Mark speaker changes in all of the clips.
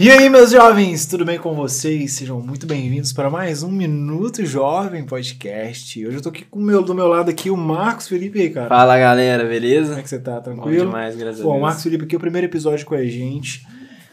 Speaker 1: E aí, meus jovens, tudo bem com vocês? Sejam muito bem-vindos para mais um Minuto Jovem Podcast. Hoje eu tô aqui com o meu, do meu lado aqui, o Marcos Felipe, E aí, cara.
Speaker 2: Fala galera,
Speaker 1: Como é
Speaker 2: beleza?
Speaker 1: que você tá?
Speaker 2: Bom
Speaker 1: Tranquilo?
Speaker 2: demais, graças
Speaker 1: Bom, o
Speaker 2: a
Speaker 1: Marcos
Speaker 2: Deus.
Speaker 1: Felipe aqui, é o primeiro episódio com a gente.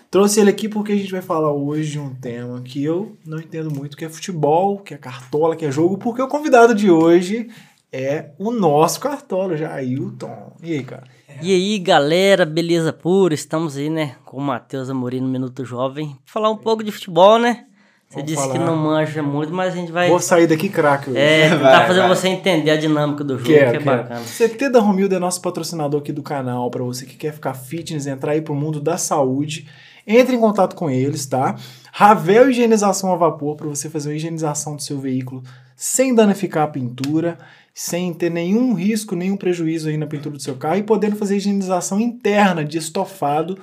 Speaker 1: Trouxe ele aqui porque a gente vai falar hoje de um tema que eu não entendo muito, que é futebol, que é cartola, que é jogo, porque o convidado de hoje é o nosso cartola, Jailton. E aí, cara?
Speaker 3: E aí, galera, beleza pura? Estamos aí, né, com o Matheus Amorim no Minuto Jovem. Falar um pouco de futebol, né? Você
Speaker 1: Vamos
Speaker 3: disse que
Speaker 1: falar.
Speaker 3: não manja muito, mas a gente vai
Speaker 1: Vou sair daqui craque hoje.
Speaker 3: é, tentar
Speaker 2: Vai,
Speaker 3: fazer
Speaker 2: vai.
Speaker 3: você entender a dinâmica do jogo,
Speaker 1: Quero,
Speaker 3: que é
Speaker 1: quero.
Speaker 3: bacana.
Speaker 1: CT da Romilda é nosso patrocinador aqui do canal, para você que quer ficar fitness, entrar aí pro mundo da saúde. Entre em contato com eles, tá? Ravel Higienização a Vapor, para você fazer uma higienização do seu veículo sem danificar a pintura, sem ter nenhum risco, nenhum prejuízo aí na pintura do seu carro e podendo fazer higienização interna de estofado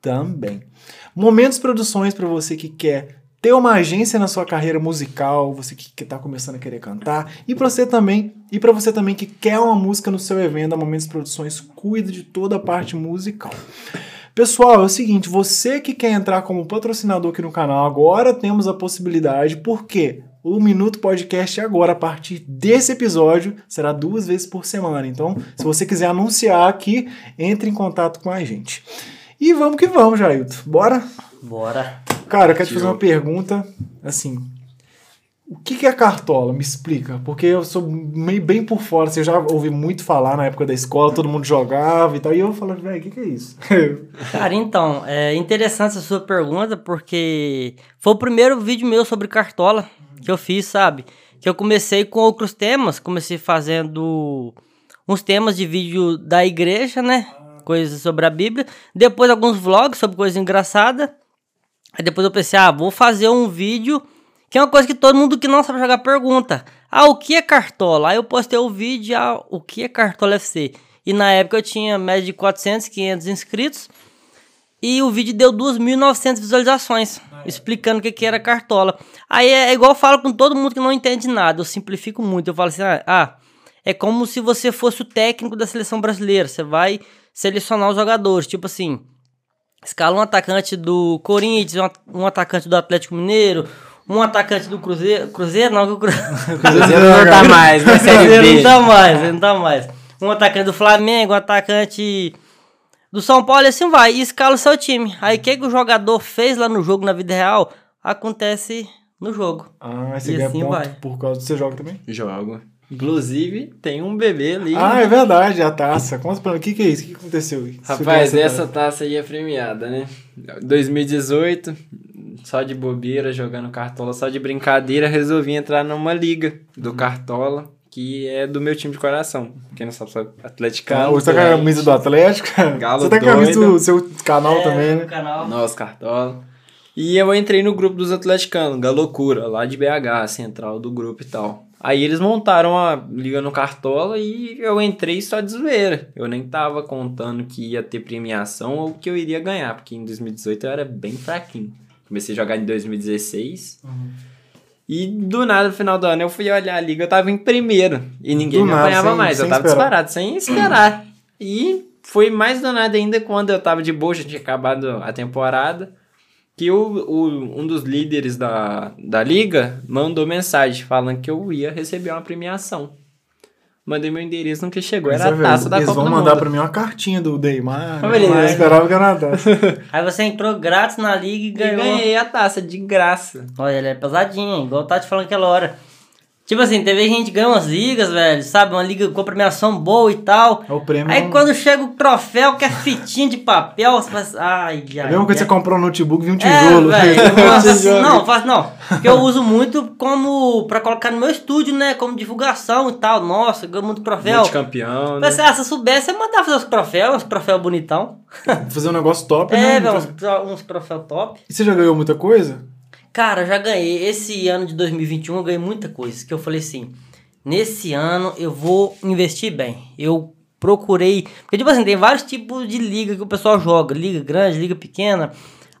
Speaker 1: também. Momentos Produções para você que quer ter uma agência na sua carreira musical, você que está começando a querer cantar, e para você também, e para você também que quer uma música no seu evento, a Momentos Produções cuida de toda a parte musical. Pessoal, é o seguinte, você que quer entrar como patrocinador aqui no canal, agora temos a possibilidade, porque o Minuto Podcast é agora, a partir desse episódio, será duas vezes por semana. Então, se você quiser anunciar aqui, entre em contato com a gente. E vamos que vamos, Jailton. Bora?
Speaker 3: Bora.
Speaker 1: Cara, eu quero te fazer
Speaker 2: Tio.
Speaker 1: uma pergunta, assim. O que que é cartola? Me explica, porque eu sou meio bem por fora. Você já ouvi muito falar na época da escola, todo mundo jogava e tal. E eu falando, velho, o que, que é isso?
Speaker 3: Cara, então, é interessante essa sua pergunta, porque foi o primeiro vídeo meu sobre cartola que eu fiz, sabe? Que eu comecei com outros temas, comecei fazendo uns temas de vídeo da igreja, né? Coisas sobre a Bíblia. Depois alguns vlogs sobre coisas engraçadas. Aí depois eu pensei, ah, vou fazer um vídeo que é uma coisa que todo mundo que não sabe jogar pergunta. Ah, o que é cartola? Aí eu postei o vídeo, ah, o que é cartola FC? E na época eu tinha média de 400, 500 inscritos. E o vídeo deu 2.900 visualizações, explicando o que, que era cartola. Aí é igual eu falo com todo mundo que não entende nada, eu simplifico muito. Eu falo assim, ah, ah, é como se você fosse o técnico da seleção brasileira. Você vai selecionar os jogadores, tipo assim escala um atacante do Corinthians, um at- um atacante do Atlético Mineiro, um atacante do Cruzeiro. Cruzeiro não, que o Cruzeiro.
Speaker 2: Cruzeiro não tá mais, vai série
Speaker 3: Cruzeiro
Speaker 2: B.
Speaker 3: não
Speaker 1: tá-
Speaker 3: dá mais, não dá mais. Um atacante do Flamengo, um atacante do São Paulo, e assim vai. E escala o seu time. Aí o que, que o jogador fez lá no jogo, na vida real, acontece no jogo.
Speaker 1: Ah, aí você
Speaker 3: E
Speaker 1: ganha
Speaker 3: assim
Speaker 1: ponto
Speaker 3: vai.
Speaker 1: por causa do seu jogo também?
Speaker 2: Jogo. Inclusive, tem um bebê ali.
Speaker 1: Ah, é verdade, a taça. Conta pra mim, o que, que é isso? O que que aconteceu?
Speaker 2: Rapaz,
Speaker 1: Isso,
Speaker 2: essa taça aí é premiada, né? 2018, só de bobeira, jogando cartola, só de brincadeira, resolvi entrar numa liga do cartola, que é do meu time de coração. é Quem não sabe, sabe
Speaker 1: Cara,
Speaker 2: atleticano.
Speaker 1: você tá com a camisa do Atlético?
Speaker 2: Galo
Speaker 1: você tá com a camisa
Speaker 2: doido.
Speaker 1: do seu canal
Speaker 2: É.
Speaker 1: também, né?
Speaker 3: É, Canal.
Speaker 2: Nossa, Cartola. E eu entrei no grupo dos atleticanos, Galocura, lá de BH, central do grupo e tal. Aí eles montaram a Liga no Cartola e eu entrei só de zoeira. Eu nem tava contando que ia ter premiação ou que eu iria ganhar, porque em 2018 eu era bem fraquinho. Comecei a jogar em 2016.
Speaker 1: Uhum.
Speaker 2: E do nada, no final do ano, eu fui olhar a liga, eu tava em primeiro. E ninguém
Speaker 1: Do
Speaker 2: me
Speaker 1: nada,
Speaker 2: apanhava
Speaker 1: sem-
Speaker 2: mais, eu
Speaker 1: sem
Speaker 2: tava
Speaker 1: esperar.
Speaker 2: disparado, sem esperar. E foi mais do nada ainda quando eu tava de boa, já tinha acabado a temporada, que o, o- um dos líderes da, da liga mandou mensagem falando que eu ia receber uma premiação. Mandei meu endereço, nunca chegou, era
Speaker 1: Isso é
Speaker 2: a
Speaker 1: verdade.
Speaker 2: taça da
Speaker 1: Eles
Speaker 2: Copa
Speaker 1: vão
Speaker 2: do
Speaker 1: mandar
Speaker 2: Mundo.
Speaker 1: pra mim uma cartinha do Neymar.
Speaker 2: Ah, beleza.
Speaker 1: Eu esperava que era uma taça.
Speaker 3: Aí você entrou grátis na liga e
Speaker 2: E
Speaker 3: ganhou.
Speaker 2: ganhei a taça, de graça.
Speaker 3: Olha, ele é pesadinho, igual eu tava te falando aquela hora. Tipo assim, teve gente que ganha umas ligas, velho, sabe? Uma liga com a premiação boa e tal.
Speaker 1: É o prêmio.
Speaker 3: Aí quando chega o troféu, que é fitinha de papel, você fala assim, ai, ai.
Speaker 1: É a mesma coisa que você
Speaker 3: ai.
Speaker 1: comprou um notebook e um
Speaker 3: É,
Speaker 1: tijolo.
Speaker 3: velho. eu
Speaker 1: Um
Speaker 3: faço assim,
Speaker 1: tijolo.
Speaker 3: Não, eu faço não. Porque eu uso muito como pra colocar no meu estúdio, né? Como divulgação e tal. Nossa, ganhou muito troféu.
Speaker 2: Multicampeão, né?
Speaker 3: Pensei, ah, se eu soubesse, eu mandava fazer os troféus, uns troféus bonitão.
Speaker 1: Fazer um negócio top, né?
Speaker 3: É, velho, uns, uns troféus top.
Speaker 1: E você já ganhou muita coisa?
Speaker 3: Cara, já ganhei. Esse ano de 2021 eu ganhei muita coisa. Que eu falei assim: nesse ano eu vou investir bem. Eu procurei. Porque, tipo assim, tem vários tipos de liga que o pessoal joga: liga grande, liga pequena.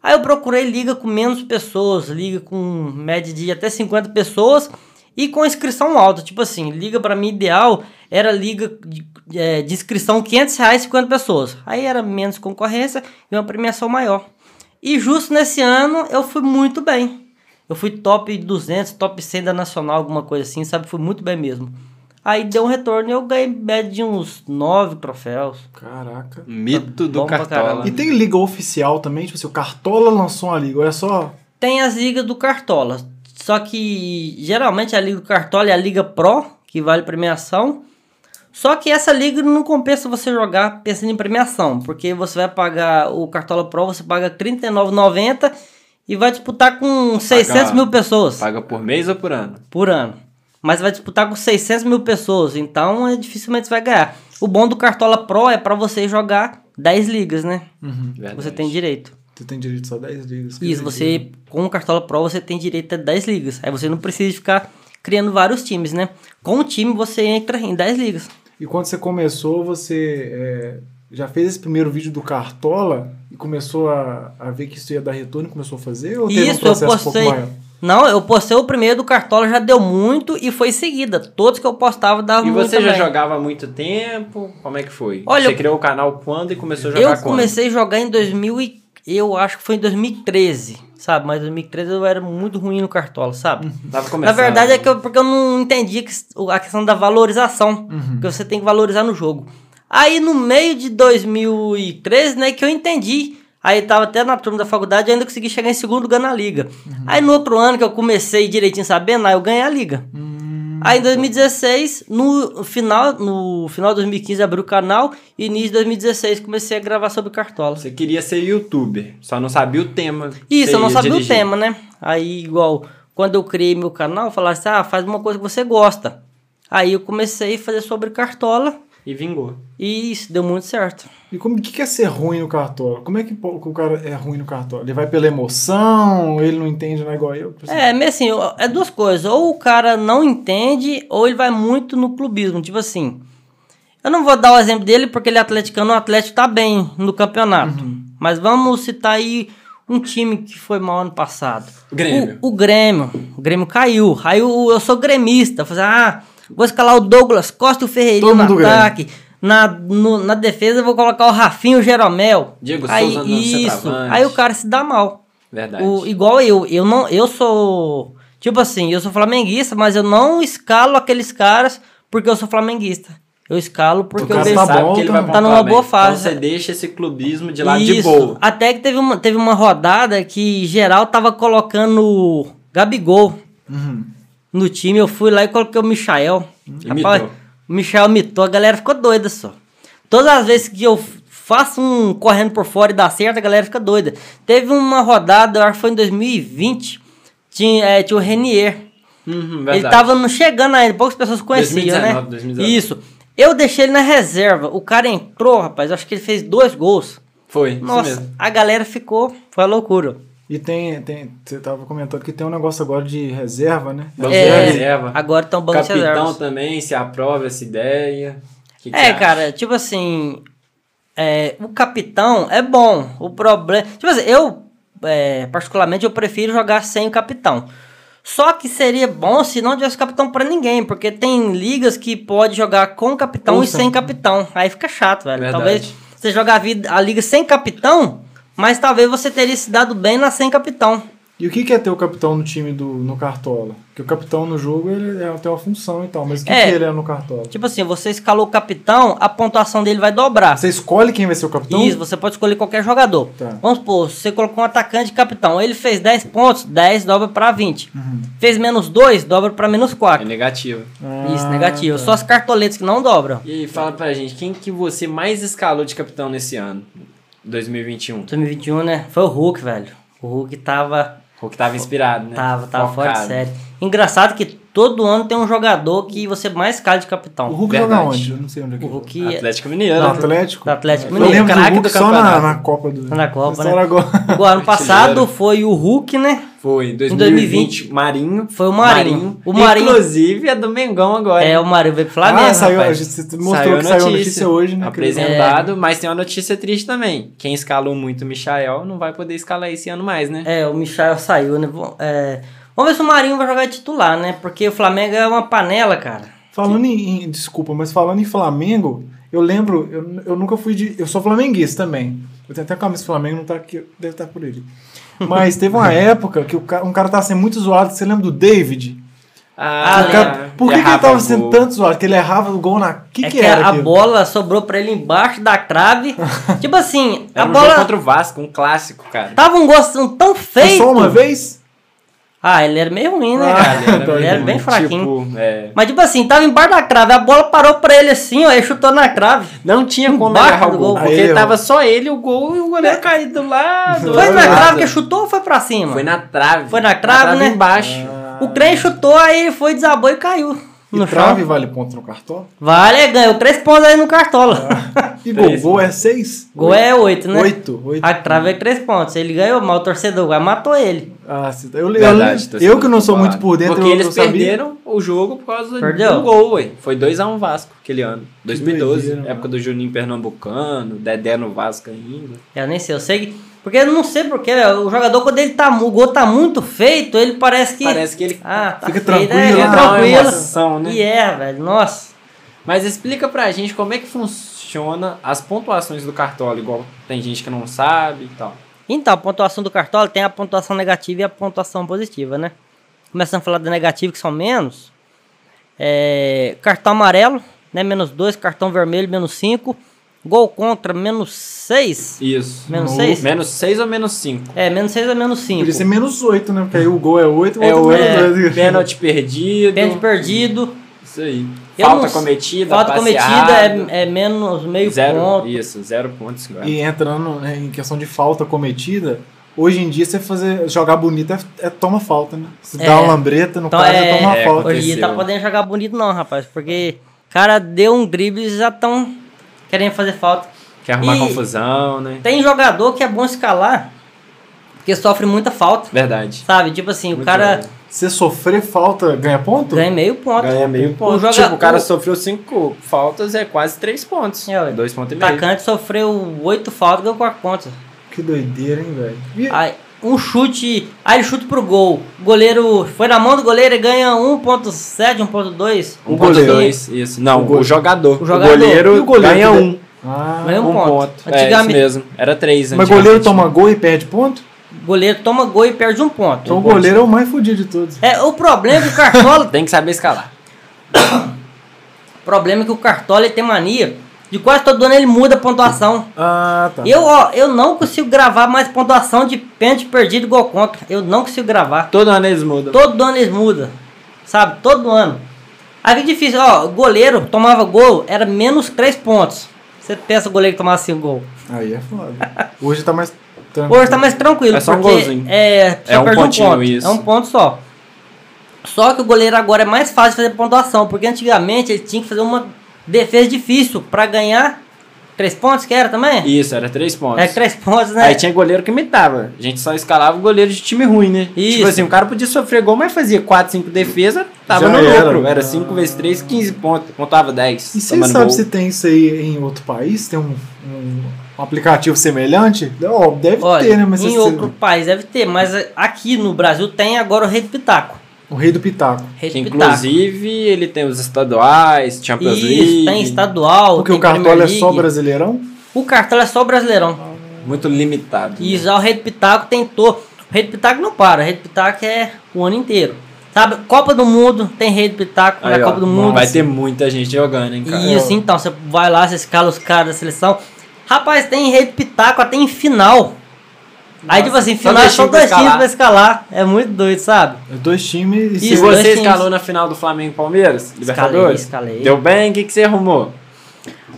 Speaker 3: Aí eu procurei liga com menos pessoas, liga com média de até 50 pessoas e com inscrição alta. Tipo assim, liga pra mim ideal era liga de, é, de inscrição R$ 500 reais 50 pessoas. Aí era menos concorrência e uma premiação maior. E justo nesse ano eu fui muito bem. Eu fui top 200, top 100 da nacional, alguma coisa assim, sabe? Fui muito bem mesmo. Aí deu um retorno e eu ganhei média de uns nove troféus.
Speaker 1: Caraca.
Speaker 2: Mito do
Speaker 3: Bom pra
Speaker 2: Cartola.
Speaker 3: caramba.
Speaker 1: E tem liga oficial também? Tipo assim, o Cartola lançou uma liga, olha só.
Speaker 3: Tem as ligas do Cartola. Só que geralmente a liga do Cartola é a liga Pro, que vale premiação. Só que essa liga não compensa você jogar pensando em premiação, porque você vai pagar o Cartola Pro, você paga R$ 39,90 e vai disputar com 600 mil pessoas
Speaker 2: Paga por mês ou por ano?
Speaker 3: por ano. Mas vai disputar com 600 mil pessoas, então é, dificilmente você vai ganhar. O bom do Cartola Pro é para você jogar 10 ligas, né?
Speaker 2: Verdade.
Speaker 3: Você tem direito.
Speaker 1: Tu tem direito só a 10 ligas.
Speaker 3: Isso, você com o Cartola Pro você tem direito a 10 ligas. Aí você não precisa ficar criando vários times, né? Com o time você entra em 10 ligas.
Speaker 1: E quando você começou, você é, já fez esse primeiro vídeo do Cartola e começou a, a ver que isso ia dar retorno e começou a fazer? Ou teve um
Speaker 3: Isso, eu
Speaker 1: processo um pouco
Speaker 3: postei.
Speaker 1: maior?
Speaker 3: Não, eu postei o primeiro do Cartola, já deu muito e foi em seguida. Todos que eu postava dava
Speaker 2: E
Speaker 3: muito.
Speaker 2: você já
Speaker 3: também.
Speaker 2: jogava há muito tempo? Como é que foi?
Speaker 3: Olha,
Speaker 2: você
Speaker 3: eu-
Speaker 2: criou o canal quando e começou a jogar
Speaker 3: Eu
Speaker 2: quando?
Speaker 3: comecei a jogar em 2000 e eu acho que foi em 2013, sabe? Mas em 2013 eu era muito ruim no Cartola, sabe?
Speaker 2: Tava
Speaker 3: Na
Speaker 2: começando.
Speaker 3: verdade é que eu, porque eu não entendi que- a questão da valorização,
Speaker 2: Uhum.
Speaker 3: que você tem que valorizar no jogo. Aí no meio de 2013, né, que eu entendi. Aí tava até na turma da faculdade, eu ainda consegui chegar em segundo lugar na liga.
Speaker 2: Uhum.
Speaker 3: Aí no outro ano que eu comecei direitinho sabendo, aí eu ganhei a liga.
Speaker 2: Hum, tá
Speaker 3: Aí em 2016, no final, no final de 2015 abri o canal e início de 2016 comecei a gravar sobre cartola.
Speaker 2: Você queria ser youtuber, só não sabia o tema. que
Speaker 3: Isso,
Speaker 2: você
Speaker 3: eu não
Speaker 2: ia
Speaker 3: sabia
Speaker 2: dirigir.
Speaker 3: o tema, né? Aí, igual, quando eu criei meu canal, falaram assim, ah, faz uma coisa que você gosta. Aí eu comecei a fazer sobre cartola
Speaker 2: E vingou.
Speaker 3: e isso deu muito certo.
Speaker 1: E como o que que é ser ruim no Cartola? Como é que po- que o cara é ruim no Cartola? Ele vai pela emoção, ele não entende, não é igual eu. Tipo assim,
Speaker 3: É, meio assim, ó, é duas coisas. Ou o cara não entende, ou ele vai muito no clubismo. Tipo assim, eu não vou dar o exemplo dele porque ele é atleticano, o Atlético tá bem no campeonato.
Speaker 2: Uhum.
Speaker 3: Mas vamos citar aí um time que foi mal ano passado.
Speaker 2: Grêmio.
Speaker 3: O, o Grêmio. O Grêmio caiu. Aí eu, eu sou gremista. Falei, assim, ah, vou escalar o Douglas Costa e o Ferreirinho
Speaker 1: Todo
Speaker 3: no
Speaker 1: mundo Grêmio.
Speaker 3: ataque. Na, no- na defesa eu vou colocar o Rafinho e o Jeromel.
Speaker 2: Diego
Speaker 3: aí,
Speaker 2: Souza no
Speaker 3: Isso.
Speaker 2: centroavante.
Speaker 3: Aí o cara se dá mal.
Speaker 2: Verdade.
Speaker 3: O, igual eu. Eu não eu sou... Tipo assim, eu sou flamenguista, mas eu não escalo aqueles caras porque eu sou flamenguista. Eu escalo porque eu
Speaker 1: cara
Speaker 2: Você
Speaker 1: tá
Speaker 3: vejo...
Speaker 2: sabe
Speaker 1: bom,
Speaker 2: que ele
Speaker 1: tá
Speaker 2: vai
Speaker 1: bom.
Speaker 2: pontuar
Speaker 3: Tá numa
Speaker 2: bem.
Speaker 3: boa fase.
Speaker 2: Então você deixa esse clubismo de lado de
Speaker 3: Isso.
Speaker 2: boa.
Speaker 3: Até que teve uma, teve uma rodada que geral tava colocando o Gabigol
Speaker 1: uhum.
Speaker 3: no time. Eu fui lá e coloquei o Michael. Rapaz,
Speaker 2: Imitou.
Speaker 3: o Michael mitou, a galera ficou doida só. Todas as vezes que eu faço um correndo por fora e dá certo, a galera fica doida. Teve uma rodada, eu acho que foi em 2020, tinha, é, tinha o Renier.
Speaker 2: Uhum,
Speaker 3: Ah, Ele
Speaker 2: verdade.
Speaker 3: tava não chegando ainda, poucas pessoas conheciam,
Speaker 2: 2019,
Speaker 3: né?
Speaker 2: 2019.
Speaker 3: Isso. Eu deixei ele na reserva. O cara entrou, rapaz, eu acho que ele fez dois gols.
Speaker 2: Foi, isso
Speaker 3: Nossa,
Speaker 2: mesmo.
Speaker 3: a galera ficou, foi a loucura.
Speaker 1: E tem, tem. Você tava comentando que tem um negócio agora de reserva, né?
Speaker 2: Banco
Speaker 3: É,
Speaker 2: de reserva.
Speaker 3: agora tá um banco de
Speaker 2: Capitão
Speaker 3: reservas.
Speaker 2: também, se aprova essa ideia. Que que você
Speaker 3: É,
Speaker 2: acha?
Speaker 3: cara, tipo assim, é, o capitão é bom. O problema. Tipo assim, eu, é, particularmente, eu prefiro jogar sem o capitão. Só que seria bom se não tivesse capitão pra ninguém, porque tem ligas que pode jogar com capitão
Speaker 1: Ou
Speaker 3: e
Speaker 1: sem.
Speaker 3: sem capitão. Aí fica chato, velho.
Speaker 2: Verdade.
Speaker 3: Talvez você jogar a, vida- a liga sem capitão, mas talvez você teria se dado bem na sem capitão.
Speaker 1: E o que que é ter o capitão no time do no Cartola? Porque o capitão no jogo ele é, tem uma função e tal, mas o que,
Speaker 3: É.
Speaker 1: que ele é no Cartola?
Speaker 3: Tipo assim, você escalou o capitão, a pontuação dele vai dobrar.
Speaker 1: Ah, Você escolhe quem vai ser o capitão?
Speaker 3: Isso, você pode escolher qualquer jogador.
Speaker 1: Então, Tá.
Speaker 3: Vamos supor, você colocou um atacante capitão, ele fez 10 pontos, 10 dobra pra 20. Fez menos 2, dobra pra menos
Speaker 2: É
Speaker 3: 4.
Speaker 2: negativo.
Speaker 1: Ah,
Speaker 3: Isso, negativo. Só as cartoletas que não dobram.
Speaker 2: E aí, fala pra gente, quem que você mais escalou de capitão nesse ano? 2021.
Speaker 3: 2021, né? Foi o Hulk, velho. O Hulk tava.
Speaker 2: O que tava inspirado, né?
Speaker 3: Tava, tava fora de
Speaker 2: Focado.
Speaker 3: série. Engraçado que todo ano tem um jogador que você mais cai de capitão.
Speaker 1: O Hulk
Speaker 2: Verdade.
Speaker 1: joga onde? Eu não sei onde é que
Speaker 3: O
Speaker 1: ele joga.
Speaker 3: Hulk é-
Speaker 2: Atlético Mineiro.
Speaker 1: No
Speaker 2: né?
Speaker 1: Atlético?
Speaker 3: Do Atlético
Speaker 1: Eu
Speaker 3: Mineiro,
Speaker 1: lembro do
Speaker 3: craque do
Speaker 1: Hulk só na,
Speaker 3: campeonato.
Speaker 1: na Copa do.
Speaker 3: Na Copa,
Speaker 1: Só
Speaker 3: né?
Speaker 1: agora.
Speaker 3: O ano passado
Speaker 2: Artilheiro.
Speaker 3: foi o Hulk, né?
Speaker 2: Foi, em 2020,
Speaker 3: 2020.
Speaker 2: Marinho.
Speaker 3: Foi o Marinho. O Marinho-
Speaker 2: Inclusive, é do Mengão agora.
Speaker 3: É, o Mario veio pro Flamengo.
Speaker 1: Ah, saiu, a
Speaker 3: rapaz.
Speaker 1: gente mostrou que saiu a notícia hoje, né? que ele-
Speaker 2: Apresentado, mas tem uma notícia triste também. Quem escalou muito o Michael não vai poder escalar esse ano mais, né?
Speaker 3: É, o Michael saiu, né? Vom- é, vamos ver se o Marinho vai jogar de titular, né? Porque o Flamengo é uma panela, cara.
Speaker 1: Falando em, em- Desculpa, mas falando em Flamengo, eu lembro, eu, eu nunca fui de. Eu sou flamenguista também. Eu tenho até a camisa do Flamengo, não tá aqui, deve estar por ele. Mas teve uma época que o ca- um cara tava sendo muito zoado. Você lembra do David?
Speaker 2: Ah,
Speaker 1: O cara-
Speaker 2: lembro.
Speaker 1: por que, que ele
Speaker 2: Errava
Speaker 1: tava
Speaker 2: o
Speaker 1: sendo
Speaker 2: gol.
Speaker 1: tanto zoado? Que ele errava o gol na. O que,
Speaker 3: é
Speaker 1: que,
Speaker 3: que
Speaker 1: era?
Speaker 3: a
Speaker 1: aquilo?
Speaker 3: bola sobrou pra ele embaixo da trave. tipo assim, a
Speaker 2: Era um
Speaker 3: bola
Speaker 2: jogo contra o Vasco, um clássico, cara.
Speaker 3: tava um gosto tão
Speaker 1: Foi
Speaker 3: feio.
Speaker 1: só uma vez?
Speaker 3: Ah, ele era meio ruim, né,
Speaker 1: Ah,
Speaker 3: cara?
Speaker 1: ele era
Speaker 3: ele era
Speaker 1: meio
Speaker 3: bem fraquinho.
Speaker 2: Tipo, é,
Speaker 3: Mas tipo assim, tava embaixo da trave, a bola parou pra ele assim, ó, ele chutou na trave.
Speaker 2: Não tinha como
Speaker 3: Embaixo
Speaker 2: errar o
Speaker 3: do
Speaker 2: gol,
Speaker 3: gol.
Speaker 2: porque
Speaker 1: Aí, ó.
Speaker 2: tava Tá só ele, o gol e o
Speaker 1: É.
Speaker 2: goleiro caído do lado.
Speaker 3: Foi na
Speaker 2: do lado.
Speaker 3: trave que chutou ou foi pra cima?
Speaker 2: Foi na trave.
Speaker 3: Foi na trave, né?
Speaker 2: embaixo.
Speaker 3: O Crane chutou, aí ele foi, desabou e caiu.
Speaker 1: E
Speaker 3: No
Speaker 1: trave
Speaker 3: chão.
Speaker 1: vale ponto no cartão?
Speaker 3: Vale, ganhou três pontos aí no cartola.
Speaker 1: E gol,
Speaker 2: Três,
Speaker 1: gol é seis?
Speaker 3: Gol é oito, né?
Speaker 1: Oito, oito.
Speaker 3: A trave é três pontos. Ele ganhou, mas o torcedor agora matou ele.
Speaker 1: Ah, se- eu, eu-
Speaker 2: Verdade,
Speaker 1: eu,
Speaker 2: torcedor
Speaker 1: que não sou
Speaker 2: do
Speaker 1: muito
Speaker 2: Vasco.
Speaker 1: por dentro,
Speaker 2: Porque
Speaker 1: eu,
Speaker 2: eles
Speaker 1: eu sabia.
Speaker 2: perderam o jogo por causa
Speaker 3: Perdeu?
Speaker 2: do gol, ué. Foi 2x1 Vasco aquele ano. 2012,
Speaker 1: doideira, mano.
Speaker 2: época do Juninho Pernambucano, Dedé no Vasco ainda.
Speaker 3: Eu nem sei, eu sei que. Porque eu não sei porquê, velho. O jogador, quando ele tá. mu- O gol tá muito feito, ele parece que.
Speaker 2: Parece que ele
Speaker 3: Ah, tá
Speaker 1: Fica
Speaker 3: feio, né?
Speaker 1: tranquilo,
Speaker 3: Ele
Speaker 1: né?
Speaker 3: é
Speaker 1: Dá uma
Speaker 3: tranquilo.
Speaker 2: emoção, né?
Speaker 3: E é, velho. Nossa.
Speaker 2: Mas explica pra gente como é que funciona as pontuações do Cartola, igual tem gente que não sabe e tal.
Speaker 3: Então, a pontuação do cartola tem a pontuação negativa e a pontuação positiva, né? Começando a falar da negativa, que são menos. É, cartão amarelo, né? Menos 2, cartão vermelho, menos 5. Gol contra, menos 6.
Speaker 2: Isso.
Speaker 3: Menos
Speaker 1: No-
Speaker 3: 6?
Speaker 2: Uhum. Menos 6 ou menos 5?
Speaker 3: É, menos 6 é menos 5.
Speaker 1: Podia ser menos oito, né? Porque aí o gol é oito, o
Speaker 2: É o
Speaker 1: outro
Speaker 3: é,
Speaker 1: menos dois.
Speaker 2: pênalti perdido.
Speaker 3: Pênalti perdido.
Speaker 2: Isso aí.
Speaker 3: Eu
Speaker 2: Falta
Speaker 3: não-
Speaker 2: cometida,
Speaker 3: Falta cometida
Speaker 2: passeada,
Speaker 3: é, é menos meio
Speaker 2: tá zero,
Speaker 3: ponto.
Speaker 2: Isso, zero pontos. cara.
Speaker 1: E entrando né, em questão de falta cometida, hoje em dia você fazer, jogar bonito é, é toma falta, né? Se
Speaker 3: É.
Speaker 1: dá uma lambreta, no
Speaker 3: Então,
Speaker 1: caso,
Speaker 3: é-
Speaker 1: é toma uma
Speaker 2: é,
Speaker 1: falta.
Speaker 3: Hoje em dia tá
Speaker 2: aconteceu.
Speaker 3: podendo jogar bonito não, rapaz. Porque o cara deu um drible e já estão querendo fazer falta.
Speaker 2: Quer arrumar
Speaker 3: E-
Speaker 2: confusão, né?
Speaker 3: Tem jogador que é bom escalar, porque sofre muita falta.
Speaker 2: Verdade.
Speaker 3: Sabe? Tipo assim, o
Speaker 2: Muito
Speaker 3: cara
Speaker 2: bom.
Speaker 1: Você sofrer falta, ganha ponto?
Speaker 3: ganha meio um ponto.
Speaker 2: Ganha meio ponto.
Speaker 3: O joga-
Speaker 2: Tipo, o cara
Speaker 3: o-
Speaker 2: sofreu cinco faltas, é quase três pontos.
Speaker 3: É, ué.
Speaker 2: Dois pontos e
Speaker 3: O
Speaker 2: meio.
Speaker 3: atacante sofreu oito faltas, ganhou quatro pontos.
Speaker 1: Que doideira, hein, velho? E-
Speaker 3: Aí, um chute, aí ele chuta pro gol. O goleiro foi na mão do goleiro e ganha 1.7, 1.2.
Speaker 1: O
Speaker 2: Um ponto
Speaker 1: goleiro.
Speaker 2: dois, Isso. Não,
Speaker 1: O
Speaker 2: o,
Speaker 1: go-
Speaker 2: jogador.
Speaker 3: O jogador.
Speaker 2: goleiro,
Speaker 1: E o goleiro
Speaker 2: ganha
Speaker 1: que-
Speaker 2: um.
Speaker 1: Ah,
Speaker 3: Ganha um
Speaker 2: um
Speaker 3: ponto.
Speaker 2: ponto. É, isso
Speaker 3: Antigamente-
Speaker 2: mesmo. Era três.
Speaker 1: mas
Speaker 2: antigamente.
Speaker 1: goleiro toma gol e perde ponto?
Speaker 3: O goleiro toma gol e perde um ponto.
Speaker 1: Então o goleiro é o mais fodido de todos.
Speaker 3: É, o problema é que o Cartola,
Speaker 2: Tem que saber escalar.
Speaker 3: o problema é que o Cartola ele tem mania de quase todo ano ele muda a pontuação.
Speaker 1: Ah, tá.
Speaker 3: Eu, ó, eu não consigo gravar mais pontuação de pênalti perdido e gol contra. Eu não consigo gravar.
Speaker 2: Todo ano eles mudam.
Speaker 3: Todo ano eles mudam. Sabe? Todo ano. Aí fica difícil, ó, goleiro tomava gol, era menos 3 pontos. Você pensa o goleiro que tomava 5 gol.
Speaker 1: Aí é foda. Hoje tá mais tranquilo.
Speaker 3: Hoje tá mais tranquilo.
Speaker 2: É só um
Speaker 3: porque
Speaker 2: golzinho.
Speaker 3: É, só
Speaker 2: É um
Speaker 3: perde
Speaker 2: pontinho,
Speaker 3: ponto.
Speaker 2: isso.
Speaker 3: É um ponto só. Só que o goleiro agora é mais fácil fazer pontuação, porque antigamente ele tinha que fazer uma defesa difícil pra ganhar três pontos, que era também?
Speaker 2: Isso, era três pontos.
Speaker 3: É três pontos, né?
Speaker 2: Aí tinha goleiro que imitava. A gente só escalava o goleiro de time ruim, né?
Speaker 3: Isso.
Speaker 2: Tipo assim, o cara podia sofrer gol, mas fazia 4, 5 defesa, tava
Speaker 1: Já
Speaker 2: no
Speaker 1: era.
Speaker 2: lucro. Era
Speaker 3: Ah.
Speaker 2: 5 vezes 3, 15 pontos. Contava 10.
Speaker 1: E você
Speaker 2: tomando
Speaker 1: sabe
Speaker 2: gol.
Speaker 1: se tem isso aí em outro país? Tem um, um- um aplicativo semelhante? Ó, deve
Speaker 3: Olha,
Speaker 1: ter, né? Mas
Speaker 3: em
Speaker 2: assim,
Speaker 1: você-
Speaker 3: outro país deve ter, mas aqui no Brasil tem agora o Rei do Pitaco.
Speaker 1: O rei do pitaco.
Speaker 3: Rei
Speaker 2: Que,
Speaker 3: do Pitaco.
Speaker 2: inclusive, ele tem os estaduais, Champions
Speaker 3: Isso,
Speaker 2: League.
Speaker 3: tem estadual,
Speaker 1: Porque
Speaker 3: tem
Speaker 1: o cartola
Speaker 3: Premier
Speaker 1: é só
Speaker 3: League.
Speaker 1: brasileirão?
Speaker 3: O cartola é só brasileirão.
Speaker 2: Muito limitado. né?
Speaker 3: E já o Rei do Pitaco tentou. O Rei do Pitaco não para, o Rei do Pitaco é o ano inteiro. Sabe, Copa do Mundo, tem Rei do Pitaco
Speaker 2: Aí,
Speaker 3: na
Speaker 2: ó,
Speaker 3: Copa do Mundo.
Speaker 2: Vai ter muita gente jogando, hein, cara.
Speaker 3: E assim, então, você vai lá, você escala os caras da seleção. Rapaz, tem Rei do Pitaco até em final. Aí, tipo assim,
Speaker 2: só
Speaker 3: final é
Speaker 2: dois
Speaker 3: só
Speaker 2: times pra
Speaker 3: dois times
Speaker 2: escalar.
Speaker 3: pra escalar. É muito doido, sabe?
Speaker 1: é Dois times e
Speaker 2: E
Speaker 1: você-
Speaker 3: Isso, dois
Speaker 2: você
Speaker 3: times.
Speaker 2: escalou na final do Flamengo e Palmeiras? Libertadores?
Speaker 3: escalei.
Speaker 2: Deu bem? O que, que você arrumou?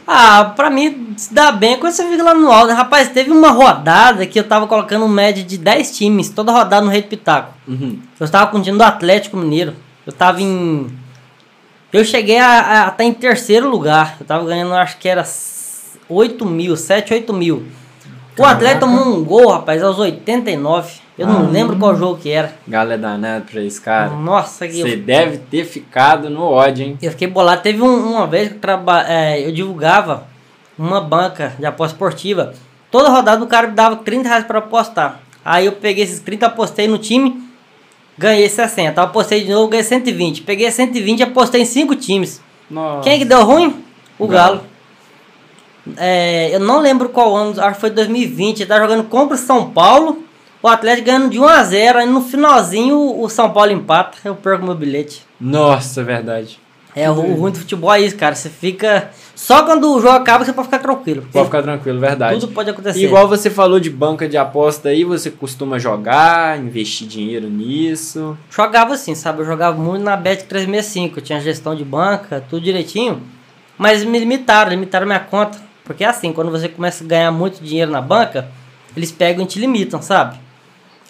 Speaker 3: Ah, pra mim, se dá bem é quando você fica lá no alto. né? Rapaz, teve uma rodada que eu tava colocando um médio de 10 times, toda rodada no Rei do Pitaco.
Speaker 2: Uhum.
Speaker 3: Eu estava com o time do Atlético Mineiro. Eu tava em. Eu cheguei a, a, a tá em terceiro lugar. Eu tava ganhando, acho que era s- 8 mil, 7, 8 mil. O Atlético tomou um gol, rapaz, aos 89. Eu não lembro qual jogo que era.
Speaker 2: Galera danada pra esse cara.
Speaker 3: Nossa, que
Speaker 2: Você
Speaker 3: eu,
Speaker 2: deve ter ficado no ódio, hein?
Speaker 3: eu fiquei bolado. Teve um- uma vez que eu, traba, é, eu divulgava uma banca de aposta esportiva. Toda rodada o cara me dava 30 reais pra apostar. Aí eu peguei esses 30, apostei no time. Ganhei 60, apostei de novo, ganhei 120. Peguei 120 e apostei em 5 times. é
Speaker 2: Nossa.
Speaker 3: Quem que deu ruim? O Galo. é, eu não lembro qual ano, acho que foi 2020, ele tá jogando contra o São Paulo, o Atlético ganhando de 1 a 0 aí no finalzinho o São Paulo empata, eu perco meu bilhete.
Speaker 2: Nossa, verdade.
Speaker 3: É, o o ruim do futebol é isso, cara, você fica... Só quando o jogo acaba você pode ficar tranquilo.
Speaker 2: Pode ficar tranquilo, verdade.
Speaker 3: Tudo pode acontecer.
Speaker 2: Igual você falou de banca de aposta aí, você costuma jogar, investir dinheiro nisso.
Speaker 3: Jogava assim, sabe? Eu jogava muito na Bet 365, eu tinha gestão de banca, tudo direitinho. Mas me limitaram, limitaram minha conta. Porque é assim, quando você começa a ganhar muito dinheiro na banca, eles pegam e te limitam, sabe?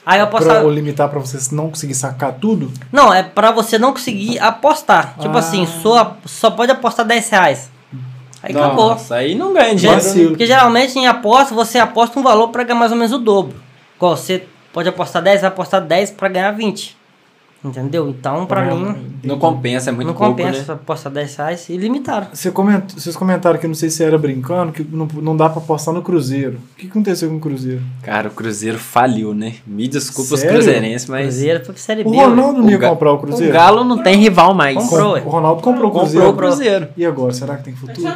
Speaker 3: Aí eu
Speaker 1: Pra eu
Speaker 3: apostava.
Speaker 1: limitar pra você não conseguir sacar tudo?
Speaker 3: Não, é pra você não conseguir apostar. Tipo
Speaker 1: Ah.
Speaker 3: assim, só, só pode apostar 10 reais. Aí acabou.
Speaker 2: Nossa, aí não ganha dinheiro. né?
Speaker 1: Vacilo.
Speaker 3: Porque geralmente em aposta, você aposta um valor pra ganhar mais ou menos o dobro. Igual você pode apostar 10, vai apostar 10 pra ganhar 20. Entendeu? Então, pra
Speaker 1: né?
Speaker 3: mim,
Speaker 2: Não compensa, é muito
Speaker 3: não
Speaker 2: pouco,
Speaker 3: compensa
Speaker 2: né?
Speaker 3: apostar 10 reais e limitaram.
Speaker 1: Você comentou, vocês comentaram que eu não sei se era brincando, que não, não dá pra apostar no Cruzeiro. O que aconteceu com o Cruzeiro?
Speaker 2: Cara, o Cruzeiro faliu, né? Me desculpa os
Speaker 1: Sério?
Speaker 2: cruzeirenses, mas
Speaker 3: Cruzeiro né? foi pra Série B.
Speaker 1: O
Speaker 3: ué.
Speaker 1: Ronaldo não
Speaker 2: o
Speaker 1: ia
Speaker 2: Ga-
Speaker 1: comprar o
Speaker 2: o
Speaker 1: Cruzeiro?
Speaker 2: Galo não tem rival mais.
Speaker 3: Comprou. ué.
Speaker 1: O Ronaldo comprou o Cruzeiro.
Speaker 2: Comprou o Cruzeiro.
Speaker 1: E agora? Será que tem futuro?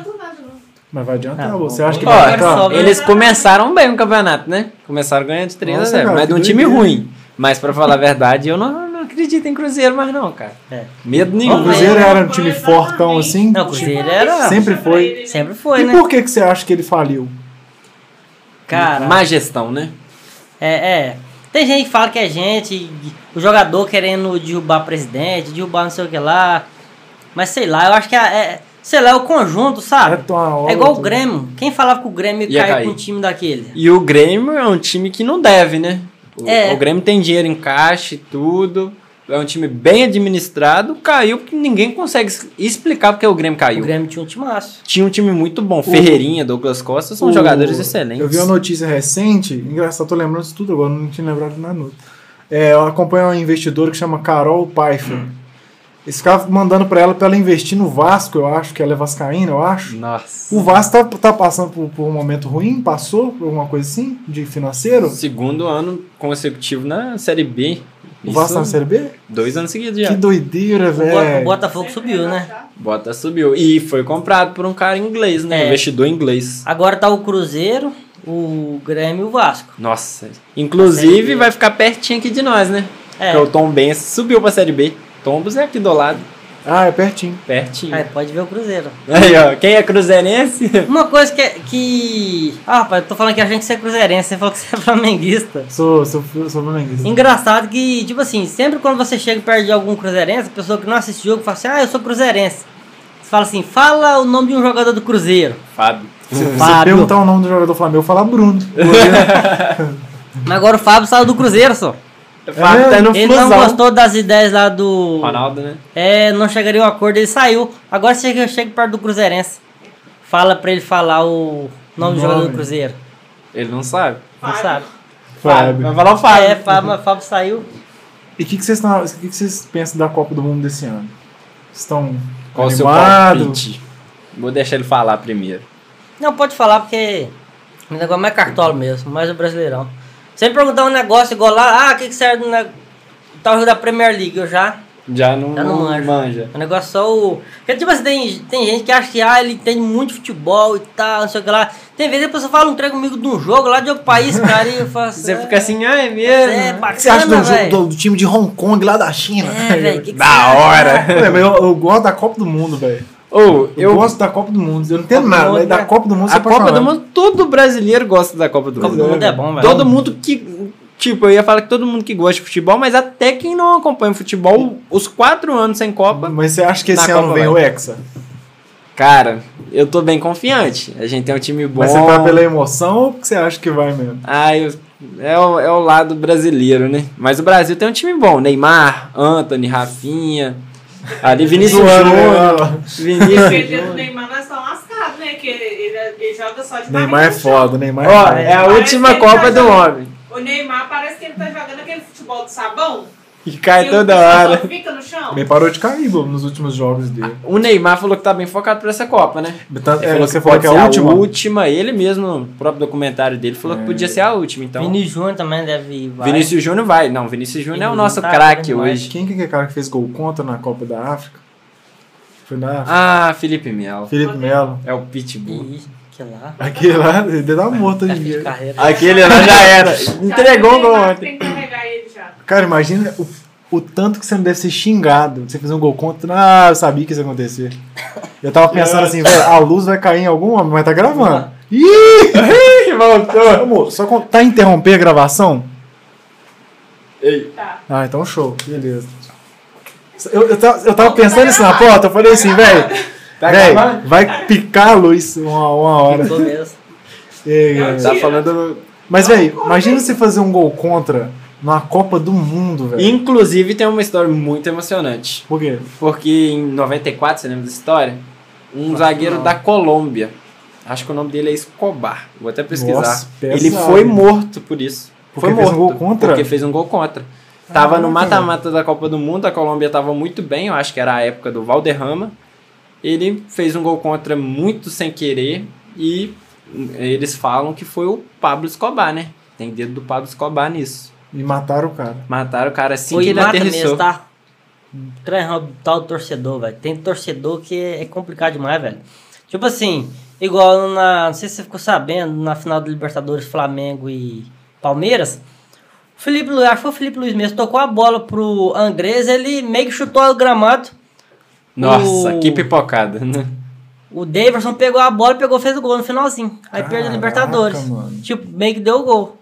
Speaker 1: Mas vai adiantar,
Speaker 3: Ah,
Speaker 1: você
Speaker 3: bom,
Speaker 1: acha que
Speaker 3: bom.
Speaker 1: vai
Speaker 3: Olha
Speaker 1: adiantar?
Speaker 3: só,
Speaker 2: Ó, eles começaram bem o campeonato, né? Começaram ganhando de 3 a
Speaker 1: Nossa,
Speaker 2: 0,
Speaker 1: cara,
Speaker 2: mas de um
Speaker 1: que
Speaker 2: time
Speaker 1: doideira.
Speaker 2: ruim. Mas pra falar a verdade, eu não, não acredito em Cruzeiro mais não, cara.
Speaker 3: É.
Speaker 2: Medo
Speaker 1: O
Speaker 2: nenhum.
Speaker 3: Vamos ver.
Speaker 1: Cruzeiro era um time fortão assim?
Speaker 3: Não, o Cruzeiro era.
Speaker 1: Sempre foi.
Speaker 3: Sempre foi,
Speaker 1: e
Speaker 3: né?
Speaker 1: por que, que você acha que ele faliu?
Speaker 3: Cara,
Speaker 2: Má gestão, né?
Speaker 3: é, é. Tem gente que fala que é gente, o jogador querendo derrubar presidente, derrubar não sei o que lá. Mas sei lá, eu acho que é, é- sei lá, é o conjunto,
Speaker 1: É
Speaker 3: sabe?
Speaker 1: tua hora,
Speaker 3: É igual o
Speaker 1: tu-
Speaker 3: Grêmio. Quem falava que o Grêmio
Speaker 2: Ia
Speaker 3: ia cair
Speaker 2: cair.
Speaker 3: com o time daquele?
Speaker 2: E o Grêmio é um time que não deve, né? O,
Speaker 3: É.
Speaker 2: o Grêmio tem dinheiro em caixa e tudo. É um time bem administrado. Caiu porque ninguém consegue s- explicar porque o Grêmio
Speaker 3: O
Speaker 2: caiu.
Speaker 3: Grêmio tinha um timaço.
Speaker 2: Tinha um time muito bom. Ferreirinha, Douglas Costa são
Speaker 1: o-
Speaker 2: jogadores excelentes.
Speaker 1: Eu vi uma notícia recente, engraçado, tô lembrando disso tudo agora, não tinha lembrado de nada. não. É, eu acompanho uma investidora que chama Carol Pfeiffer.
Speaker 3: Hum.
Speaker 1: Esse cara mandando pra ela pra ela investir no Vasco, eu acho, que ela é vascaína, eu acho.
Speaker 2: Nossa.
Speaker 1: O Vasco tá, tá passando por, por um momento ruim, passou por alguma coisa assim, de financeiro?
Speaker 2: Segundo ano consecutivo na Série B.
Speaker 1: O Vasco tá na
Speaker 2: Isso,
Speaker 1: Série B?
Speaker 2: Dois anos seguidos já.
Speaker 1: Que doideira,
Speaker 3: O Bo- o
Speaker 1: velho.
Speaker 3: Botafogo subiu, né?
Speaker 2: Bota subiu. E foi comprado por um cara inglês, né?
Speaker 3: É.
Speaker 2: Investidor inglês.
Speaker 3: Agora tá o Cruzeiro, o Grêmio e o Vasco.
Speaker 1: Tá
Speaker 2: Nossa. Inclusive
Speaker 3: B.
Speaker 2: vai ficar pertinho aqui de nós, né?
Speaker 3: É.
Speaker 2: Porque o Tom Benz subiu pra Série B. Tombos é aqui do lado,
Speaker 1: Ah, é pertinho.
Speaker 2: pertinho.
Speaker 3: Aí pode ver o Cruzeiro.
Speaker 2: Aí, ó. Quem é cruzeirense?
Speaker 3: Uma coisa que, é- que. Ah, rapaz, eu tô falando que a gente é cruzeirense, você falou que você é flamenguista.
Speaker 1: Sou, sou, sou flamenguista.
Speaker 3: Engraçado que, tipo assim, sempre quando você chega perto de algum cruzeirense, a pessoa que não assiste jogo fala assim, ah, eu sou cruzeirense. Você fala assim, fala o nome de um jogador do Cruzeiro.
Speaker 2: Fábio.
Speaker 1: Se
Speaker 3: Fábio.
Speaker 1: perguntar o nome do jogador do Flamengo, eu falar Bruno. Goleiro.
Speaker 3: Mas agora o Fábio saiu do Cruzeiro, só.
Speaker 2: Fábio
Speaker 1: É
Speaker 2: tá no
Speaker 1: um
Speaker 3: Ele
Speaker 2: flusão.
Speaker 3: não gostou das ideias lá do.
Speaker 2: Ronaldo, né?
Speaker 3: É, não chegaria a um acordo, ele saiu. Agora chega, eu chego perto do Cruzeirense. Fala pra ele falar o nome
Speaker 1: Nome.
Speaker 3: do jogador do Cruzeiro.
Speaker 2: Ele não sabe.
Speaker 3: Não sabe?
Speaker 2: Vai
Speaker 1: Fábio.
Speaker 2: falar o Fábio.
Speaker 3: É, Fábio, mas Fábio saiu.
Speaker 1: E o que, que, vocês tão- o que, que vocês pensam da Copa do Mundo desse ano? Vocês Estão
Speaker 2: Qual o seu
Speaker 1: animados?
Speaker 2: palpite? Vou deixar ele falar primeiro.
Speaker 3: Não, pode falar porque o negócio é mais cartola mesmo, mais o brasileirão. Você me perguntar um negócio igual lá, ah, o que, que serve do ne- tal jogo da Premier League? Eu já.
Speaker 2: Já não,
Speaker 3: Já não manjo.
Speaker 2: manja.
Speaker 3: O negócio é só o. Porque, tipo assim, tem, tem gente que acha que ah, ele entende muito de futebol e tal, não sei o que lá. Tem vezes que a pessoa fala um trem comigo de um jogo lá de outro país, cara, e eu falo assim.
Speaker 2: Você
Speaker 3: "Ah,
Speaker 2: fica assim, ah, é
Speaker 3: isso
Speaker 2: mesmo?
Speaker 3: é
Speaker 2: É,
Speaker 1: O que você acha
Speaker 3: bacana,
Speaker 1: do, jogo
Speaker 3: véi."
Speaker 1: do, do time de Hong Kong lá da China?
Speaker 3: É, velho, que que
Speaker 2: Da
Speaker 3: você-
Speaker 2: hora.
Speaker 1: Ué, mas eu, eu gosto da Copa do Mundo, velho.
Speaker 2: Ou,
Speaker 1: Eu,
Speaker 2: eu.
Speaker 1: gosto da Copa do Mundo. Eu não entendo
Speaker 3: Copa do
Speaker 1: nada,
Speaker 3: Mundo,
Speaker 1: velho. Da
Speaker 3: né?
Speaker 1: Copa do Mundo
Speaker 2: é- A
Speaker 1: você pode
Speaker 2: Copa
Speaker 1: falar.
Speaker 2: do Mundo, todo brasileiro gosta da Copa do
Speaker 3: Copa
Speaker 2: Mundo.
Speaker 3: do Mundo é bom, velho.
Speaker 2: Todo mundo que. Tipo, eu ia falar que todo mundo que gosta de futebol, mas até quem não acompanha o futebol, os quatro anos sem Copa,
Speaker 1: Mas você acha que
Speaker 2: é Na
Speaker 1: esse ano
Speaker 2: Copa
Speaker 1: vem
Speaker 2: vai.
Speaker 1: o Hexa?
Speaker 2: Cara, eu tô bem confiante. A gente tem um time bom.
Speaker 1: Mas você tá pela emoção ou porque você acha que vai mesmo?
Speaker 2: Ah, eu- é, o, é o lado brasileiro, né? Mas o Brasil tem um time bom. Neymar, Anthony, Rafinha. Ali Vinícius
Speaker 1: Zoando,
Speaker 2: Júnior.
Speaker 1: né?
Speaker 2: Vinícius
Speaker 4: Perder do
Speaker 2: Júnior.
Speaker 4: Neymar nós estamos lascados, né? Que ele, ele- ele joga só de
Speaker 1: Neymar é
Speaker 4: barriga no chão.
Speaker 1: foda, Neymar é
Speaker 2: Ó,
Speaker 1: foda.
Speaker 2: é a última Copa do homem.
Speaker 4: O Neymar parece que ele tá jogando aquele futebol de sabão.
Speaker 2: E cai
Speaker 1: É
Speaker 4: que
Speaker 2: toda
Speaker 4: o um pessoal
Speaker 2: hora.
Speaker 4: só Fica no chão.
Speaker 1: Ele parou de cair bom, nos últimos jogos dele.
Speaker 2: O Neymar falou que tá bem focado pra essa Copa, né?
Speaker 1: Tanto- é, você falou
Speaker 2: pode
Speaker 1: que é
Speaker 2: ser
Speaker 1: a última. É.
Speaker 2: última. Ele mesmo, no próprio documentário dele, falou que podia ser a última. Então,
Speaker 3: Vini Júnior também deve ir. vai.
Speaker 2: Vinícius Júnior vai. Não, Vinícius Júnior é o
Speaker 3: Vinícius
Speaker 2: nosso
Speaker 3: tá
Speaker 2: craque
Speaker 3: bem demais.
Speaker 2: hoje.
Speaker 1: Quem que é o cara que fez gol contra na Copa da África? Foi na África.
Speaker 2: Ah, Felipe Melo.
Speaker 1: Felipe Melo.
Speaker 2: É o Pitbull.
Speaker 3: E- Que lá.
Speaker 1: Aquele lá deve dar morto hoje em
Speaker 3: De
Speaker 1: dia.
Speaker 3: carreira.
Speaker 2: Aquele lá Ah, tá já era.
Speaker 1: Entregou o gol
Speaker 4: Neymar
Speaker 1: ontem.
Speaker 4: Tem que carregar ele já.
Speaker 1: Cara, imagina o, o tanto que você não deve ser xingado. Você fez um gol contra. Ah, eu sabia que isso ia acontecer. Eu tava pensando assim, velho, a luz vai cair em algum momento, mas tá gravando. Ih! Voltou! Amor, só con- tá interromper a gravação?
Speaker 2: Ei,
Speaker 4: Tá.
Speaker 1: Ah, então show, beleza. Eu, eu, tava, eu tava pensando isso na porta, eu falei assim, velho.
Speaker 2: Tá
Speaker 1: velho,
Speaker 2: gravando?
Speaker 1: vai picar a luz uma, uma hora.
Speaker 3: Tô mesmo.
Speaker 1: É, é.
Speaker 2: tá falando.
Speaker 1: Mas, velho, imagina você fazer um gol contra na Copa do Mundo, velho.
Speaker 2: Inclusive tem uma história muito emocionante.
Speaker 1: Por quê?
Speaker 2: Porque em 94, você lembra dessa história? Um zagueiro da Colômbia. Acho que o nome dele é Escobar. Vou até pesquisar.
Speaker 1: Nossa, pesado,
Speaker 2: Ele foi
Speaker 1: hein?
Speaker 2: morto por isso.
Speaker 1: Porque
Speaker 2: foi
Speaker 1: fez
Speaker 2: morto.
Speaker 1: um gol contra?
Speaker 2: Porque fez um gol contra. Tava
Speaker 1: Caraca,
Speaker 2: no mata-mata da Copa do Mundo, a Colômbia tava muito bem, eu acho que era a época do Valderrama. Ele fez um gol contra muito sem querer e eles falam que foi o Pablo Escobar, né? Tem dedo do Pablo Escobar nisso.
Speaker 1: E mataram o cara.
Speaker 2: Mataram o cara assim que
Speaker 3: Oi,
Speaker 2: ele
Speaker 3: mata
Speaker 2: aterrissou.
Speaker 3: mesmo, tá? Traz um tal do torcedor, velho. Tem torcedor que é complicado demais, velho. Tipo assim, igual na. Não sei se você ficou sabendo, na final da Libertadores, Flamengo e Palmeiras. o Felipe Luiz, acho que foi o Felipe Luiz mesmo, tocou a bola pro Andrés, ele meio que chutou o gramado.
Speaker 2: Nossa,
Speaker 3: O-
Speaker 2: que pipocada, né?
Speaker 3: O Davidson pegou a bola, pegou, fez o gol no finalzinho. Aí perdeu a
Speaker 1: Caraca,
Speaker 3: Libertadores.
Speaker 1: mano.
Speaker 3: Tipo, meio que deu o gol.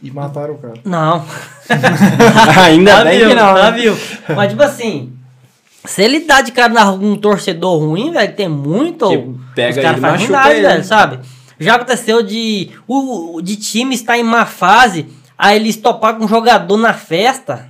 Speaker 1: E mataram o cara.
Speaker 3: Não.
Speaker 2: Ainda
Speaker 3: Tá
Speaker 2: bem
Speaker 3: viu,
Speaker 2: que não.
Speaker 3: tá
Speaker 2: né?
Speaker 3: viu? Mas tipo assim, se ele tá de cara na rua com um torcedor ruim, velho, tem muito.
Speaker 2: Que
Speaker 3: ou
Speaker 2: pega
Speaker 3: os caras
Speaker 2: ele,
Speaker 3: fazem
Speaker 2: machuca
Speaker 3: ruindade,
Speaker 2: ele.
Speaker 3: velho, sabe? Já aconteceu de o de time estar em má fase, aí eles topar com um jogador na festa.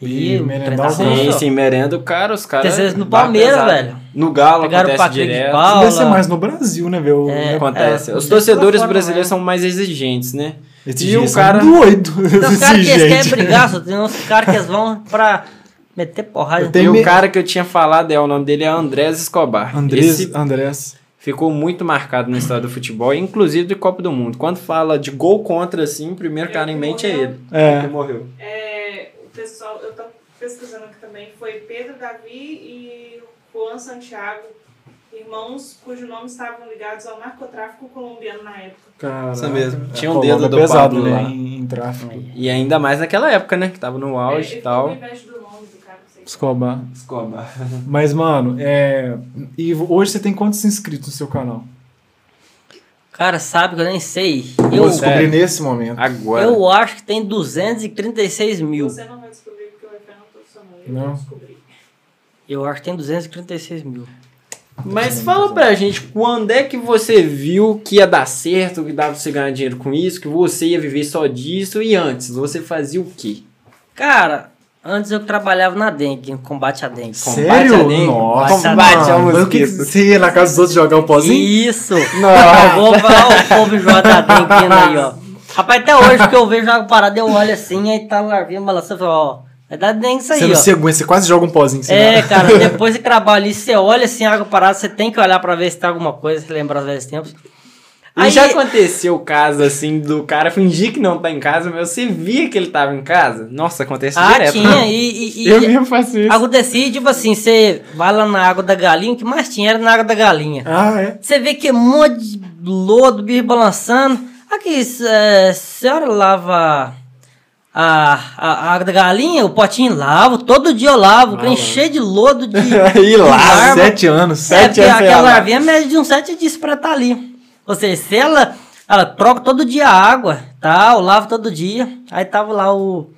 Speaker 1: Ih,
Speaker 3: o
Speaker 1: merendar
Speaker 3: treinador
Speaker 1: o cara.
Speaker 3: só-
Speaker 2: Sim, sim, merenda o cara, os caras.
Speaker 3: Às vezes no
Speaker 2: batem
Speaker 3: Palmeiras,
Speaker 2: pesado.
Speaker 3: velho.
Speaker 2: No Galo
Speaker 3: Pegaram o
Speaker 2: acontece
Speaker 3: Patrick de
Speaker 2: direto.
Speaker 3: Paula.
Speaker 1: Deve ser mais no Brasil, né, velho?
Speaker 3: É.
Speaker 2: Acontece.
Speaker 3: É,
Speaker 2: Os
Speaker 3: é,
Speaker 2: torcedores
Speaker 3: fora,
Speaker 2: brasileiros
Speaker 3: né?
Speaker 2: são mais exigentes, né?
Speaker 1: Esse é
Speaker 2: e o cara.
Speaker 1: doido.
Speaker 3: Tem uns caras que eles querem
Speaker 1: exigente.
Speaker 3: brigar, só tem uns caras que eles vão pra meter porrada.
Speaker 1: Tem
Speaker 2: e o
Speaker 1: me-
Speaker 2: cara que eu tinha falado, é, o nome dele é Andrés Escobar.
Speaker 1: Andrés,
Speaker 2: Esse
Speaker 1: Andrés.
Speaker 2: ficou muito marcado na história do futebol, inclusive do Copa do Mundo. Quando fala de gol contra, assim, o primeiro cara em mente é ele.
Speaker 1: É.
Speaker 3: né?
Speaker 2: Que morreu.
Speaker 4: É, o pessoal, eu tô pesquisando aqui também, foi Pedro Davi e Juan Santiago, irmãos cujos nomes estavam ligados ao narcotráfico colombiano na época.
Speaker 1: Caraca.
Speaker 2: Isso mesmo.
Speaker 1: A
Speaker 2: Tinha um
Speaker 1: Colômbia
Speaker 2: dedo do
Speaker 1: é pesado,
Speaker 2: Pablo
Speaker 1: né,
Speaker 2: lá.
Speaker 1: em, em tráfico.
Speaker 2: E ainda mais naquela época, né? Que tava no auge
Speaker 4: é,
Speaker 2: e tal.
Speaker 4: Eu fico com inveja do nome do cara, não sei.
Speaker 1: Escobar.
Speaker 2: Escobar.
Speaker 1: Mas, mano, é... E hoje você tem quantos inscritos no seu canal?
Speaker 3: Cara, sabe que eu nem sei.
Speaker 1: Vou
Speaker 3: Eu,
Speaker 1: descobrir nesse momento.
Speaker 2: Agora.
Speaker 3: eu acho que tem 236 mil.
Speaker 4: Você não vai descobrir porque o Eterno não funcionou. Eu
Speaker 1: Não.
Speaker 4: vou descobrir.
Speaker 3: Eu acho que tem 236 mil.
Speaker 2: Mas fala pra gente, quando é que você viu que ia dar certo, que dava pra você ganhar dinheiro com isso, que você ia viver só disso e antes, você fazia o quê?
Speaker 3: Cara, antes eu trabalhava na dengue, em combate à dengue.
Speaker 2: Com-
Speaker 1: Sério?
Speaker 2: a dengue,
Speaker 1: Nossa,
Speaker 2: combate ao
Speaker 3: um
Speaker 1: mano. Mas o que que
Speaker 2: mosquito.
Speaker 1: você ia na casa dos outros jogar o pozinho?
Speaker 3: Isso! Eu vou falar o povo enjoado da dengue vindo aí, ó. Rapaz, até hoje que eu vejo a parada, eu olho assim, aí tá larvinha balançando, eu falo, ó, é da dengue isso aí,
Speaker 1: Você não
Speaker 3: ó.
Speaker 1: se aguenta, você quase joga um pozinho. sem
Speaker 3: É,
Speaker 1: nada.
Speaker 3: cara, depois que trabalha ali, você olha assim, a água parada, você tem que olhar pra ver se tá alguma coisa, se lembrar dos velhos tempos.
Speaker 2: E já aconteceu o caso assim do cara fingir que não tá em casa, mas você via que ele tava em casa? Nossa, acontece
Speaker 3: ah,
Speaker 2: direto. né?
Speaker 3: tinha, e, e, e-
Speaker 2: Eu mesmo faço isso.
Speaker 3: acontecia, tipo assim, você vai lá na água da galinha, o que mais tinha era na água da galinha.
Speaker 1: Ah, é?
Speaker 3: Você vê que é um monte de lodo, bicho balançando. Aqui, é, a senhora lava a, a, a água da galinha, o potinho lavo, todo dia eu lavo, trem cheio de lodo, de.
Speaker 2: E lá,
Speaker 3: Barba.
Speaker 1: Sete anos.
Speaker 3: é,
Speaker 2: sete
Speaker 3: porque
Speaker 2: anos
Speaker 3: aquela
Speaker 2: ela-
Speaker 3: larvinha mede de uns sete dias pra estar ali. Ou seja, se ela, ela troca todo dia a água, tal, lava todo dia. Aí tava lá o.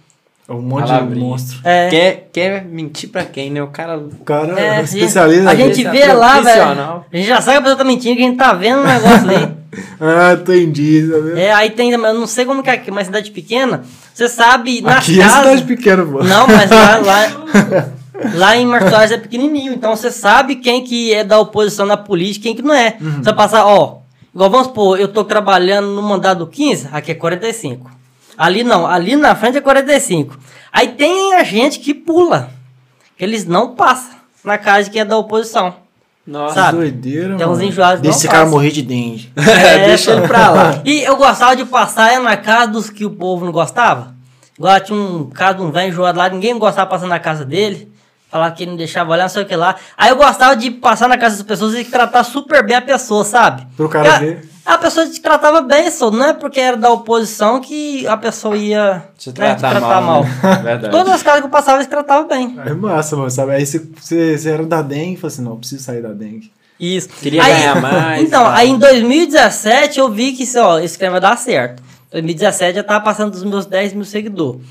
Speaker 1: É um monte de
Speaker 2: Palavrinha.
Speaker 1: monstro.
Speaker 3: É,
Speaker 2: Quer, quer mentir pra quem, né? O cara.
Speaker 1: O cara
Speaker 3: É,
Speaker 1: é especialista.
Speaker 3: A
Speaker 1: nisso.
Speaker 3: gente
Speaker 2: é
Speaker 3: vê lá, velho.
Speaker 2: profissional.
Speaker 3: A gente já sabe que a pessoa tá mentindo, que a gente tá vendo o negócio ali.
Speaker 1: Ah, entendi. Tá vendo?
Speaker 3: É, aí tem, eu não sei como que é aqui, mas cidade pequena, você sabe, na
Speaker 1: Aqui é
Speaker 3: casa...
Speaker 1: cidade pequena, mano.
Speaker 3: Não, mas lá, lá, lá em Marçóis é pequenininho, então você sabe quem que é da oposição na política e quem que não é.
Speaker 1: Uhum.
Speaker 3: Você vai passar, ó, igual vamos supor, eu tô trabalhando no mandado 15, aqui é 45. Ali não, ali na frente é 45. Aí tem a gente que pula, que eles não passam na casa de quem é da oposição.
Speaker 2: Nossa.
Speaker 3: Sabe?
Speaker 1: Tá Doideira,
Speaker 3: Tem uns
Speaker 1: mano.
Speaker 3: enjoados que não
Speaker 1: Deixa esse cara
Speaker 3: passam.
Speaker 1: morrer de dengue.
Speaker 3: É,
Speaker 2: deixa
Speaker 3: pô.
Speaker 2: ele pra lá.
Speaker 3: E eu gostava de passar é, na casa dos que o povo não gostava. Igual tinha um caso de um velho enjoado lá, ninguém gostava de passar na casa dele. Falava, Falar que não deixava olhar, não sei o que lá. Aí eu gostava de passar na casa das pessoas e tratar super bem a pessoa, sabe?
Speaker 1: Pro cara
Speaker 3: Ah,
Speaker 1: ver.
Speaker 3: A pessoa te tratava bem, só não é porque era da oposição que a pessoa ia
Speaker 2: Se
Speaker 3: né,
Speaker 2: tratar,
Speaker 3: te tratar
Speaker 2: mal.
Speaker 3: mal.
Speaker 2: né? Verdade.
Speaker 3: Todas as casas que eu passava, eles tratavam bem.
Speaker 1: É massa, mano, sabe? Aí você, você, você era da dengue e falou assim: não, eu preciso sair da dengue.
Speaker 3: Isso.
Speaker 2: Queria ganhar mais,
Speaker 3: Então,
Speaker 2: tá.
Speaker 3: aí em 2017 eu vi que isso, ó, esse creme vai dar certo. 2017 já tava passando dos meus 10 mil seguidores.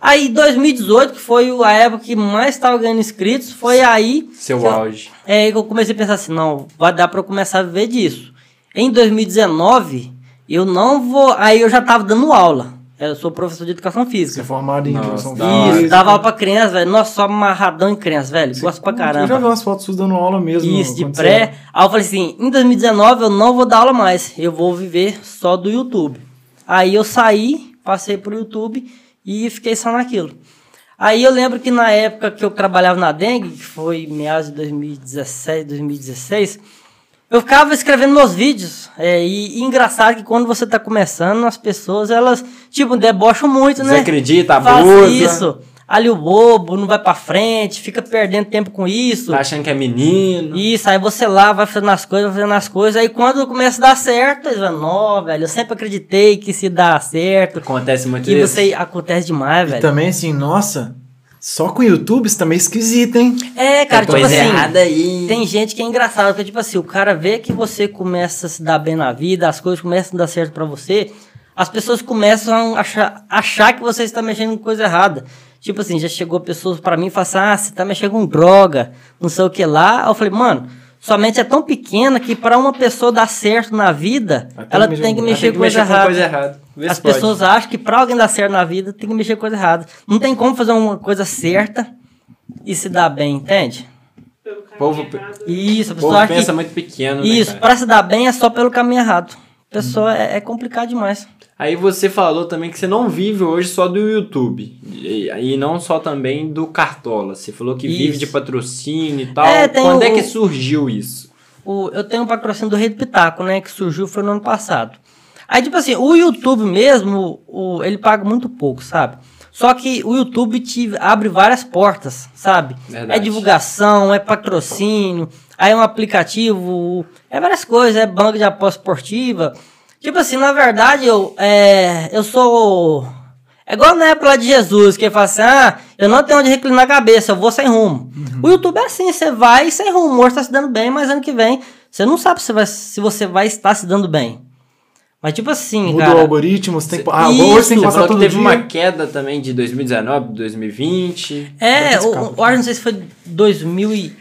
Speaker 3: Aí 2018, que foi a época que mais tava ganhando inscritos, foi aí
Speaker 2: Seu
Speaker 3: que eu-
Speaker 2: auge.
Speaker 3: é aí que eu comecei a pensar assim, não, vai dar pra eu começar a viver disso. Em 2019, eu não vou. Aí eu já tava dando aula. Eu sou professor de educação
Speaker 1: Você
Speaker 3: física.
Speaker 1: é formado em
Speaker 2: Nossa,
Speaker 1: educação
Speaker 2: da
Speaker 1: física.
Speaker 3: Isso, dava aula pra criança, velho. Nossa, só amarradão em criança, velho. Gosto pra
Speaker 1: Eu já vi
Speaker 3: caramba.
Speaker 1: umas fotos suas dando aula mesmo.
Speaker 3: Isso, de
Speaker 1: quando você
Speaker 3: pré. Aí eu falei assim: em 2019 eu não vou dar aula mais. Eu vou viver só do YouTube. Aí eu saí, passei pro YouTube e fiquei só naquilo. Aí eu lembro que na época que eu trabalhava na dengue, que foi meados de 2017, 2016, eu ficava escrevendo meus vídeos. é, e, e engraçado que quando você tá começando, as pessoas, elas, tipo, debocham muito, né?
Speaker 2: Desacredita,
Speaker 3: Faz
Speaker 2: abusa.
Speaker 3: isso. Ali o bobo, não vai pra frente, fica perdendo tempo com isso.
Speaker 2: Tá achando que é menino.
Speaker 3: Isso, aí você lá vai fazendo as coisas, vai fazendo as coisas. Aí quando começa a dar certo, eles falam, não, velho, eu sempre acreditei que se dá certo.
Speaker 2: Acontece muito
Speaker 3: Que
Speaker 2: isso.
Speaker 3: você acontece demais,
Speaker 1: E
Speaker 3: velho.
Speaker 1: também assim, nossa, só com o YouTube isso também é esquisito, hein?
Speaker 3: É, cara, tipo
Speaker 2: Coisa
Speaker 3: assim.
Speaker 2: errada aí.
Speaker 3: Tem gente que é engraçada, porque, tipo assim, o cara vê que você começa a se dar bem na vida, as coisas começam a dar certo pra você, as pessoas começam a achar, achar que você está mexendo com coisa errada. Tipo assim, já chegou pessoas pra mim e falam assim, ah, você tá mexendo com droga, não sei o que lá. Aí eu falei, mano, sua mente é tão pequena que pra uma pessoa dar certo na vida,
Speaker 1: Ela tem
Speaker 3: ela
Speaker 1: que mexer
Speaker 3: tem que
Speaker 1: com-
Speaker 2: Ela
Speaker 3: mexer
Speaker 2: tem
Speaker 3: com
Speaker 2: que
Speaker 3: coisa errada.
Speaker 2: coisa errada. Vê
Speaker 3: As
Speaker 2: se pode.
Speaker 3: pessoas acham que pra alguém dar certo na vida, tem que mexer com coisa errada. Não tem como fazer uma coisa certa e se dar bem, entende?
Speaker 4: Pelo caminho
Speaker 2: Povo-
Speaker 4: errado.
Speaker 3: Isso, a
Speaker 2: O
Speaker 3: pessoa
Speaker 2: povo
Speaker 3: acha que
Speaker 2: pensa muito pequeno, né,
Speaker 3: isso,
Speaker 2: cara?
Speaker 3: pra se dar bem é só pelo caminho errado. Pessoa é, é complicado demais.
Speaker 2: Aí você falou também que você não vive hoje só do YouTube. E, e não só também do Cartola. Você falou que vive
Speaker 3: Isso.
Speaker 2: de patrocínio e tal.
Speaker 3: É, tem
Speaker 2: Quando
Speaker 3: o-
Speaker 2: é que surgiu isso?
Speaker 3: O- eu tenho um patrocínio do Rei do Pitaco, né? Que surgiu foi no ano passado. Aí, tipo assim, o YouTube mesmo, o- ele paga muito pouco, sabe? Só que o YouTube te abre várias portas, sabe?
Speaker 2: Verdade.
Speaker 3: É divulgação, é patrocínio, aí é um aplicativo, é várias coisas, é banco de aposta esportiva. Tipo assim, na verdade, eu, é, eu sou. É igual na época lá de Jesus, que ele fala assim: ah, eu não tenho onde reclinar a cabeça, eu vou sem rumo. O YouTube é assim: você vai sem rumo, hoje tá se dando bem, mas ano que vem você não sabe se, vai- se você vai estar se dando bem. Mas tipo assim,
Speaker 1: Muda o
Speaker 3: cara.
Speaker 1: algoritmo, você tem que. Ah,
Speaker 3: Isso,
Speaker 1: hoje tem que
Speaker 2: Você
Speaker 1: passar
Speaker 2: falou que
Speaker 1: todo
Speaker 2: teve
Speaker 1: dia.
Speaker 2: uma queda também de 2019, 2020.
Speaker 3: É,
Speaker 1: Quantas
Speaker 3: o,
Speaker 1: capas?
Speaker 3: o-
Speaker 2: né?
Speaker 3: eu não sei se foi 2000 e...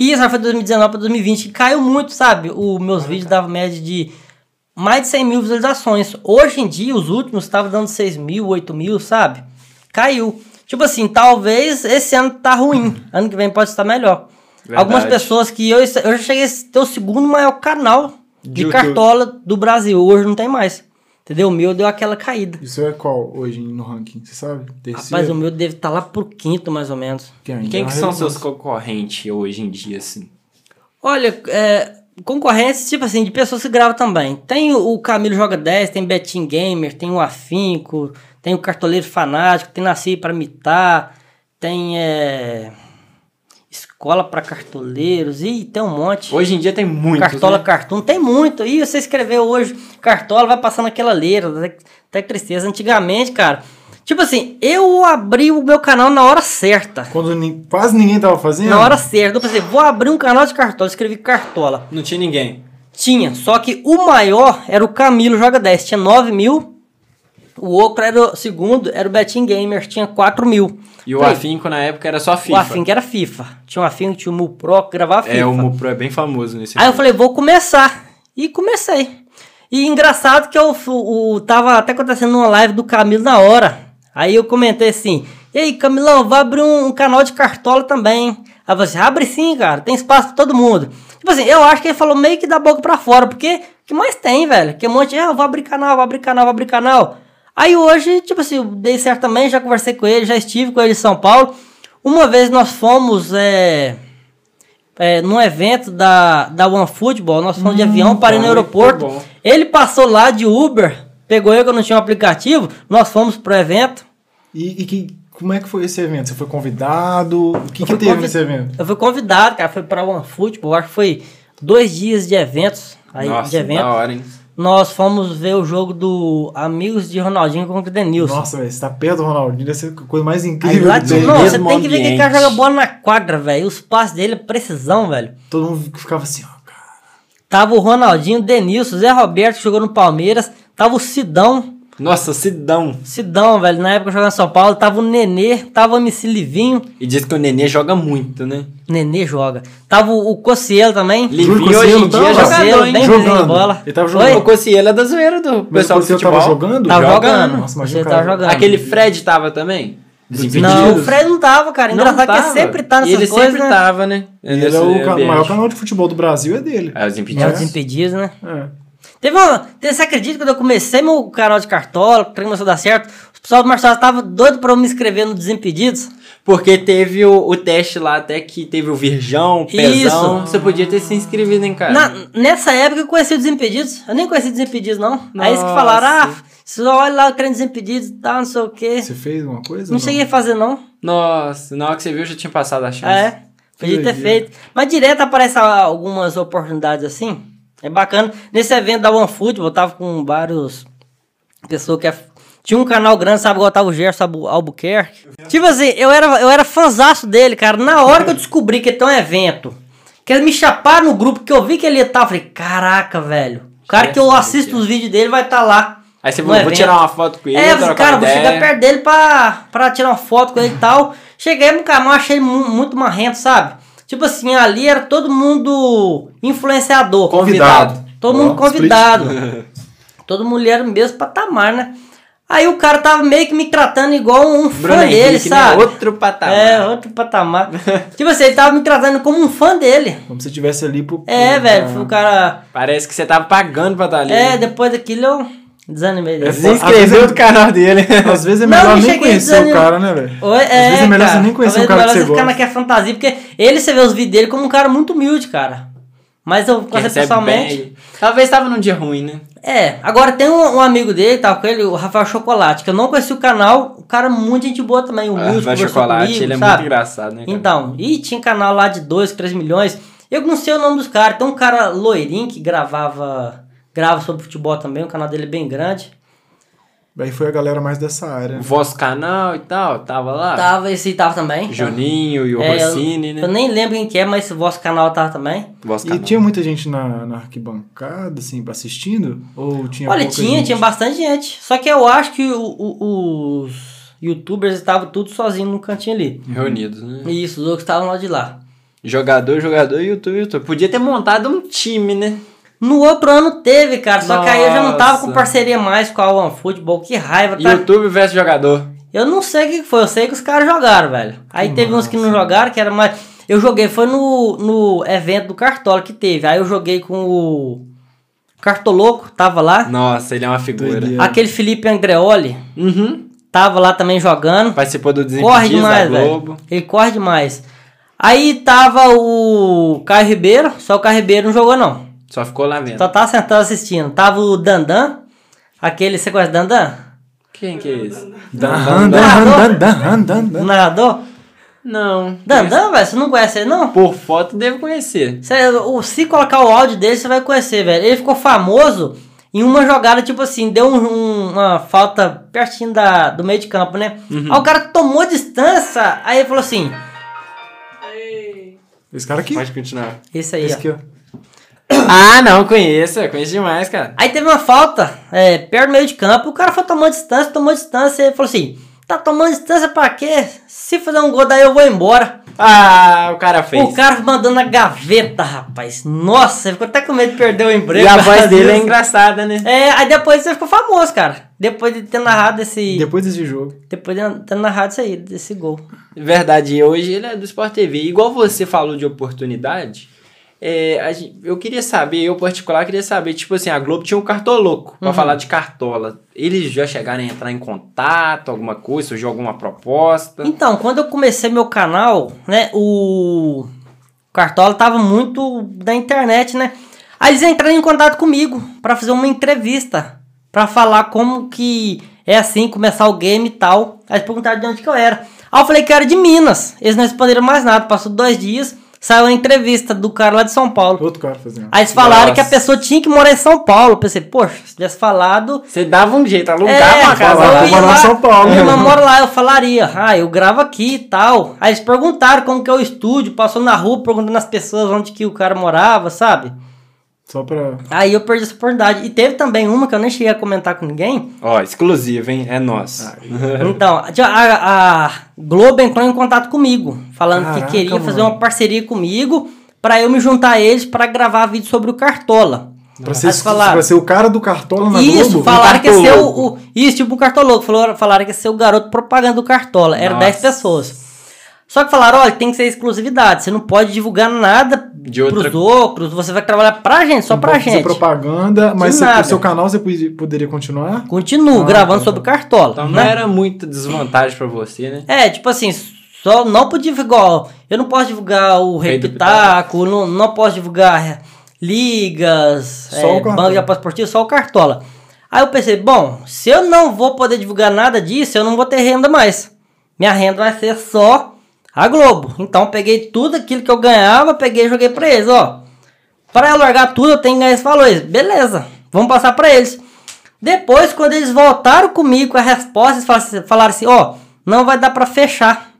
Speaker 3: Isso, acho que foi 2019 pra 2020, que caiu muito, sabe? Os meus vídeos davam média de mais de 100 mil visualizações. Hoje em dia, os últimos estavam dando 6 mil, 8 mil, sabe? Caiu. Tipo assim, talvez esse ano tá ruim. Ano que vem pode estar melhor.
Speaker 2: Verdade.
Speaker 3: Algumas pessoas que eu, eu já cheguei a ter o segundo maior canal de
Speaker 2: YouTube.
Speaker 3: cartola do Brasil. Hoje não tem mais. Entendeu? O meu deu aquela caída.
Speaker 1: Isso é qual hoje no ranking? Você sabe?
Speaker 3: Rapaz, o meu deve estar lá pro quinto, mais ou menos.
Speaker 1: Quem,
Speaker 2: Quem que são seus concorrentes hoje em dia, assim?
Speaker 3: Olha, é, concorrência, tipo assim, de pessoas que gravam também. Tem o o Camilo Joga 10, tem Betim Gamer, tem o Afinco, tem o Cartoleiro Fanático, tem Nasci para Mitar, tem é, Escola para Cartoleiros, e tem um monte.
Speaker 2: Hoje em dia tem muitos,
Speaker 3: Cartola
Speaker 2: né?
Speaker 3: Cartoon, tem muito. E você escreveu hoje, Cartola vai passando aquela leira, até- até que tristeza. Antigamente, cara, tipo assim, eu abri o meu canal na hora certa.
Speaker 1: Quando ni- quase ninguém tava fazendo?
Speaker 3: Na hora certa, eu pensei, vou abrir um canal de cartola, escrevi cartola.
Speaker 2: Não tinha ninguém.
Speaker 3: Tinha, só que o maior era o Camilo Joga 10, tinha 9 mil. O outro era o segundo, era o Betim Gamer, tinha 4 mil.
Speaker 2: E o
Speaker 3: Falei,
Speaker 2: Afinco na época era só
Speaker 3: O
Speaker 2: FIFA.
Speaker 3: Afinco era FIFA. Tinha o Afinco, tinha o Mu Pro, que gravava FIFA.
Speaker 2: É, o Mupro é bem famoso nesse
Speaker 3: Aí eu
Speaker 2: meio.
Speaker 3: falei, vou começar. E comecei. E engraçado que eu fu- o, tava até acontecendo uma live do Camilo na hora. Aí eu comentei assim: E aí, Camilão, vai abrir um, um canal de cartola também. Aí você, abre sim, cara, tem espaço pra todo mundo. Tipo assim, eu acho que ele falou meio que da boca pra fora, porque o que mais tem, velho? Que um monte de, ah, eu vou abrir canal, vou abrir canal, vou abrir canal. Aí hoje, tipo assim, eu dei certo também, já conversei com ele, já estive com ele em São Paulo. Uma vez nós fomos, é, é, num evento da, da One Football, nós fomos de
Speaker 1: Hum,
Speaker 3: avião, parei no
Speaker 2: muito
Speaker 3: aeroporto.
Speaker 2: bom.
Speaker 3: Ele passou lá de Uber, pegou eu que eu não tinha um aplicativo, nós fomos pro evento.
Speaker 1: E, e que, Como é que foi esse evento? Você foi convidado? O que, que
Speaker 3: Eu fui
Speaker 1: teve
Speaker 3: convi-
Speaker 1: nesse evento?
Speaker 3: Eu fui convidado, cara, foi pra OneFoot, eu acho que foi dois dias de eventos. Aí,
Speaker 2: Nossa,
Speaker 3: de evento.
Speaker 2: da hora, hein?
Speaker 3: Nós fomos ver o jogo do Amigos de Ronaldinho contra o Denilson.
Speaker 1: Nossa, velho, você tá perto do Ronaldinho, deve ser a coisa mais
Speaker 3: Aí
Speaker 1: incrível né?
Speaker 3: lá,
Speaker 1: que
Speaker 3: tinha- um
Speaker 1: tem.
Speaker 2: no
Speaker 3: não, você
Speaker 2: mesmo
Speaker 3: tem que ver que o cara
Speaker 2: ambiente.
Speaker 3: joga bola na quadra, velho. Os passes dele é precisão, velho.
Speaker 1: Todo mundo ficava assim, ó, cara.
Speaker 3: Tava o Ronaldinho, o Denilson, o Zé Roberto que jogou no Palmeiras. Tava o Sidão.
Speaker 2: Nossa, Sidão.
Speaker 3: Sidão, velho, na época jogando em São Paulo. Tava o Nenê, tava o MC Livinho.
Speaker 2: E diz que o Nenê joga muito, né?
Speaker 3: Nenê joga. Tava o, o Cocielo também.
Speaker 2: Li-
Speaker 1: Júlio
Speaker 2: hoje
Speaker 1: Cocielo
Speaker 2: em dia
Speaker 1: tava
Speaker 2: jogador,
Speaker 3: hein? bem jogando. bola.
Speaker 1: Ele tava
Speaker 3: Oi?
Speaker 1: jogando.
Speaker 2: O Cossiello é da zoeira do
Speaker 1: Mas
Speaker 2: pessoal do
Speaker 1: você
Speaker 2: futebol.
Speaker 1: tava jogando?
Speaker 3: Tava
Speaker 2: Joga,
Speaker 3: jogando.
Speaker 1: Nossa, imagina
Speaker 3: Você
Speaker 1: o
Speaker 3: tava
Speaker 1: cara-
Speaker 3: jogando.
Speaker 2: Aquele Fred tava também?
Speaker 1: Desimpedidos.
Speaker 3: Não, o Fred não tava, cara.
Speaker 2: Não
Speaker 3: Engraçado que
Speaker 2: tava.
Speaker 3: ele sempre tá nessas
Speaker 2: E ele
Speaker 3: coisas,
Speaker 2: sempre
Speaker 3: né?
Speaker 2: tava, né?
Speaker 1: Ele
Speaker 2: Nesse
Speaker 1: é o, ca-
Speaker 2: ambiente.
Speaker 1: maior canal de futebol do Brasil, é dele.
Speaker 2: É, os
Speaker 3: É, os
Speaker 2: impedidos.
Speaker 3: impedidos, né?
Speaker 1: É.
Speaker 3: Teve uma. Teve, você acredita que quando eu comecei meu canal de cartola, que começou a dar certo, o pessoal do Marcelo tava doido pra eu me inscrever no Desimpedidos.
Speaker 2: Porque teve o, o teste lá até que teve o Virgão, o Pezão.
Speaker 3: Isso.
Speaker 2: Você podia ter se inscrito, hein, cara?
Speaker 3: Na- nessa época eu conheci o Desimpedidos. Eu nem conheci o Desimpedidos, não. Aí eles que falaram, ah,
Speaker 2: Nossa.
Speaker 3: só olha lá o treino Desimpedidos e tal, não sei o quê.
Speaker 1: Você fez alguma coisa?
Speaker 3: Não cheguei a fazer, não.
Speaker 2: Nossa, na hora que você viu, eu já tinha passado a chance.
Speaker 3: É. Podia ter
Speaker 1: doideira.
Speaker 3: feito. Mas direto aparecem algumas oportunidades assim. É bacana. Nesse evento da OneFootball, eu tava com vários pessoas que é- tinha um canal grande, sabe, igual tava o Gerson Albu- Albuquerque. Tipo assim, eu era, eu era fanzaço dele, cara. Na hora que eu descobri que ia ter um evento, que eles me chaparam no grupo, que eu vi que ele ia estar, eu falei, caraca, velho. O cara que eu
Speaker 2: Gerson
Speaker 3: assisto
Speaker 2: Albuquerque.
Speaker 3: os vídeos dele vai estar lá.
Speaker 2: Aí você
Speaker 3: no
Speaker 2: falou, vou
Speaker 3: evento."
Speaker 2: tirar uma foto com ele,
Speaker 3: É, eu
Speaker 2: trocar
Speaker 3: falei, cara,
Speaker 2: uma
Speaker 3: vou
Speaker 2: ideia.
Speaker 3: chegar perto dele pra, pra tirar uma foto com ele e tal. Cheguei no canal, achei mu- muito marrento, sabe? Tipo assim, ali era todo mundo influenciador.
Speaker 1: Convidado.
Speaker 3: Todo
Speaker 1: Ó,
Speaker 3: mundo
Speaker 1: split.
Speaker 3: convidado. todo mundo era no mesmo patamar, né? Aí o cara tava meio que me tratando igual um
Speaker 2: Bruno
Speaker 3: fã
Speaker 2: Henrique,
Speaker 3: dele,
Speaker 2: né?
Speaker 3: sabe?
Speaker 2: Outro patamar.
Speaker 3: É, outro patamar. tipo assim, ele tava me tratando como um fã dele.
Speaker 1: Como se tivesse ali pro.
Speaker 3: É,
Speaker 2: Uhum.
Speaker 3: velho, foi o cara...
Speaker 2: Parece que você tava pagando pra estar ali. né?
Speaker 3: É, depois daquilo eu desanimei
Speaker 2: É
Speaker 3: dele.
Speaker 1: Às
Speaker 2: Desinscreveu
Speaker 1: vezes-
Speaker 2: do canal dele.
Speaker 1: Às vezes é
Speaker 3: Não,
Speaker 1: melhor
Speaker 3: eu
Speaker 1: nem
Speaker 3: cheguei
Speaker 1: conhecer o
Speaker 3: desanimado.
Speaker 1: cara, né, velho?
Speaker 3: Oi,
Speaker 1: Às vezes é melhor
Speaker 3: cara.
Speaker 1: você nem conhecer o cara
Speaker 3: Talvez
Speaker 1: que
Speaker 3: melhor
Speaker 1: você gosta.
Speaker 3: ficar naquela fantasia, porque ele, você vê os vídeos dele como um cara muito humilde, cara. Mas eu
Speaker 2: Que
Speaker 3: conheço
Speaker 2: recebe
Speaker 3: pessoalmente.
Speaker 2: bem. Talvez tava num dia ruim, né?
Speaker 3: É, agora tem um, um amigo dele, tá com ele, o Rafael Chocolate, que eu não conheci o canal, um cara muito gente boa também,
Speaker 2: Ah,
Speaker 3: humilde,
Speaker 2: vai
Speaker 3: conversou
Speaker 2: chocolate,
Speaker 3: comigo,
Speaker 2: ele é muito
Speaker 3: sabe?
Speaker 2: engraçado, né? cara?
Speaker 3: Então, e tinha canal lá de 2, 3 milhões. Eu não sei o nome dos caras. Tem um cara loirinho que gravava. Grava sobre futebol também, o canal dele é bem grande.
Speaker 1: Aí foi a galera mais dessa área. né?
Speaker 2: O vosso canal e tal, tava lá.
Speaker 3: Tava, esse tava também.
Speaker 2: Juninho e o
Speaker 3: Tá. É, eu-
Speaker 2: Rossini,
Speaker 3: Eu
Speaker 2: né?
Speaker 3: nem lembro quem que é, mas o vosso canal tava também.
Speaker 2: Vosso
Speaker 1: E
Speaker 2: canal.
Speaker 1: tinha muita gente na, na arquibancada, assim, assistindo? Ou tinha
Speaker 3: Olha,
Speaker 1: pouca
Speaker 3: tinha,
Speaker 1: gente?
Speaker 3: tinha bastante gente. Só que eu acho que o- o- os youtubers estavam tudo sozinhos no cantinho ali.
Speaker 2: Reunidos, né?
Speaker 3: E isso, os outros estavam lá de lá.
Speaker 2: Jogador, jogador, YouTube, YouTube. Podia ter montado um time, né?
Speaker 3: No outro ano teve, cara. Só que aí eu já não tava
Speaker 2: Nossa.
Speaker 3: com parceria mais com a OneFootball. Que raiva, tá?
Speaker 2: YouTube versus jogador.
Speaker 3: Eu não sei o que foi. Eu sei que os caras jogaram, velho. Aí teve uns que não jogaram, que era mais... Eu joguei, foi no, no evento do Cartola que teve. Aí eu joguei com o Cartoloco, tava lá.
Speaker 2: Nossa, ele é uma figura.
Speaker 1: Doideira.
Speaker 3: Aquele Felipe Andreoli
Speaker 2: Uhum.
Speaker 3: tava lá também jogando.
Speaker 2: Participou do
Speaker 3: corre
Speaker 2: Desimpedidos da
Speaker 3: demais,
Speaker 2: Globo.
Speaker 3: velho. Ele corre demais. Aí tava o Caio Ribeiro, só o Caio Ribeiro não jogou, não.
Speaker 2: Só ficou lá vendo.
Speaker 3: Só tava sentado assistindo. Tava o Dandan, aquele, você conhece Dandan?
Speaker 2: Quem que é esse?
Speaker 1: Dan, dan, dan, dan, dan, dan,
Speaker 3: O
Speaker 1: dan.
Speaker 3: narrador?
Speaker 2: Não.
Speaker 3: Dandan, velho, você não conhece ele, não?
Speaker 2: Por foto, devo conhecer.
Speaker 3: Cê- o- se colocar o áudio dele, você vai conhecer, velho. Ele ficou famoso em uma jogada, tipo assim, deu um- um- uma falta pertinho da, do meio de campo, né? Aí o cara tomou distância, aí ele falou assim,
Speaker 4: Ei.
Speaker 1: Esse cara aqui.
Speaker 2: Pode continuar.
Speaker 3: esse aí,
Speaker 1: Esse é
Speaker 3: ó.
Speaker 1: aqui, ó.
Speaker 2: Ah, não, conheço. eu Conheço demais, cara.
Speaker 3: Aí teve uma falta, é, perto do meio de campo, o cara foi tomando distância, tomou distância, e ele falou assim, tá tomando distância pra quê? Se fazer um gol daí eu vou embora.
Speaker 2: Ah, o cara fez.
Speaker 3: O cara mandando na gaveta, rapaz. Nossa, ele ficou até com medo de perder o emprego.
Speaker 2: E a voz
Speaker 3: Às
Speaker 2: dele é
Speaker 3: vezes.
Speaker 2: engraçada, né?
Speaker 3: É, aí depois você ficou famoso, cara. Depois de ter narrado esse...
Speaker 1: Depois desse jogo.
Speaker 3: Depois de ter narrado isso aí, desse gol.
Speaker 2: Verdade, e hoje ele é do Sport TV. Igual você falou de oportunidade, é, a gen- eu queria saber, eu particular queria saber, tipo assim, a Globo tinha um cartoloco pra falar de cartola. Eles já chegaram a entrar em contato, alguma coisa, surgiu alguma proposta.
Speaker 3: Então, quando eu comecei meu canal, né, o Cartola tava muito da internet, né? Aí eles entraram em contato comigo pra fazer uma entrevista, Pra falar como que é assim, começar o game e tal. Aí eles perguntaram de onde que eu era. Aí eu falei que eu era de Minas. Eles não responderam mais nada. Passou dois dias, saiu a entrevista do cara lá de São Paulo.
Speaker 1: Outro cara fazendo.
Speaker 3: Aí eles falaram
Speaker 2: Nossa.
Speaker 3: que a pessoa tinha que morar em São Paulo. Eu pensei, poxa, se tivesse falado.
Speaker 2: Você dava um jeito, alugava
Speaker 3: É,
Speaker 2: uma casa
Speaker 1: falar,
Speaker 3: eu
Speaker 2: lá.
Speaker 3: ia
Speaker 1: morar em São Paulo.
Speaker 3: Minha irmã mora lá, eu falaria, ah, eu gravo aqui e tal. Aí eles perguntaram como que é o estúdio, passou na rua perguntando as pessoas onde que o cara morava, sabe?
Speaker 1: Só pra.
Speaker 3: Aí eu perdi essa oportunidade. E teve também uma que eu nem cheguei a comentar com ninguém.
Speaker 2: Ó, exclusivo, hein? É nosso.
Speaker 3: Então, a- a, a Globo entrou em contato comigo, falando
Speaker 1: Caraca,
Speaker 3: que queria fazer
Speaker 1: mano.
Speaker 3: uma parceria comigo pra eu me juntar a eles pra gravar vídeo sobre o Cartola.
Speaker 1: Pra ser,
Speaker 3: Mas falaram-
Speaker 1: pra ser o cara do cartola na
Speaker 3: Isso,
Speaker 1: Globo?
Speaker 3: falaram que ia ser o,
Speaker 2: cartoloco.
Speaker 3: o- Isso, tipo um cartoloco. Falou, falaram que ia ser o garoto propaganda do Cartola. Era
Speaker 2: Nossa.
Speaker 3: 10 pessoas. Só que falaram, olha, tem que ser exclusividade. Você não pode divulgar nada
Speaker 2: De outra-
Speaker 3: pros outros. Você vai trabalhar pra gente, só
Speaker 1: Não
Speaker 3: pra
Speaker 1: pode fazer
Speaker 3: gente.
Speaker 1: propaganda, mas
Speaker 3: De
Speaker 1: você-
Speaker 3: nada.
Speaker 1: o seu canal você pod- poderia continuar?
Speaker 3: Continuo
Speaker 1: Ah,
Speaker 3: gravando
Speaker 1: tá,
Speaker 3: sobre o
Speaker 1: tá.
Speaker 3: Cartola.
Speaker 2: Então não
Speaker 3: né?
Speaker 2: era muita desvantagem pra você, né?
Speaker 3: É, tipo assim, só não podia igual. Eu não posso divulgar o
Speaker 2: Rei
Speaker 3: Rei
Speaker 2: do
Speaker 3: Pitaco, não, não posso divulgar é, ligas,
Speaker 1: Só o
Speaker 3: é,
Speaker 1: Cartola.
Speaker 3: banco de aposta esportiva, só o Cartola. Aí eu pensei, bom, se eu não vou poder divulgar nada disso, eu não vou ter renda mais. Minha renda vai ser só a Globo. Então eu peguei tudo aquilo que eu ganhava, peguei e joguei pra eles, ó. Para eu largar tudo, eu tenho que ganhar esses valores. Beleza, vamos passar para eles. Depois, quando eles voltaram comigo com a resposta, eles falaram assim- falaram assim: ó, não vai dar para fechar.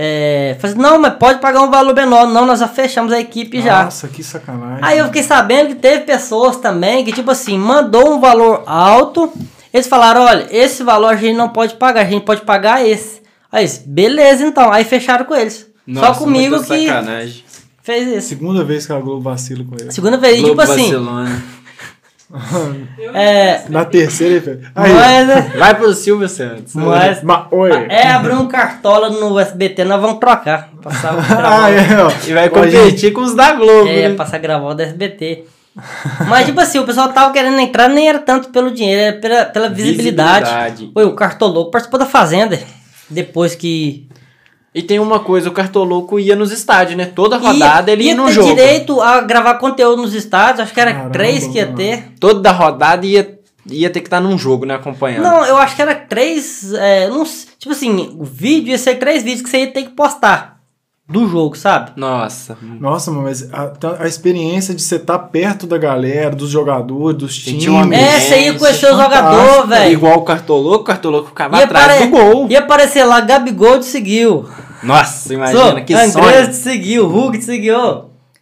Speaker 3: É, falei assim, não, mas pode pagar um valor menor. Não, nós já fechamos a equipe já.
Speaker 1: Nossa, que sacanagem.
Speaker 3: Aí eu fiquei sabendo que teve pessoas também que, tipo assim, mandou um valor alto. Eles falaram: olha, esse valor a gente não pode pagar, a gente pode pagar esse. Aí, eles, beleza então. Aí fecharam com eles. Só
Speaker 2: Nossa,
Speaker 3: comigo
Speaker 2: muita
Speaker 3: que
Speaker 2: sacanagem. né?
Speaker 3: fez isso.
Speaker 1: Segunda vez que É a Globo vacila com ele.
Speaker 3: Segunda vez, e,
Speaker 2: Globo
Speaker 3: tipo assim.
Speaker 2: Barcelona.
Speaker 4: Eu
Speaker 3: É,
Speaker 1: Na terceira, ele fez, aí.
Speaker 3: Mas,
Speaker 2: Vai pro Silvio Santos.
Speaker 3: mas
Speaker 1: Ma- oi.
Speaker 3: é abrir um cartola no SBT, nós vamos trocar. Passar o
Speaker 1: Ah,
Speaker 3: gravão.
Speaker 1: é, ó.
Speaker 2: E vai
Speaker 1: Ó,
Speaker 2: competir
Speaker 1: gente,
Speaker 2: com os da Globo,
Speaker 3: É,
Speaker 2: né?
Speaker 3: passar a gravar o da SBT. Mas, tipo assim, o pessoal tava querendo entrar, nem era tanto pelo dinheiro, era pela, pela visibilidade.
Speaker 2: Visibilidade.
Speaker 3: Foi o cartoloco participou da Fazenda. Depois que.
Speaker 2: E tem uma coisa, o Cartoloco ia nos estádios, né? Toda rodada
Speaker 3: Ia-
Speaker 2: ele
Speaker 3: ia
Speaker 2: ia no
Speaker 3: ter
Speaker 2: jogo.
Speaker 3: direito a gravar conteúdo nos estádios, acho que era
Speaker 1: Caramba,
Speaker 3: três que ia
Speaker 1: mano.
Speaker 3: ter.
Speaker 2: Toda rodada ia, ia ter que estar num jogo, né? Acompanhando.
Speaker 3: Não, eu acho que era três. é, não s- tipo assim, o vídeo ia ser três vídeos que você ia ter que postar do jogo, sabe?
Speaker 2: Nossa.
Speaker 1: Nossa, mano, mas a, tá- a experiência de você estar perto da galera, dos jogadores, dos
Speaker 2: Sentir
Speaker 1: times.
Speaker 2: um ambiente.
Speaker 3: É, você ia conhecer o
Speaker 1: fantástico.
Speaker 3: jogador, velho.
Speaker 2: Igual o Cartoloco, o Cartoloco ficava
Speaker 3: Ia,
Speaker 2: atrás
Speaker 3: apare-
Speaker 2: do gol.
Speaker 3: ia aparecer lá, Gabigol te seguiu.
Speaker 2: Nossa, imagina
Speaker 3: Imagina,
Speaker 2: que
Speaker 3: Andrés
Speaker 2: sonho.
Speaker 3: te seguiu, Hulk te seguiu. É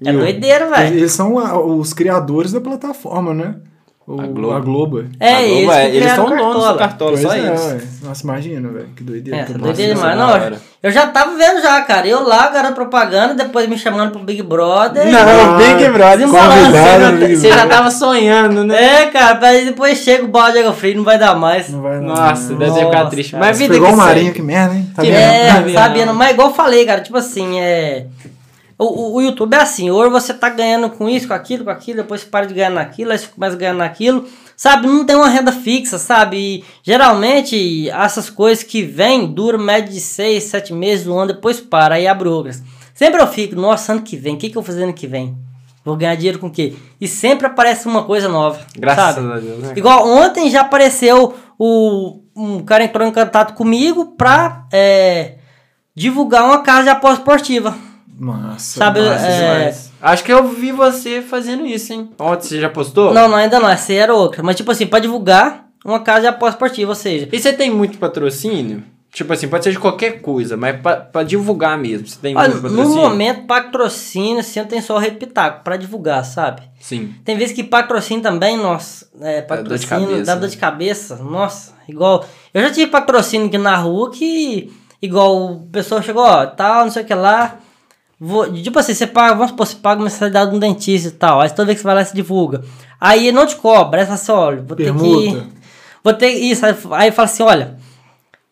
Speaker 1: E o-
Speaker 3: doideira, velho.
Speaker 1: Eles são a- os criadores da plataforma, né? O-
Speaker 2: A Globo.
Speaker 1: A Globo.
Speaker 2: A
Speaker 3: É,
Speaker 2: Globo,
Speaker 3: eles,
Speaker 2: é,
Speaker 3: que
Speaker 2: eles
Speaker 3: criaram
Speaker 2: são donos do
Speaker 3: Cartola.
Speaker 2: Cartola, só
Speaker 1: Pois é,
Speaker 2: eles.
Speaker 1: velho. Nossa, imagina, velho, que doideira.
Speaker 3: É,
Speaker 1: Que
Speaker 3: essa
Speaker 1: massa.
Speaker 3: doideira
Speaker 2: nossa,
Speaker 3: demais.
Speaker 2: da
Speaker 3: Não,
Speaker 2: hora.
Speaker 3: eu já tava vendo já, cara. Eu lá, garoto propaganda, depois me chamando pro Big Brother.
Speaker 1: Não, Big Brother,
Speaker 2: Você
Speaker 1: convidado,
Speaker 2: já-
Speaker 1: Big
Speaker 2: Você já
Speaker 1: Brother.
Speaker 2: tava sonhando, né?
Speaker 3: É, cara, aí depois chega o balde de água fria, não vai dar mais.
Speaker 1: Não vai lá,
Speaker 2: Nossa,
Speaker 1: não.
Speaker 2: deve ficar
Speaker 3: Nossa,
Speaker 2: triste.
Speaker 3: cara.
Speaker 2: Mas a vida
Speaker 1: Pegou
Speaker 2: que
Speaker 1: o Marinho,
Speaker 2: segue.
Speaker 1: que merda, hein? Tá
Speaker 2: Que
Speaker 1: vendo?
Speaker 2: merda.
Speaker 3: É,
Speaker 2: Não.
Speaker 3: sabendo, mas igual eu falei, cara, tipo assim, é. O, o- o YouTube é assim, ou você tá ganhando com isso, com aquilo, com aquilo, depois você para de ganhar naquilo, aí você começa a ganhar naquilo, sabe? Não tem uma renda fixa, sabe? E, geralmente, essas coisas que vêm duram média de seis, sete meses, um ano, depois para, aí abre outras. Sempre eu fico, nossa, ano que vem, o que, que eu vou fazer ano que vem? Vou ganhar dinheiro com o quê? E sempre aparece uma coisa nova.
Speaker 2: Graças
Speaker 3: sabe?
Speaker 2: a Deus, né?
Speaker 3: Igual ontem já apareceu o, um cara entrou em contato comigo pra é, divulgar uma casa de aposta esportiva.
Speaker 1: Nossa.
Speaker 3: Sabe,
Speaker 1: massa
Speaker 3: é,
Speaker 1: demais.
Speaker 2: Acho que eu vi você fazendo isso, hein? Ontem você já postou?
Speaker 3: Não, não, ainda não, essa aí era outra. Mas tipo assim, pra divulgar uma casa de aposta esportiva, ou seja.
Speaker 2: E você tem muito patrocínio? Tipo assim, pode ser de qualquer coisa, mas pra, pra divulgar mesmo. Você tem
Speaker 3: Olha,
Speaker 2: muito
Speaker 3: no
Speaker 2: patrocínio?
Speaker 3: momento, patrocínio, assim, eu tenho só o repitaco pra divulgar, sabe?
Speaker 2: Sim.
Speaker 3: Tem vezes que patrocínio também, nossa, é,
Speaker 2: Dá dor de
Speaker 3: patrocínio,
Speaker 2: cabeça,
Speaker 3: dá
Speaker 2: né?
Speaker 3: dor de cabeça, nossa, igual, eu já tive patrocínio aqui na rua que, igual, o pessoal chegou, ó, tal, não sei o que lá, vou, tipo assim, você paga, vamos supor, você paga uma mensalidade de um dentista e tal, aí toda vez que você vai lá, você divulga, aí ele não te cobra, aí fala assim, olha, vou ter
Speaker 1: Permuta.
Speaker 3: que, vou ter isso, aí, aí fala assim, olha,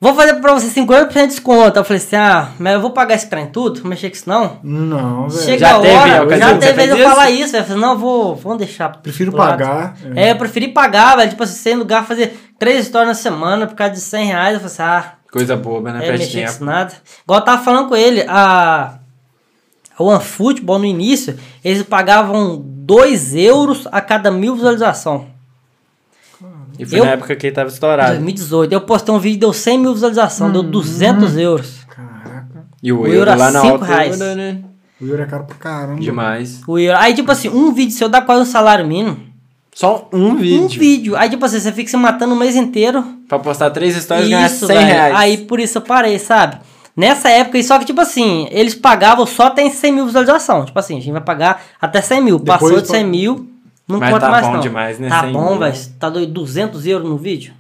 Speaker 3: vou fazer pra você 50% de desconto, eu falei assim, ah, mas eu vou pagar esse trem tudo, não mexer com isso não?
Speaker 1: Não, velho.
Speaker 3: Chega
Speaker 2: Já
Speaker 3: a
Speaker 2: teve
Speaker 3: hora,
Speaker 2: ocasião que
Speaker 3: já
Speaker 2: você
Speaker 3: teve vez eu
Speaker 2: fez isso?
Speaker 3: falar isso, velho. Eu falei, Não, vou, vamos deixar. pro
Speaker 1: Prefiro
Speaker 3: lado.
Speaker 1: pagar, é.
Speaker 3: É, eu preferi pagar, velho. Tipo assim, sem lugar a fazer três stories na semana por causa de 100 reais. Eu falei assim, ah,
Speaker 2: Coisa boba, né?
Speaker 3: é,
Speaker 2: Perde
Speaker 3: mexer com
Speaker 2: tempo.
Speaker 3: isso nada. Igual eu tava falando com ele, a, a OneFootball no início, eles pagavam 2 euros a cada mil visualização.
Speaker 2: E foi
Speaker 3: Eu-
Speaker 2: na época que ele tava estourado.
Speaker 3: 2018. Eu postei um vídeo, deu 100 mil visualizações,
Speaker 1: Hum.
Speaker 3: deu 200 euros.
Speaker 1: Caraca.
Speaker 2: E o,
Speaker 3: O
Speaker 2: euro,
Speaker 3: euro a
Speaker 2: lá na
Speaker 3: cinco
Speaker 2: altura,
Speaker 3: reais. Hum.
Speaker 2: né?
Speaker 1: O Yuri é caro pra caramba.
Speaker 2: Demais.
Speaker 3: O euro. Aí, tipo assim, um vídeo seu dá quase um salário mínimo.
Speaker 2: Só um vídeo.
Speaker 3: Um vídeo. Aí, tipo assim, você fica se matando o mês inteiro.
Speaker 2: Pra postar três histórias e ganhar
Speaker 3: Isso,
Speaker 2: 100
Speaker 3: velho.
Speaker 2: reais.
Speaker 3: Aí por isso eu parei, sabe? Nessa época, e só que, tipo assim, eles pagavam só até em 100 mil visualização. Tipo assim, a gente vai pagar até 100 mil.
Speaker 1: Depois
Speaker 3: Passou de
Speaker 1: pode-
Speaker 3: 100 mil, não
Speaker 2: Mas
Speaker 3: conta
Speaker 2: tá
Speaker 3: mais
Speaker 2: bom
Speaker 3: não.
Speaker 2: demais, né?
Speaker 3: Tá
Speaker 2: 100
Speaker 3: bom,
Speaker 2: mil.
Speaker 3: velho. Tá doido, 200 euros no vídeo?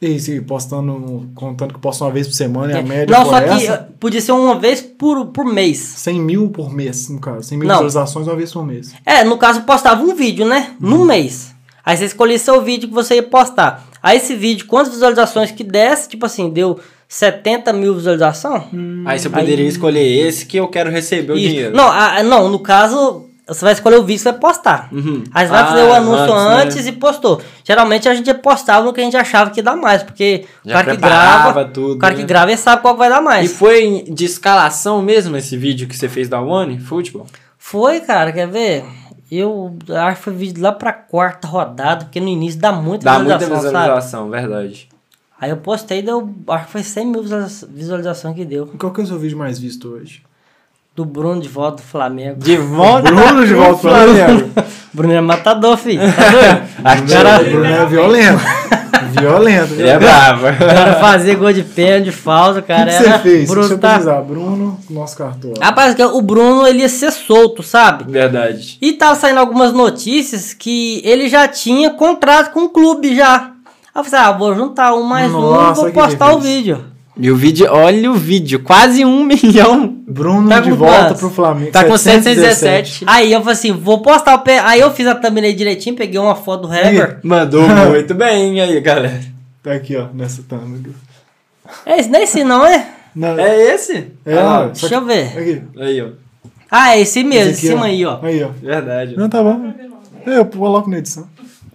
Speaker 1: E se postando, contando que posta uma vez por semana, e a
Speaker 3: É.
Speaker 1: média
Speaker 3: não,
Speaker 1: por
Speaker 3: só que
Speaker 1: essa,
Speaker 3: eh, podia ser uma vez por, por mês.
Speaker 1: 100 mil por mês, no caso. 100 mil
Speaker 3: Não.
Speaker 1: visualizações uma vez por mês.
Speaker 3: É, no caso, postava um vídeo, né?
Speaker 1: Hum.
Speaker 3: No mês. Aí você escolhia seu vídeo que você ia postar. Aí esse vídeo, quantas visualizações que desse, tipo assim, deu 70 mil visualizações?
Speaker 2: Aí você poderia escolher esse que eu quero receber o
Speaker 3: hum, Isso.
Speaker 2: dinheiro.
Speaker 3: Não, a- não, no caso, você vai escolher o vídeo que você vai postar.
Speaker 2: Uhum.
Speaker 3: Aí você vai
Speaker 2: Ah,
Speaker 3: fazer o anúncio
Speaker 2: antes, né?
Speaker 3: antes, e postou. Geralmente a gente postava no que a gente achava que ia dar mais, porque
Speaker 2: Já
Speaker 3: o cara que
Speaker 2: preparava
Speaker 3: grava.
Speaker 2: tudo,
Speaker 3: o cara
Speaker 2: né?
Speaker 3: que grava ele sabe qual que vai dar
Speaker 2: E
Speaker 3: mais.
Speaker 2: foi de escalação mesmo esse vídeo que você fez da One Futebol?
Speaker 3: Foi, cara, quer ver? Eu acho que foi vídeo lá pra quarta rodada, porque no início dá muita
Speaker 2: Dá muita
Speaker 3: visualização, sabe?
Speaker 2: visualização, verdade.
Speaker 3: Aí eu postei, deu, acho que foi 100 mil visualiza- visualizações que deu.
Speaker 1: Qual que é o seu vídeo mais visto hoje?
Speaker 3: Do Bruno de volta do Flamengo.
Speaker 2: De volta.
Speaker 1: Bruno de volta pro Flamengo.
Speaker 3: Bruno é matador, filho. Tá doido?
Speaker 1: Cara, Bruno é violento. violento.
Speaker 2: Ele é bravo.
Speaker 3: O cara fazia gol de pênalti, falso,
Speaker 1: O que
Speaker 3: cara.
Speaker 1: que você
Speaker 3: era-
Speaker 1: fez? Deixa
Speaker 3: Bruno
Speaker 1: eu
Speaker 3: tá...
Speaker 1: pesquisar. Bruno, nosso cartão.
Speaker 3: Rapaz, que o Bruno ele ia ser solto, sabe?
Speaker 2: verdade.
Speaker 3: E tava saindo algumas notícias que ele já tinha contrato com o clube já. Aí eu falei, ah, vou juntar um mais um e
Speaker 1: Nossa,
Speaker 3: vou
Speaker 1: que
Speaker 3: postar o
Speaker 1: difícil.
Speaker 3: vídeo.
Speaker 2: E o vídeo, olha o vídeo, quase um milhão.
Speaker 1: Bruno
Speaker 3: Tá
Speaker 1: de
Speaker 3: com
Speaker 1: volta
Speaker 3: quantos?
Speaker 1: pro Flamengo.
Speaker 2: Tá com 717.
Speaker 3: Aí eu falei assim, vou postar o pé. Aí eu fiz a thumbnail direitinho, peguei uma foto do rapper.
Speaker 2: Mandou muito bem aí, galera.
Speaker 1: Tá aqui, ó, nessa thumb.
Speaker 3: É esse, não é esse não, é? ah,
Speaker 1: Não,
Speaker 2: É esse?
Speaker 1: é,
Speaker 2: Olha
Speaker 1: ó,
Speaker 2: lá,
Speaker 1: só
Speaker 3: Deixa eu ver.
Speaker 1: Aqui.
Speaker 2: ó. Aí, ó.
Speaker 3: Ah, é esse mesmo, em
Speaker 1: Esse aqui,
Speaker 3: cima aí, ó.
Speaker 1: Aí, ó.
Speaker 2: Verdade. ó.
Speaker 1: Não, tá bom. É, eu coloco na edição.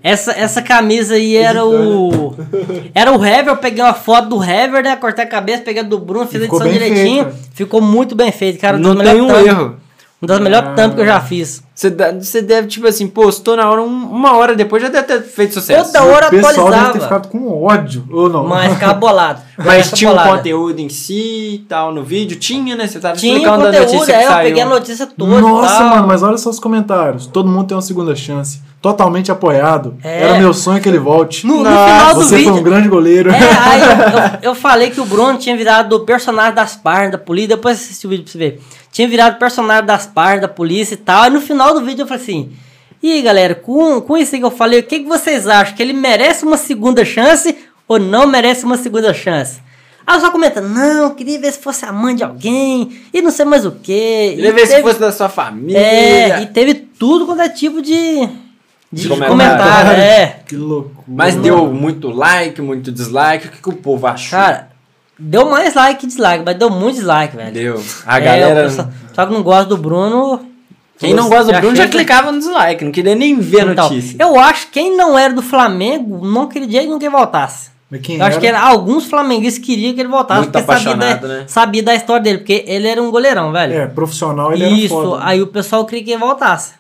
Speaker 3: Essa, essa camisa aí era o. Era o Hever, eu peguei uma foto do Hever, né? Cortei a cabeça, peguei a do Bruno, fiz
Speaker 1: E
Speaker 3: a
Speaker 1: ficou
Speaker 3: edição
Speaker 1: bem
Speaker 3: direitinho.
Speaker 1: feito, cara.
Speaker 3: ficou muito bem feito, cara. tá
Speaker 2: não
Speaker 3: das
Speaker 2: tem um
Speaker 3: melhores thumb-
Speaker 2: erro.
Speaker 3: Uma das melhores
Speaker 1: Ah.
Speaker 3: thumb que eu já fiz.
Speaker 2: Você, dá- você deve, tipo assim, postou na hora, um- uma hora depois já deve ter feito sucesso.
Speaker 3: Toda hora
Speaker 1: o pessoal deve ter
Speaker 3: atualizava.
Speaker 1: ficado com ódio. Ou não?
Speaker 3: Mas ficava bolado.
Speaker 2: Mas
Speaker 3: Ficava
Speaker 2: tinha um
Speaker 3: bolado.
Speaker 2: conteúdo em si e tal no vídeo? Tinha, né? Você tava
Speaker 3: Tinha
Speaker 2: explicando a
Speaker 3: conteúdo,
Speaker 2: notícia que
Speaker 3: aí eu
Speaker 2: saiu.
Speaker 3: peguei a notícia toda. e
Speaker 1: Nossa,
Speaker 3: tal.
Speaker 1: mano, mas olha só os comentários. Todo mundo tem uma segunda chance. Totalmente apoiado.
Speaker 3: É.
Speaker 1: Era meu sonho que ele volte.
Speaker 3: No, no
Speaker 2: Nossa,
Speaker 3: final do
Speaker 1: Você
Speaker 3: vídeo.
Speaker 1: foi um grande goleiro.
Speaker 3: É, aí eu- eu, eu falei que o Bruno tinha virado o personagem das partes da polícia. Depois assiste o vídeo pra você ver. Tinha virado personagem das partes da polícia e tal. E no final do vídeo eu falei assim: e aí galera, com, com isso aí que eu falei, o que, que vocês acham? Que ele merece uma segunda chance ou não merece uma segunda chance? Aí eu só comenta: não, eu queria ver se fosse a mãe de alguém e não sei mais o que.
Speaker 2: Queria ver se fosse da sua família.
Speaker 3: É, e teve tudo quanto é tipo de, de,
Speaker 2: De
Speaker 3: comentário.
Speaker 2: comentário. né?
Speaker 3: é.
Speaker 1: Que loucura.
Speaker 2: Mas deu um- muito like, muito dislike. O que, que o povo achou?
Speaker 3: Cara, deu mais like que dislike, mas deu muito dislike, velho.
Speaker 2: deu. A
Speaker 3: É,
Speaker 2: galera.
Speaker 3: o pessoal- Só que não gosta do Bruno.
Speaker 2: Quem não gosta do
Speaker 3: já
Speaker 2: Bruno já
Speaker 3: chega-
Speaker 2: clicava no dislike, não queria nem ver a
Speaker 3: Então,
Speaker 2: notícia.
Speaker 3: eu acho que quem não era do Flamengo não queria de jeito nenhum que ele voltasse.
Speaker 1: Mas quem
Speaker 3: Eu acho que era- alguns flamenguistas queriam que ele voltasse,
Speaker 2: Muito
Speaker 3: porque sabia da,
Speaker 2: apaixonado, né?
Speaker 3: sabia da história dele, porque ele era um goleirão, velho.
Speaker 1: É, profissional ele era
Speaker 3: Isso,
Speaker 1: foda.
Speaker 3: aí o pessoal queria que ele voltasse.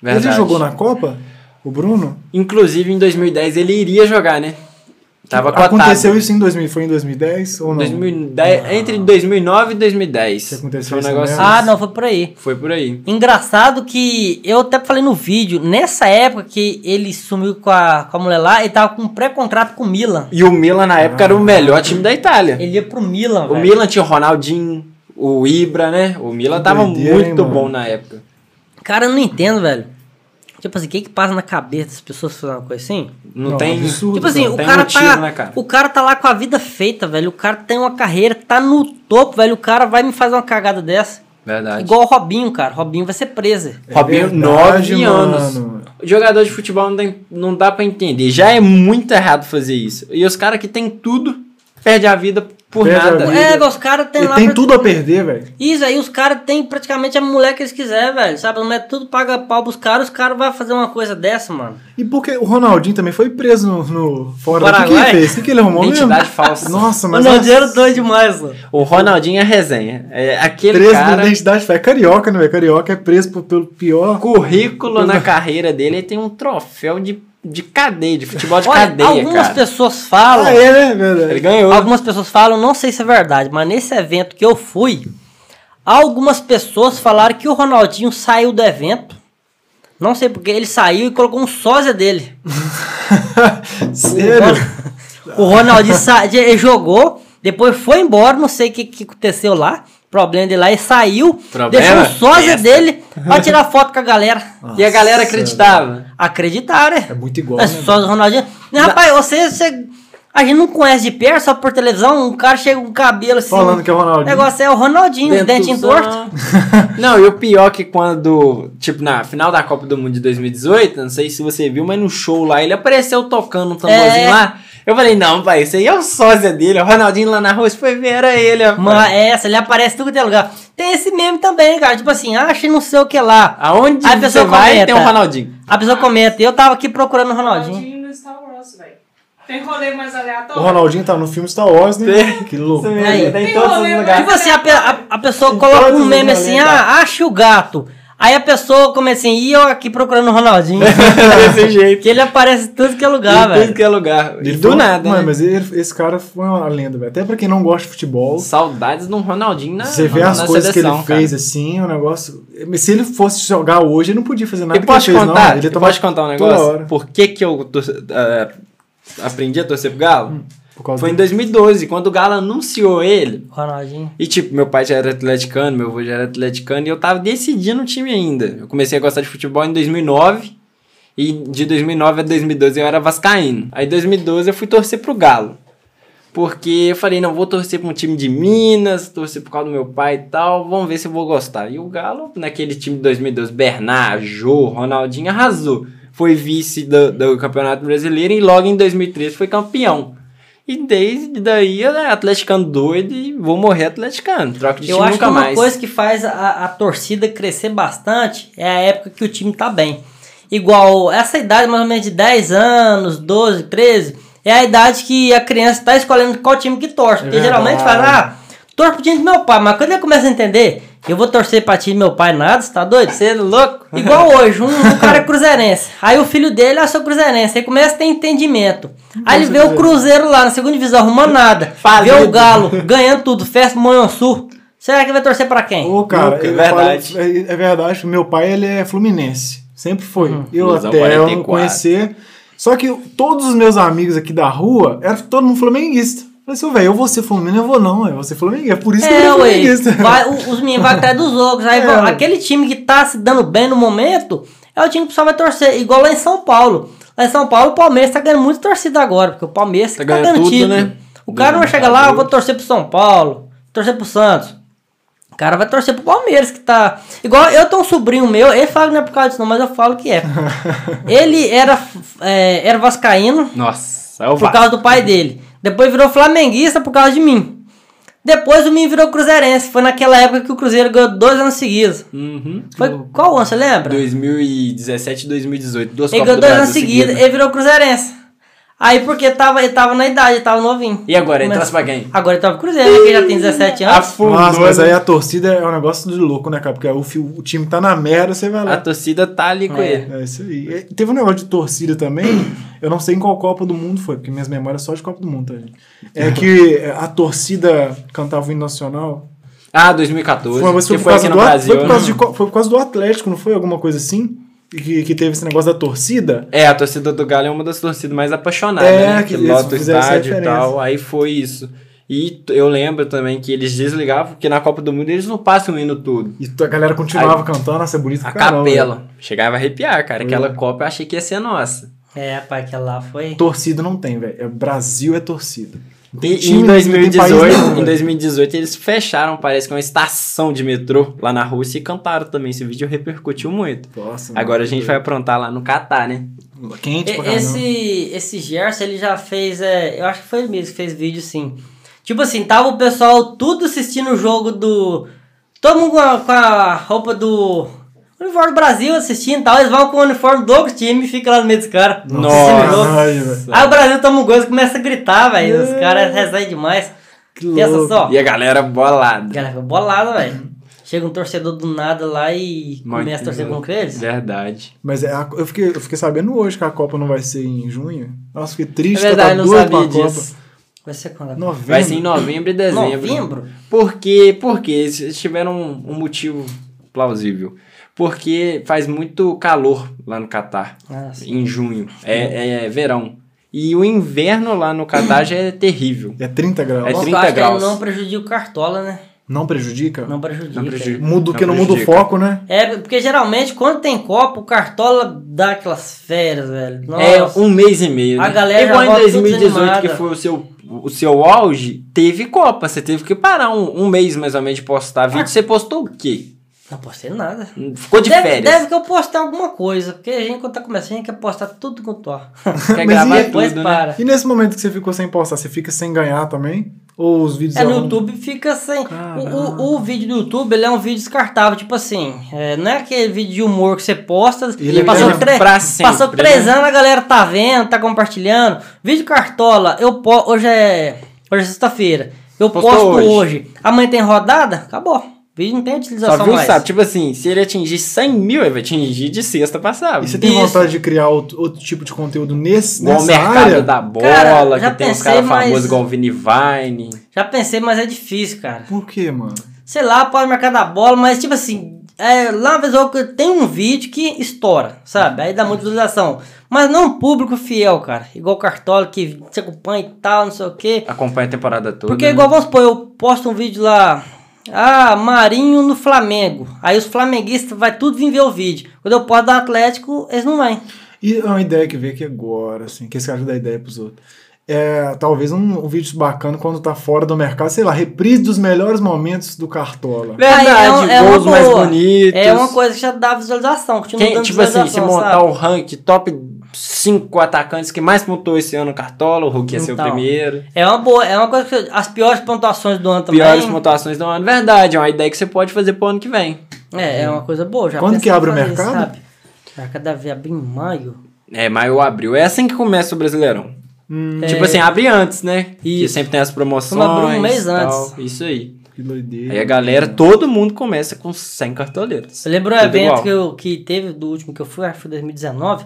Speaker 2: Verdade.
Speaker 1: Ele jogou né? na Copa? O Bruno?
Speaker 2: Inclusive, em 2010 ele iria jogar, né? Tava cotado.
Speaker 1: Aconteceu isso em 2000, foi em 2010 ou não?
Speaker 2: 2010, Entre 2009 e 2010.
Speaker 1: Que aconteceu
Speaker 2: Foi um
Speaker 1: isso
Speaker 2: negócio.
Speaker 1: mesmo?
Speaker 3: Ah, não, foi por aí.
Speaker 2: Foi por aí.
Speaker 3: Engraçado que eu até falei no vídeo, nessa época que ele sumiu com a, com a mulher lá, ele tava com um pré-contrato com o Milan.
Speaker 2: E o Milan na época era o melhor time da Itália.
Speaker 3: Ele ia pro Milan,
Speaker 2: O
Speaker 3: velho.
Speaker 2: Milan tinha o Ronaldinho, o Ibra, né? O Milan
Speaker 1: Que
Speaker 2: tava
Speaker 1: doideira, hein,
Speaker 2: muito
Speaker 1: mano?
Speaker 2: bom na época.
Speaker 3: Cara, eu não entendo, velho. Tipo assim, o que que passa na cabeça das pessoas fazendo uma coisa assim?
Speaker 2: Não,
Speaker 1: Não,
Speaker 2: tem.
Speaker 1: absurdo,
Speaker 3: tipo assim,
Speaker 2: não
Speaker 3: o
Speaker 2: tem
Speaker 3: cara,
Speaker 2: motivo,
Speaker 3: tá,
Speaker 2: né, cara?
Speaker 3: o cara tá lá com a vida feita, velho. O cara tem uma carreira, tá no topo, velho. O cara vai me fazer uma cagada dessa.
Speaker 2: Verdade.
Speaker 3: Igual o Robinho, cara. Robinho vai ser preso.
Speaker 2: Robinho,
Speaker 1: verdade,
Speaker 2: 9
Speaker 1: mano.
Speaker 2: anos. Jogador de futebol não, tem- não dá pra entender. Já é muito errado fazer isso. E os caras que tem tudo, perdem a vida por
Speaker 1: Perde a
Speaker 2: nada.
Speaker 1: vida.
Speaker 3: É, os caras tem
Speaker 1: Ele
Speaker 3: lá.
Speaker 1: tem
Speaker 3: pra-
Speaker 1: tudo a perder, velho.
Speaker 3: Isso aí, os caras tem praticamente a mulher que eles quiserem, velho. Sabe? Não é tudo paga pau pros caras, os caras vão fazer uma coisa dessa, mano.
Speaker 1: E porque o Ronaldinho também foi preso no, no fora. O que, que ele
Speaker 3: Paraguai?
Speaker 1: fez? O que, que ele arrumou mesmo?
Speaker 2: Identidade falsa.
Speaker 1: Nossa, mas...
Speaker 3: Mas não, dinheiro doido demais, mano.
Speaker 2: O Ronaldinho é resenha. É aquele
Speaker 1: Preso
Speaker 2: cara.
Speaker 1: na identidade falsa. É carioca, né? velho? Carioca é preso por- pelo pior...
Speaker 2: Currículo na carreira dele, ele tem um troféu de de cadeia, de futebol de
Speaker 3: Olha,
Speaker 2: cadeia,
Speaker 3: algumas
Speaker 2: cara.
Speaker 3: pessoas falam,
Speaker 1: Ah, é, né? Verdade.
Speaker 2: Ele ganhou.
Speaker 3: algumas pessoas falam, não sei se é verdade, mas nesse evento que eu fui, algumas pessoas falaram que o Ronaldinho saiu do evento. Não sei porque ele saiu e colocou um sósia dele.
Speaker 1: Sério?
Speaker 3: O Ronaldinho sa- ele jogou, depois foi embora, não sei o que, que aconteceu lá. Problema dele lá e saiu.
Speaker 2: Problema?
Speaker 3: Deixou o sósia
Speaker 2: Besta.
Speaker 3: dele pra tirar foto com a galera.
Speaker 2: E a galera acreditava.
Speaker 3: Acreditar, né?
Speaker 1: É muito igual,
Speaker 3: É
Speaker 1: né?
Speaker 3: só o Ronaldinho. Não, rapaz, você, você. A gente não conhece de perto, só por televisão. Um cara chega com o cabelo assim.
Speaker 1: Falando que é o
Speaker 3: O
Speaker 1: Ronaldinho.
Speaker 3: negócio é o Ronaldinho, os dentinhos tortos.
Speaker 2: Não, e o pior é que quando, tipo, na final da Copa do Mundo de 2018, não sei se você viu, mas no show lá, ele apareceu tocando um tamborzinho
Speaker 3: É.
Speaker 2: lá. Eu falei, não, pai, isso aí é o sósia dele, é o Ronaldinho lá na rua, isso foi ver, era ele, ó.
Speaker 3: Mas essa, ele aparece em tudo que é lugar. Tem esse meme também, cara. Tipo assim, acha não sei o que lá.
Speaker 2: Aonde
Speaker 3: Aí a
Speaker 2: você
Speaker 3: pessoa
Speaker 2: vai,
Speaker 3: comenta.
Speaker 2: tem um Ronaldinho.
Speaker 3: A pessoa comenta, eu tava aqui procurando o Ronaldinho.
Speaker 4: Ronaldinho no Star Wars, velho. Tem rolê mais aleatório?
Speaker 1: O Ronaldinho tá no filme Star Wars, né?
Speaker 2: Tem.
Speaker 1: Que louco.
Speaker 2: Você
Speaker 3: Aí.
Speaker 2: vê, tá em todos os
Speaker 4: Tem
Speaker 2: lugares.
Speaker 3: Tipo assim, a, pe- a, a pessoa coloca
Speaker 1: todos
Speaker 3: um
Speaker 1: os
Speaker 3: meme assim,
Speaker 1: momentos,
Speaker 3: ah, acha o gato. Aí a pessoa começa assim, e eu aqui procurando o Ronaldinho.
Speaker 2: Desse jeito.
Speaker 3: que ele aparece em tudo que é lugar,
Speaker 2: Em
Speaker 3: velho.
Speaker 2: tudo que é lugar. E
Speaker 1: Ele
Speaker 2: do
Speaker 1: foi-
Speaker 2: nada,
Speaker 1: Mano,
Speaker 2: né?
Speaker 1: mas ele- esse cara foi uma lenda, velho. Até pra quem não gosta de futebol,
Speaker 2: Saudades do Ronaldinho na
Speaker 1: você vê
Speaker 2: na-
Speaker 1: as
Speaker 2: na
Speaker 1: coisas que
Speaker 2: Ah, seleção,
Speaker 1: ele fez,
Speaker 2: cara.
Speaker 1: assim, o negócio... Mas se ele fosse jogar hoje, ele não podia fazer nada
Speaker 2: Eu
Speaker 1: que ele
Speaker 2: posso
Speaker 1: fez,
Speaker 2: contar?
Speaker 1: não. Ele
Speaker 2: eu
Speaker 1: tomava
Speaker 2: posso contar um
Speaker 1: toda
Speaker 2: negócio?
Speaker 1: hora.
Speaker 2: Por que que eu torce- eh, aprendi a torcer pro Galo?
Speaker 1: Por causa
Speaker 2: Foi em
Speaker 1: do-
Speaker 2: 2012, quando o Galo anunciou ele.
Speaker 3: Ronaldinho.
Speaker 2: E tipo, meu pai já era atleticano, meu avô já era atleticano, e eu tava decidindo o time ainda. Eu comecei a gostar de futebol em 2009, e de 2009 a 2012 eu era vascaíno. Aí em 2012 eu fui torcer pro Galo. Porque eu falei, não, vou torcer pra um time de Minas, torcer por causa do meu pai e tal, vamos ver se eu vou gostar. E o Galo, naquele time de 2012, Bernard, Jô, Ronaldinho, arrasou. Foi vice do, do Campeonato Brasileiro e logo em 2013 foi campeão. E desde daí eu era atleticano doido e vou morrer atleticano. Troca de
Speaker 3: Eu
Speaker 2: time
Speaker 3: acho que
Speaker 2: nunca
Speaker 3: uma
Speaker 2: mais.
Speaker 3: coisa que faz a, a torcida crescer bastante é a época que o time tá bem. Igual essa idade, mais ou menos de 10 anos, 12, 13, é a idade que a criança tá escolhendo qual time que torce.
Speaker 1: É
Speaker 3: Porque geralmente
Speaker 1: verdade.
Speaker 3: fala, ah, torce pro time do meu pai, mas quando ele começa a entender, eu vou torcer pra time do meu pai nada, você tá doido?
Speaker 2: Você é louco?
Speaker 3: Igual hoje, um, um cara é cruzeirense. Aí o filho dele é só cruzeirense. Aí começa a ter entendimento. Aí ele vê o Cruzeiro lá na segunda divisão arrumando nada.
Speaker 2: Falido.
Speaker 3: Vê o Galo ganhando tudo. Festa Manhãoçu. Será que vai torcer pra quem?
Speaker 1: Ô, cara,
Speaker 2: Nunca,
Speaker 1: eu
Speaker 2: é verdade.
Speaker 1: falo- é, é verdade. Meu pai, ele é fluminense. Sempre foi.
Speaker 3: Hum.
Speaker 1: Eu
Speaker 2: Flusão
Speaker 1: até eu não
Speaker 2: 44.
Speaker 1: conhecer. Só que todos os meus amigos aqui da rua, era todo mundo flamenguista. Eu falei assim, velho, eu vou ser flamenguista, eu vou não, eu vou ser flamenguista. É por isso que
Speaker 3: É,
Speaker 1: eu sou
Speaker 3: ué.
Speaker 1: flamenguista.
Speaker 3: Vai, o- os meninos vão atrás dos outros. Aí
Speaker 1: É,
Speaker 3: vão-
Speaker 1: ué.
Speaker 3: aquele time que tá se dando bem no momento é o time que o pessoal vai torcer. Igual lá em São Paulo. Lá em São Paulo, o Palmeiras tá ganhando muito torcida agora, porque o Palmeiras
Speaker 2: Tá
Speaker 3: tá, ganhando
Speaker 2: ganhando tudo,
Speaker 3: título.
Speaker 2: né?
Speaker 3: O cara não vai
Speaker 2: Ganhando
Speaker 3: chegar
Speaker 1: Tá
Speaker 3: lá, eu vou
Speaker 2: tudo.
Speaker 3: torcer pro São Paulo, torcer pro Santos. O cara vai torcer pro Palmeiras, que tá. Igual eu tenho um sobrinho meu, ele fala que não é por causa disso, não, mas eu falo que é. ele era, é, era vascaíno,
Speaker 2: Nossa, é o
Speaker 3: por
Speaker 2: Vasco.
Speaker 3: causa do pai dele. Depois virou flamenguista por causa de mim. Depois o mim virou cruzeirense. Foi naquela época que o Cruzeiro ganhou dois anos seguidos.
Speaker 2: Uhum.
Speaker 3: Foi qual ano, você lembra?
Speaker 2: 2017 e 2018, duas
Speaker 3: ele
Speaker 2: Copas
Speaker 3: ganhou
Speaker 2: do
Speaker 3: dois
Speaker 2: Brasil
Speaker 3: anos seguidos,
Speaker 2: seguidas.
Speaker 3: ele virou cruzeirense. Aí porque tava, ele tava na idade, ele tava novinho.
Speaker 2: E agora, ele
Speaker 3: Mas-
Speaker 2: traz pra quem?
Speaker 3: Agora ele tava pro Cruzeiro, né, que ele já tem 17 anos.
Speaker 2: Afundou,
Speaker 1: Nossa, mas
Speaker 2: né?
Speaker 1: aí a torcida é um negócio de louco, né, cara? Porque o, fi- o time tá na merda, você vai
Speaker 2: A
Speaker 1: lá.
Speaker 2: torcida tá ali com
Speaker 3: É.
Speaker 2: ele.
Speaker 1: É isso aí. E teve um negócio de torcida também. Eu não sei em qual Copa do Mundo foi, porque minhas memórias só de Copa do Mundo, tá, gente? É que a torcida cantava o hino nacional.
Speaker 2: Ah, 2014.
Speaker 1: Foi, mas foi
Speaker 2: que
Speaker 1: por
Speaker 2: foi
Speaker 1: causa
Speaker 2: aqui no
Speaker 1: do, At-
Speaker 2: Brasil.
Speaker 1: foi por causa
Speaker 2: né?
Speaker 1: de co- foi por causa do Atlético, não foi? Alguma coisa assim? Que, que teve esse negócio da torcida?
Speaker 2: É, a torcida do Galo é uma das torcidas mais apaixonadas,
Speaker 1: É,
Speaker 2: né?
Speaker 1: que
Speaker 2: Que,
Speaker 1: eles
Speaker 2: lota o
Speaker 1: fizeram essa
Speaker 2: estádio e
Speaker 1: referência.
Speaker 2: tal. Aí foi isso. E t- eu lembro também que eles desligavam, porque na Copa do Mundo eles não passam o hino todo.
Speaker 1: E a galera continuava cantando, nossa, é bonito
Speaker 2: A
Speaker 1: pra caramba, Hum. velho.
Speaker 2: capela. Chegava a arrepiar, cara. Aquela Copa eu achei que ia ser nossa.
Speaker 3: É, rapaz, aquela lá foi.
Speaker 1: Torcida não tem, velho. É- Brasil é torcida. Não tem
Speaker 2: E
Speaker 1: time,
Speaker 2: em
Speaker 1: não tem país
Speaker 2: 2018,
Speaker 1: nenhum, né?
Speaker 2: em
Speaker 1: velho.
Speaker 2: 2018 eles fecharam, parece que é uma estação de metrô lá na Rússia e cantaram também. Esse vídeo repercutiu muito.
Speaker 1: Nossa,
Speaker 2: Agora a
Speaker 1: mano,
Speaker 2: gente vai aprontar lá no Catar, né?
Speaker 1: Quente pra
Speaker 3: E-
Speaker 1: caramba.
Speaker 3: Esse, esse Gerson, ele já fez. é, eu acho que foi ele mesmo que fez vídeo sim. Tipo assim, tava o pessoal tudo assistindo o jogo do. Todo mundo com a, com a roupa do. Uniforme do Brasil assistindo e tal. Eles vão com o uniforme do outro time e fica lá no meio dos caras. assistindo o jogo.
Speaker 1: ai, velho.
Speaker 2: Ah,
Speaker 3: Aí o Brasil toma um gol e começa a gritar, velho. Os caras recebem demais.
Speaker 1: É. Que
Speaker 3: Pensa
Speaker 1: louco.
Speaker 3: só.
Speaker 2: E a galera bolada.
Speaker 3: Galera, ficou bolada, velho. Chega um torcedor do nada lá e
Speaker 2: Mas-
Speaker 3: começa a torcer contra
Speaker 1: É
Speaker 3: eles.
Speaker 2: Verdade.
Speaker 1: Mas é a- eu, fiquei, eu fiquei sabendo hoje que a Copa não vai ser em junho. Nossa, fiquei
Speaker 2: É
Speaker 1: triste. que
Speaker 2: verdade,
Speaker 1: eu
Speaker 2: não
Speaker 1: tava doido
Speaker 2: sabia
Speaker 1: tá pra
Speaker 2: disso.
Speaker 3: Vai ser quando?
Speaker 1: Copa. Novembro.
Speaker 2: Vai ser em novembro e
Speaker 1: é
Speaker 2: dezembro.
Speaker 3: Novembro?
Speaker 2: Porque, porque eles tiveram um, um motivo plausível. Porque faz muito calor lá no Catar,
Speaker 3: Ah, sim.
Speaker 2: em junho. É, é verão. E o inverno lá no Catar já é terrível.
Speaker 1: É 30 graus.
Speaker 2: É
Speaker 3: Bom,
Speaker 2: 30
Speaker 3: eu acho que
Speaker 2: graus.
Speaker 3: não prejudica o Cartola, né?
Speaker 1: Não prejudica?
Speaker 3: Não prejudica.
Speaker 2: Não prejudica.
Speaker 1: Muda o
Speaker 2: Não
Speaker 1: que não muda o
Speaker 2: prejudica.
Speaker 1: foco, né?
Speaker 3: É, porque geralmente quando tem Copa, o Cartola dá aquelas férias, velho. Nossa.
Speaker 2: É um mês e meio.
Speaker 3: A
Speaker 2: né?
Speaker 3: galera
Speaker 2: Igual
Speaker 3: já
Speaker 2: em
Speaker 3: volta tudo
Speaker 2: 2018,
Speaker 3: desanimada.
Speaker 2: que foi o seu, o seu auge, teve Copa. Você teve que parar um, um mês mais ou menos de postar vídeo. Você postou o quê?
Speaker 3: Não postei nada.
Speaker 2: Ficou de
Speaker 3: deve,
Speaker 2: férias.
Speaker 3: deve que eu postar alguma coisa, porque a gente, quando tá começando, a gente quer postar tudo com o
Speaker 2: Quer
Speaker 1: Mas
Speaker 2: gravar
Speaker 1: e
Speaker 3: Depois
Speaker 2: tudo, né?
Speaker 3: para.
Speaker 1: E nesse momento que você ficou sem postar, você fica sem ganhar também? Ou os vídeos...
Speaker 3: É, no
Speaker 1: eram-
Speaker 3: YouTube fica sem. O,
Speaker 1: Caraca.
Speaker 3: o, o vídeo do YouTube ele é um vídeo descartável, tipo assim, é, não é aquele vídeo de humor que você posta
Speaker 1: E ele
Speaker 3: passou,
Speaker 1: fica
Speaker 3: tre-
Speaker 2: é pra sempre,
Speaker 3: passou três
Speaker 2: né?
Speaker 3: anos, a galera tá vendo, tá compartilhando. Vídeo cartola, eu po- hoje é. Hoje é sexta-feira. Eu
Speaker 2: Postou
Speaker 3: posto
Speaker 2: hoje.
Speaker 3: hoje. Amanhã tem rodada? Acabou. O vídeo não tem utilização
Speaker 2: Só viu
Speaker 3: mais.
Speaker 2: sabe, tipo assim, se ele atingir 100 mil, ele vai atingir de sexta pra
Speaker 1: E
Speaker 2: sábado.
Speaker 1: você tem
Speaker 3: Isso.
Speaker 1: vontade de criar outro, outro tipo de conteúdo nesse,
Speaker 2: Igual o
Speaker 1: nessa
Speaker 2: mercado
Speaker 1: área?
Speaker 2: da bola,
Speaker 3: Cara, já
Speaker 2: que tem uns
Speaker 3: pensei,
Speaker 2: caras
Speaker 3: mas-
Speaker 2: famosos igual o Vini Vine.
Speaker 3: Já pensei, mas é difícil, cara.
Speaker 1: Por quê, mano?
Speaker 3: sei lá, pode marcar da bola, mas tipo assim, é, lá uma vez ou outra tem um vídeo que estoura, sabe? Aí dá muita visualização. Mas não um público fiel, cara. Igual o Cartola que se acompanha e tal, não sei o quê.
Speaker 2: Acompanha a temporada toda.
Speaker 3: Porque
Speaker 2: né?
Speaker 3: igual, vamos supor, eu posto um vídeo lá. Ah, Marinho no Flamengo. Aí os flamenguistas vai tudo vir ver o vídeo. Quando eu posto do Atlético, eles não vêm.
Speaker 1: E é uma ideia que veio aqui agora, assim, que esse cara dá ideia pros outros. É, talvez um, um vídeo bacana quando tá fora do mercado, sei lá, reprise dos melhores momentos do Cartola.
Speaker 2: Verdade,
Speaker 3: Aí é um- é
Speaker 2: gols
Speaker 3: uma
Speaker 2: mais
Speaker 3: boa.
Speaker 2: bonitos.
Speaker 3: É uma coisa que já dá visualização. Continua
Speaker 2: Quem,
Speaker 3: dando
Speaker 2: tipo assim, se
Speaker 3: visualização,
Speaker 2: montar
Speaker 3: sabe?
Speaker 2: o rank top 5 atacantes que mais pontuou esse ano no Cartola, o Hulk ia ser o
Speaker 3: Então.
Speaker 2: primeiro.
Speaker 3: É uma boa, é uma coisa que as piores pontuações do ano também.
Speaker 2: Piores pontuações do ano. Verdade, é uma ideia que você pode fazer pro ano que vem.
Speaker 3: É, é uma coisa boa. Já
Speaker 1: Quando
Speaker 3: pensei
Speaker 1: que abre
Speaker 3: em
Speaker 1: o
Speaker 3: fazer,
Speaker 1: mercado?
Speaker 3: Sabe? Mercado deve abrir em maio.
Speaker 2: É, maio ou abril. É assim que começa o Brasileirão. Tipo
Speaker 3: É.
Speaker 2: assim, abre antes, né? E
Speaker 3: Isso.
Speaker 2: sempre tem as promoções.
Speaker 3: Vamos abrir um mês
Speaker 2: tal.
Speaker 3: antes.
Speaker 2: Isso aí.
Speaker 1: Que doideira.
Speaker 2: Aí é a galera, todo mundo começa com 100 cartoleiros.
Speaker 3: Eu lembro um
Speaker 2: Tudo
Speaker 3: evento
Speaker 2: igual.
Speaker 3: que, eu, que teve, do último que eu fui, acho que foi 2019.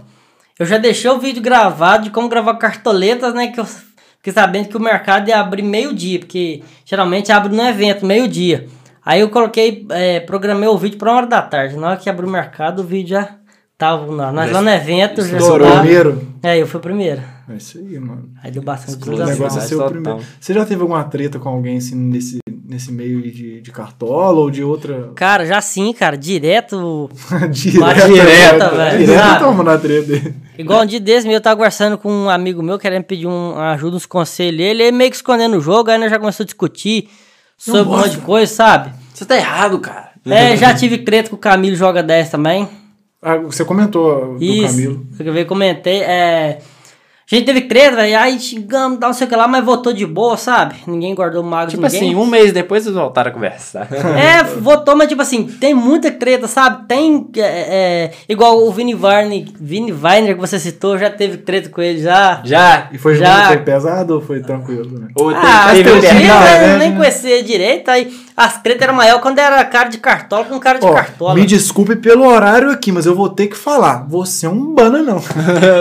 Speaker 3: Eu já deixei o vídeo gravado de como gravar cartoletas, né? Que eu fiquei sabendo que o mercado ia abrir meio-dia, porque geralmente abre no evento, meio-dia. Aí eu coloquei, é, programei o vídeo pra uma hora da tarde. Na hora que abriu o mercado, o vídeo já tava. lá. Nós lá no evento, já
Speaker 2: Estourou.
Speaker 3: lá.
Speaker 1: Primeiro.
Speaker 3: É, eu fui o primeiro.
Speaker 1: É isso aí, mano.
Speaker 3: Aí deu bastante
Speaker 1: O negócio
Speaker 2: Exato.
Speaker 3: visualização.
Speaker 1: é ser o
Speaker 2: Total.
Speaker 1: primeiro. Você já teve alguma treta com alguém assim nesse, nesse meio de, de cartola ou de outra?
Speaker 3: Cara, já sim, cara, direto
Speaker 1: direta,
Speaker 3: direta, velho.
Speaker 1: Direta
Speaker 3: Sabe?
Speaker 1: toma na treta dele.
Speaker 3: Igual um dia desse, meu, eu tava conversando com um amigo meu querendo pedir um, ajuda, uns conselhos. Ele aí meio que escondendo o jogo, aí nós já começou a discutir sobre um monte de coisa, sabe?
Speaker 2: Você tá errado, cara.
Speaker 3: É, já tive treta com o Camilo Joga 10 também.
Speaker 1: Ah, você comentou do
Speaker 3: Isso.
Speaker 1: Camilo.
Speaker 3: Eu vi, comentei. É... A gente teve treta, velho, aí xingamos, dá não sei o que lá, mas votou de boa, sabe? Ninguém guardou mago
Speaker 2: Tipo
Speaker 3: de ninguém.
Speaker 2: assim, um mês depois eles voltaram a conversar.
Speaker 3: É, votou, mas tipo assim, tem muita treta, sabe? Tem. é, é, igual o Vini Varney, Vini Weiner que você citou, já teve treta com ele já.
Speaker 2: já.
Speaker 1: E foi,
Speaker 3: Já.
Speaker 1: foi pesado ou foi tranquilo? né?
Speaker 2: Ou
Speaker 3: Ah,
Speaker 2: teve-
Speaker 3: as
Speaker 2: teve
Speaker 1: teorias-
Speaker 2: um
Speaker 1: Não,
Speaker 3: tretas
Speaker 1: né?
Speaker 3: eu nem conhecia direito, aí as tretas eram maior quando era cara de cartola com cara de
Speaker 1: Ó,
Speaker 3: cartola.
Speaker 1: me desculpe pelo horário aqui, mas eu vou ter que falar. Você é um bananão.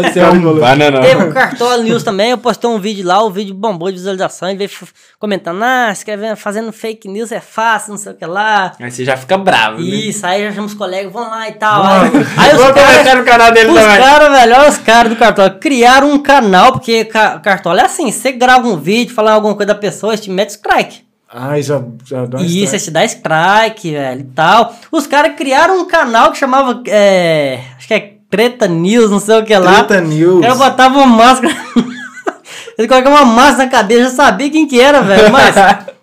Speaker 2: Você é um banana.
Speaker 3: Teve o Cartola News também, eu postei um vídeo lá, o vídeo bombou de visualização e veio f- comentando, ah, escrevendo, fazendo fake news é fácil, não sei o que lá.
Speaker 2: Aí você já fica bravo, né?
Speaker 3: Isso, aí já chamamos os colegas, vamos lá e tal.
Speaker 1: Vai.
Speaker 3: Aí, aí os
Speaker 2: Vou
Speaker 3: caras
Speaker 2: colocar no canal dele
Speaker 3: Os
Speaker 2: também.
Speaker 3: caras, velho, olha os caras do Cartola. Criaram um canal, porque ca- Cartola é assim: você grava um vídeo, fala alguma coisa da pessoa, eles te mete strike.
Speaker 1: Ai, já, já dá um
Speaker 3: E isso,
Speaker 1: strike.
Speaker 3: eles te dá strike, velho, e tal. Os caras criaram um canal que chamava. É, acho que é Treta News, não sei o que lá.
Speaker 1: Treta News.
Speaker 3: é Eu botava uma máscara. Ele colocava uma máscara na cabeça, eu já sabia quem que era, velho. Mas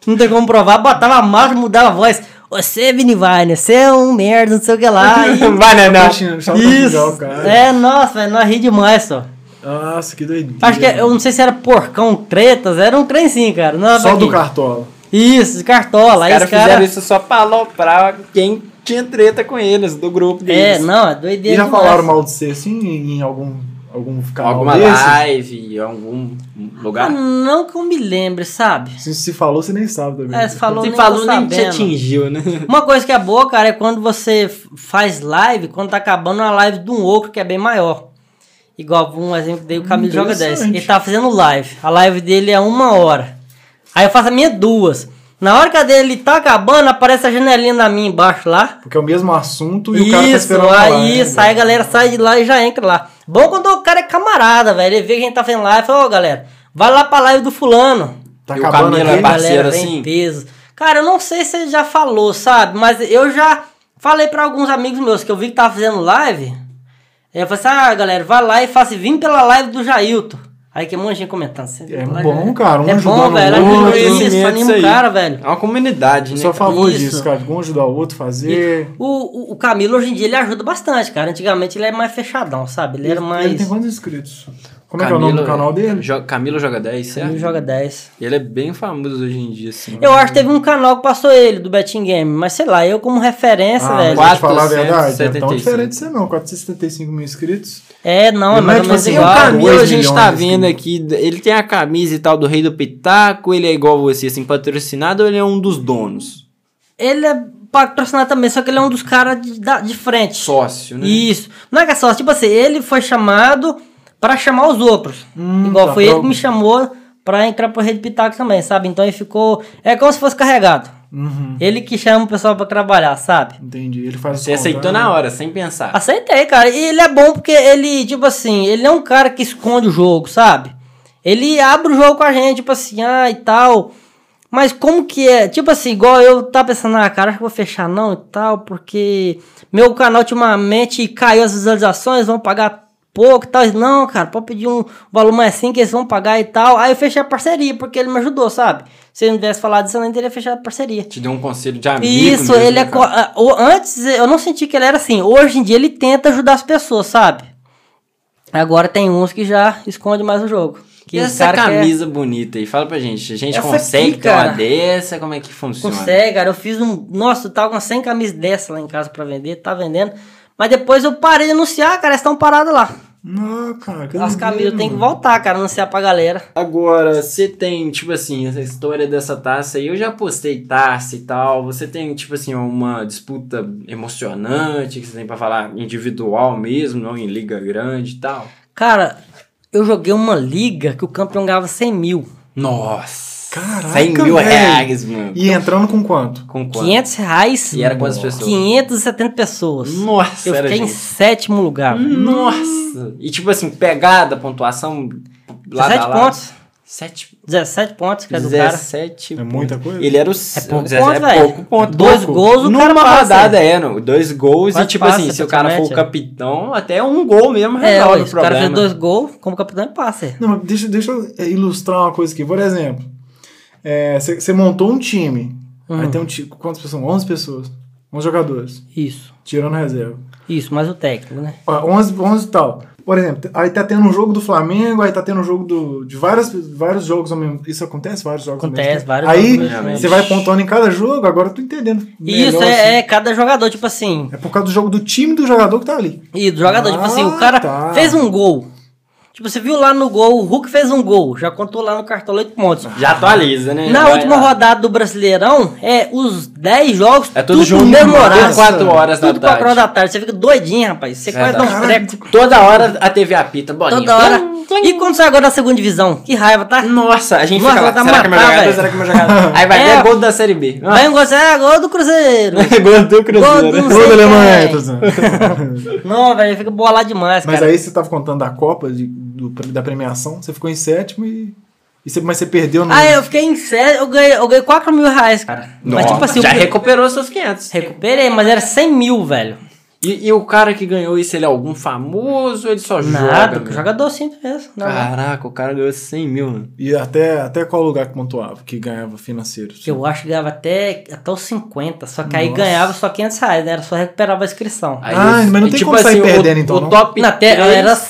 Speaker 3: não tem como provar, botava a máscara, mudava a voz. Você, Vini Viner, você é um merda, não sei o que lá. E
Speaker 2: Banana.
Speaker 1: Puxa, só pra xingar o
Speaker 3: isso.
Speaker 1: cara.
Speaker 3: É, nossa, velho, nós ri demais, só.
Speaker 1: Nossa, que doideira.
Speaker 3: Acho que, é, eu não sei se era porcão, tretas, era um trem sim, cara. Não,
Speaker 1: Só do
Speaker 3: cartola.
Speaker 1: Cartola.
Speaker 3: Isso, de cartola. Aí
Speaker 2: Os
Speaker 3: os
Speaker 2: caras fizeram
Speaker 3: caras.
Speaker 2: isso só pra aloprar quem tinha treta com eles, do grupo
Speaker 3: É,
Speaker 2: deles.
Speaker 3: não, é doideira.
Speaker 1: E já
Speaker 3: demais.
Speaker 1: falaram mal de você, assim, em algum algum canal
Speaker 2: Alguma
Speaker 1: desse?
Speaker 2: live, algum lugar.
Speaker 3: Não que eu me lembre, sabe?
Speaker 1: Se se falou, você nem sabe também. né?
Speaker 3: É, se falou,
Speaker 2: Se
Speaker 3: nem
Speaker 2: falou,
Speaker 3: tô
Speaker 2: nem te
Speaker 3: sabendo.
Speaker 2: atingiu, né?
Speaker 3: Uma coisa que é boa, cara, é quando você f- faz live, quando tá acabando uma live de um outro que é bem maior. Igual um exemplo que dei, o Camilo joga 10.
Speaker 1: Interessante.
Speaker 3: Ele tá fazendo live. A live dele é uma hora. Aí eu faço a minha duas. Na hora que a dele tá acabando, aparece a janelinha da minha embaixo lá.
Speaker 1: Porque é o mesmo assunto e o cara tá
Speaker 3: Isso,
Speaker 1: esperando falar, né,
Speaker 3: aí, isso,
Speaker 1: velho?
Speaker 3: aí a galera sai de lá e já entra lá. Bom quando o cara é camarada, velho. Ele vê que a gente tá fazendo live e fala, ô galera, vai lá pra live do fulano.
Speaker 1: Tá
Speaker 2: E o
Speaker 1: acabando
Speaker 2: Camilo é
Speaker 1: aquele...
Speaker 3: A
Speaker 2: parceiro,
Speaker 3: galera vem
Speaker 2: assim?
Speaker 3: em peso. Cara, eu não sei se ele já falou, sabe? Mas eu já falei pra alguns amigos meus que eu vi que tava fazendo live. Aí Eu falei assim, ah, galera, vai lá e faça vim pela live do Jailton. Aí que um monte de gente comentando. "Você
Speaker 1: É
Speaker 3: lá,
Speaker 1: bom,
Speaker 3: já-
Speaker 1: cara, um
Speaker 3: é bom,
Speaker 1: ajudando o
Speaker 3: velho.
Speaker 1: outro,
Speaker 3: Anima isso,
Speaker 2: Conhecimento,
Speaker 3: anima o
Speaker 2: aí.
Speaker 3: cara, velho.
Speaker 2: É uma comunidade,
Speaker 1: Eu
Speaker 2: né?
Speaker 1: sou a
Speaker 2: cara?
Speaker 1: favor
Speaker 3: Isso.
Speaker 1: disso, cara. Um ajudar o outro a fazer.
Speaker 3: O, o- o Camilo hoje em dia ele ajuda bastante, cara. Antigamente ele é mais fechadão, sabe? Ele era mais.
Speaker 1: Ele tem quantos inscritos? Como é que é o nome do canal dele?
Speaker 2: Jo- Camilo Joga 10, certo?
Speaker 3: Ele joga 10.
Speaker 2: Ele é bem famoso hoje em dia, assim.
Speaker 3: Eu acho que teve um canal que passou ele, do Betting Game, mas sei lá, eu como referência,
Speaker 1: Ah,
Speaker 3: velho.
Speaker 1: mas vou te falar a verdade, não é tão
Speaker 2: 475.
Speaker 1: diferente de você não. 475 mil inscritos.
Speaker 3: É, não,
Speaker 1: Ele não
Speaker 3: é
Speaker 1: é
Speaker 3: mais ou
Speaker 1: tipo
Speaker 3: menos
Speaker 1: assim, Tem
Speaker 2: E o
Speaker 3: igual.
Speaker 1: dois
Speaker 2: Camilo, um a gente
Speaker 1: milhões
Speaker 2: tá
Speaker 1: de
Speaker 2: vendo aqui, ele tem a camisa e tal do Rei do Pitaco, ele é igual você, assim, patrocinado ou ele é um dos donos?
Speaker 3: Ele é patrocinado também, só que ele é um dos caras de, da- de frente.
Speaker 2: Sócio, né?
Speaker 3: Isso. Não é que é sócio, tipo assim, ele foi chamado pra chamar os outros.
Speaker 1: Hum,
Speaker 3: Igual
Speaker 1: tá,
Speaker 3: foi
Speaker 1: pra-
Speaker 3: ele que me chamou pra entrar pro Rede Pitaco também, sabe? Então ele ficou. É como se fosse carregado.
Speaker 1: Uhum,
Speaker 3: Ele que chama o pessoal pra trabalhar, sabe?
Speaker 1: entendi. Ele faz né? os
Speaker 2: Você aceitou
Speaker 1: contratos.
Speaker 2: na hora, sem pensar.
Speaker 3: Aceitei, cara. E ele é bom porque ele, tipo assim, ele não é um cara que esconde o jogo, sabe? Ele abre o jogo com a gente, tipo assim, ah, e tal. Mas como que é? Tipo assim, igual eu tava pensando, ah, cara, acho que eu vou fechar não e tal, porque meu canal ultimamente caiu as visualizações, vão pagar pouco e tal. Ele, Não, cara, pode pedir um valor mais assim que eles vão pagar e tal. Aí eu fechei a parceria, porque ele me ajudou, sabe? Se ele não tivesse falado isso, eu nem teria fechado a parceria.
Speaker 2: Te deu um conselho de amigo.
Speaker 3: Isso,
Speaker 2: mesmo, né,
Speaker 3: ele é.
Speaker 2: cara.
Speaker 3: co- ah, o- Antes eu não senti que ele era assim. Hoje em dia ele tenta ajudar as pessoas, sabe? Agora tem uns que já esconde mais o jogo. Que
Speaker 2: E
Speaker 3: os
Speaker 2: essa
Speaker 3: cara quer-
Speaker 2: camisa bonita aí? Fala pra gente. A gente
Speaker 3: Essa
Speaker 2: consegue
Speaker 3: aqui,
Speaker 2: ter uma
Speaker 3: cara.
Speaker 2: dessa? Como é que funciona?
Speaker 3: Consegue, cara. Eu fiz um. Nossa, eu tava com 100 camisas dessa lá em casa pra vender, tá vendendo. Mas depois eu parei de anunciar, cara. Elas estão paradas lá.
Speaker 1: Não, cara. que
Speaker 3: As
Speaker 1: doideira,
Speaker 3: camisas eu tenho que
Speaker 1: mano.
Speaker 3: voltar, cara, anunciar pra galera.
Speaker 2: Agora, você tem, tipo assim, essa história dessa taça aí. Eu já postei taça e tal. Você tem, tipo assim, uma disputa emocionante que você tem pra falar individual mesmo, não em liga grande e tal?
Speaker 3: Cara, eu joguei uma liga que o campeão ganhava 100 mil.
Speaker 2: Nossa!
Speaker 1: Caraca,
Speaker 2: 100 mil
Speaker 1: velho.
Speaker 2: reais, mano.
Speaker 1: E entrando com quanto?
Speaker 2: Com quanto?
Speaker 3: 500 reais.
Speaker 2: E era quantas pessoas?
Speaker 3: 570 pessoas.
Speaker 2: Nossa,
Speaker 3: eu
Speaker 2: era
Speaker 3: fiquei em
Speaker 2: gente. Hum.
Speaker 3: sétimo lugar. velho.
Speaker 2: Nossa! E tipo assim, pegada, pontuação. Lá
Speaker 3: 17
Speaker 2: da lá.
Speaker 3: pontos.
Speaker 2: 7
Speaker 3: 17 pontos, que é do cara.
Speaker 2: 17
Speaker 1: É muita
Speaker 2: pontos.
Speaker 1: coisa?
Speaker 2: Ele era o c-
Speaker 3: É pouco
Speaker 2: dezesse-
Speaker 3: ponto,
Speaker 2: é
Speaker 3: velho.
Speaker 2: pouco ponto.
Speaker 3: Dois
Speaker 2: Pouco.
Speaker 3: gols, o
Speaker 2: Numa
Speaker 3: cara passa.
Speaker 2: rodada, é, não. Dois gols e
Speaker 3: Quase
Speaker 2: tipo
Speaker 3: passa,
Speaker 2: assim, se o cara for o
Speaker 3: praticamente, é.
Speaker 2: capitão, até um gol mesmo
Speaker 3: É,
Speaker 2: resolve
Speaker 3: ué,
Speaker 2: o
Speaker 3: se o cara fez
Speaker 2: problema.
Speaker 3: dois gols, como capitão é passe.
Speaker 1: Não, mas deixa, deixa eu é, ilustrar uma coisa aqui. Por exemplo, você montou um time. Aí
Speaker 3: Hum,
Speaker 1: tem um time. Quantas pessoas? 11 pessoas. 11 jogadores.
Speaker 3: Isso,
Speaker 1: Tirando reserva.
Speaker 3: isso, mas o técnico, né?
Speaker 1: Ó, 11, 11 e tal. Por exemplo, aí tá tendo um jogo do Flamengo, aí tá tendo um jogo do, de várias, vários jogos ao mesmo Isso acontece? Vários jogos
Speaker 3: Acontece,
Speaker 1: ao mesmo tempo?
Speaker 3: vários
Speaker 1: Aí
Speaker 3: jogos
Speaker 2: ao mesmo
Speaker 1: você
Speaker 2: tempo.
Speaker 1: vai pontuando em cada jogo, agora eu tô entendendo.
Speaker 3: E isso
Speaker 1: melhor,
Speaker 3: é,
Speaker 1: assim.
Speaker 3: é cada jogador, tipo assim.
Speaker 1: É por causa do jogo do time do jogador que tá ali.
Speaker 3: E do jogador, tipo assim,
Speaker 1: Ah,
Speaker 3: o cara
Speaker 1: tá.
Speaker 3: fez um gol. Tipo, você viu lá no gol, o Hulk fez um gol, já contou lá no cartola 8 pontos.
Speaker 2: Já atualiza, né?
Speaker 3: Na
Speaker 2: Vai
Speaker 3: última
Speaker 2: lá.
Speaker 3: rodada do Brasileirão, é os 10 jogos,
Speaker 2: É tudo junto.
Speaker 3: no mesmo
Speaker 2: tudo
Speaker 3: horário.
Speaker 2: quatro horas da tarde.
Speaker 3: Tudo 4
Speaker 2: tá
Speaker 3: horas da tarde. Você fica doidinho, rapaz. Você quase dá um
Speaker 1: Verdade.
Speaker 3: treco.
Speaker 2: Toda hora a TV apita, bolinha. Então,
Speaker 3: Toda hora. E quando sai agora da segunda divisão? Que raiva, tá?
Speaker 2: Nossa, a gente
Speaker 3: Nossa,
Speaker 2: fica lá,
Speaker 3: tá
Speaker 2: será que é meu
Speaker 3: matar,
Speaker 2: jogador?
Speaker 3: velho.
Speaker 2: Será que é meu jogador? Aí vai
Speaker 3: É.
Speaker 2: ver gol da Série B.
Speaker 3: Vai um gol, assim, ah, gol do Cruzeiro.
Speaker 2: Gol do
Speaker 3: Gol do-
Speaker 2: Cruzeiro.
Speaker 3: Não sei
Speaker 1: Toda Alemanha.
Speaker 3: quem.
Speaker 1: tô dizendo.
Speaker 3: Não, velho, fica bolado demais,
Speaker 1: mas
Speaker 3: cara.
Speaker 1: aí você tava contando da Copa, de- do- da premiação, você ficou em sétimo e. e você- mas você perdeu no.
Speaker 3: Ah, eu fiquei em sério, eu ganhei, eu ganhei 4 mil reais, cara.
Speaker 2: Nossa,
Speaker 3: mas tipo assim,
Speaker 2: já
Speaker 3: eu
Speaker 2: recuperou seus 500.
Speaker 3: recuperei, mas era 100 mil, velho.
Speaker 2: E, e o cara que ganhou isso, ele é algum famoso ou ele só
Speaker 3: Nada,
Speaker 2: joga? mesmo?
Speaker 3: jogador simples mesmo. Não,
Speaker 2: Caraca, o cara ganhou 100 mil, né? mano.
Speaker 1: E até, até qual lugar que pontuava, que ganhava financeiro?
Speaker 3: Eu acho que ganhava até, até os 50, só que aí
Speaker 1: Nossa.
Speaker 3: ganhava só 500 reais, né? Era só recuperava a inscrição.
Speaker 2: Aí,
Speaker 1: Ah, mas não
Speaker 2: e tipo assim,
Speaker 1: tem como sair
Speaker 2: o-
Speaker 1: perdendo, então,
Speaker 2: O
Speaker 1: não?
Speaker 2: top
Speaker 3: Na te,
Speaker 2: três,
Speaker 3: era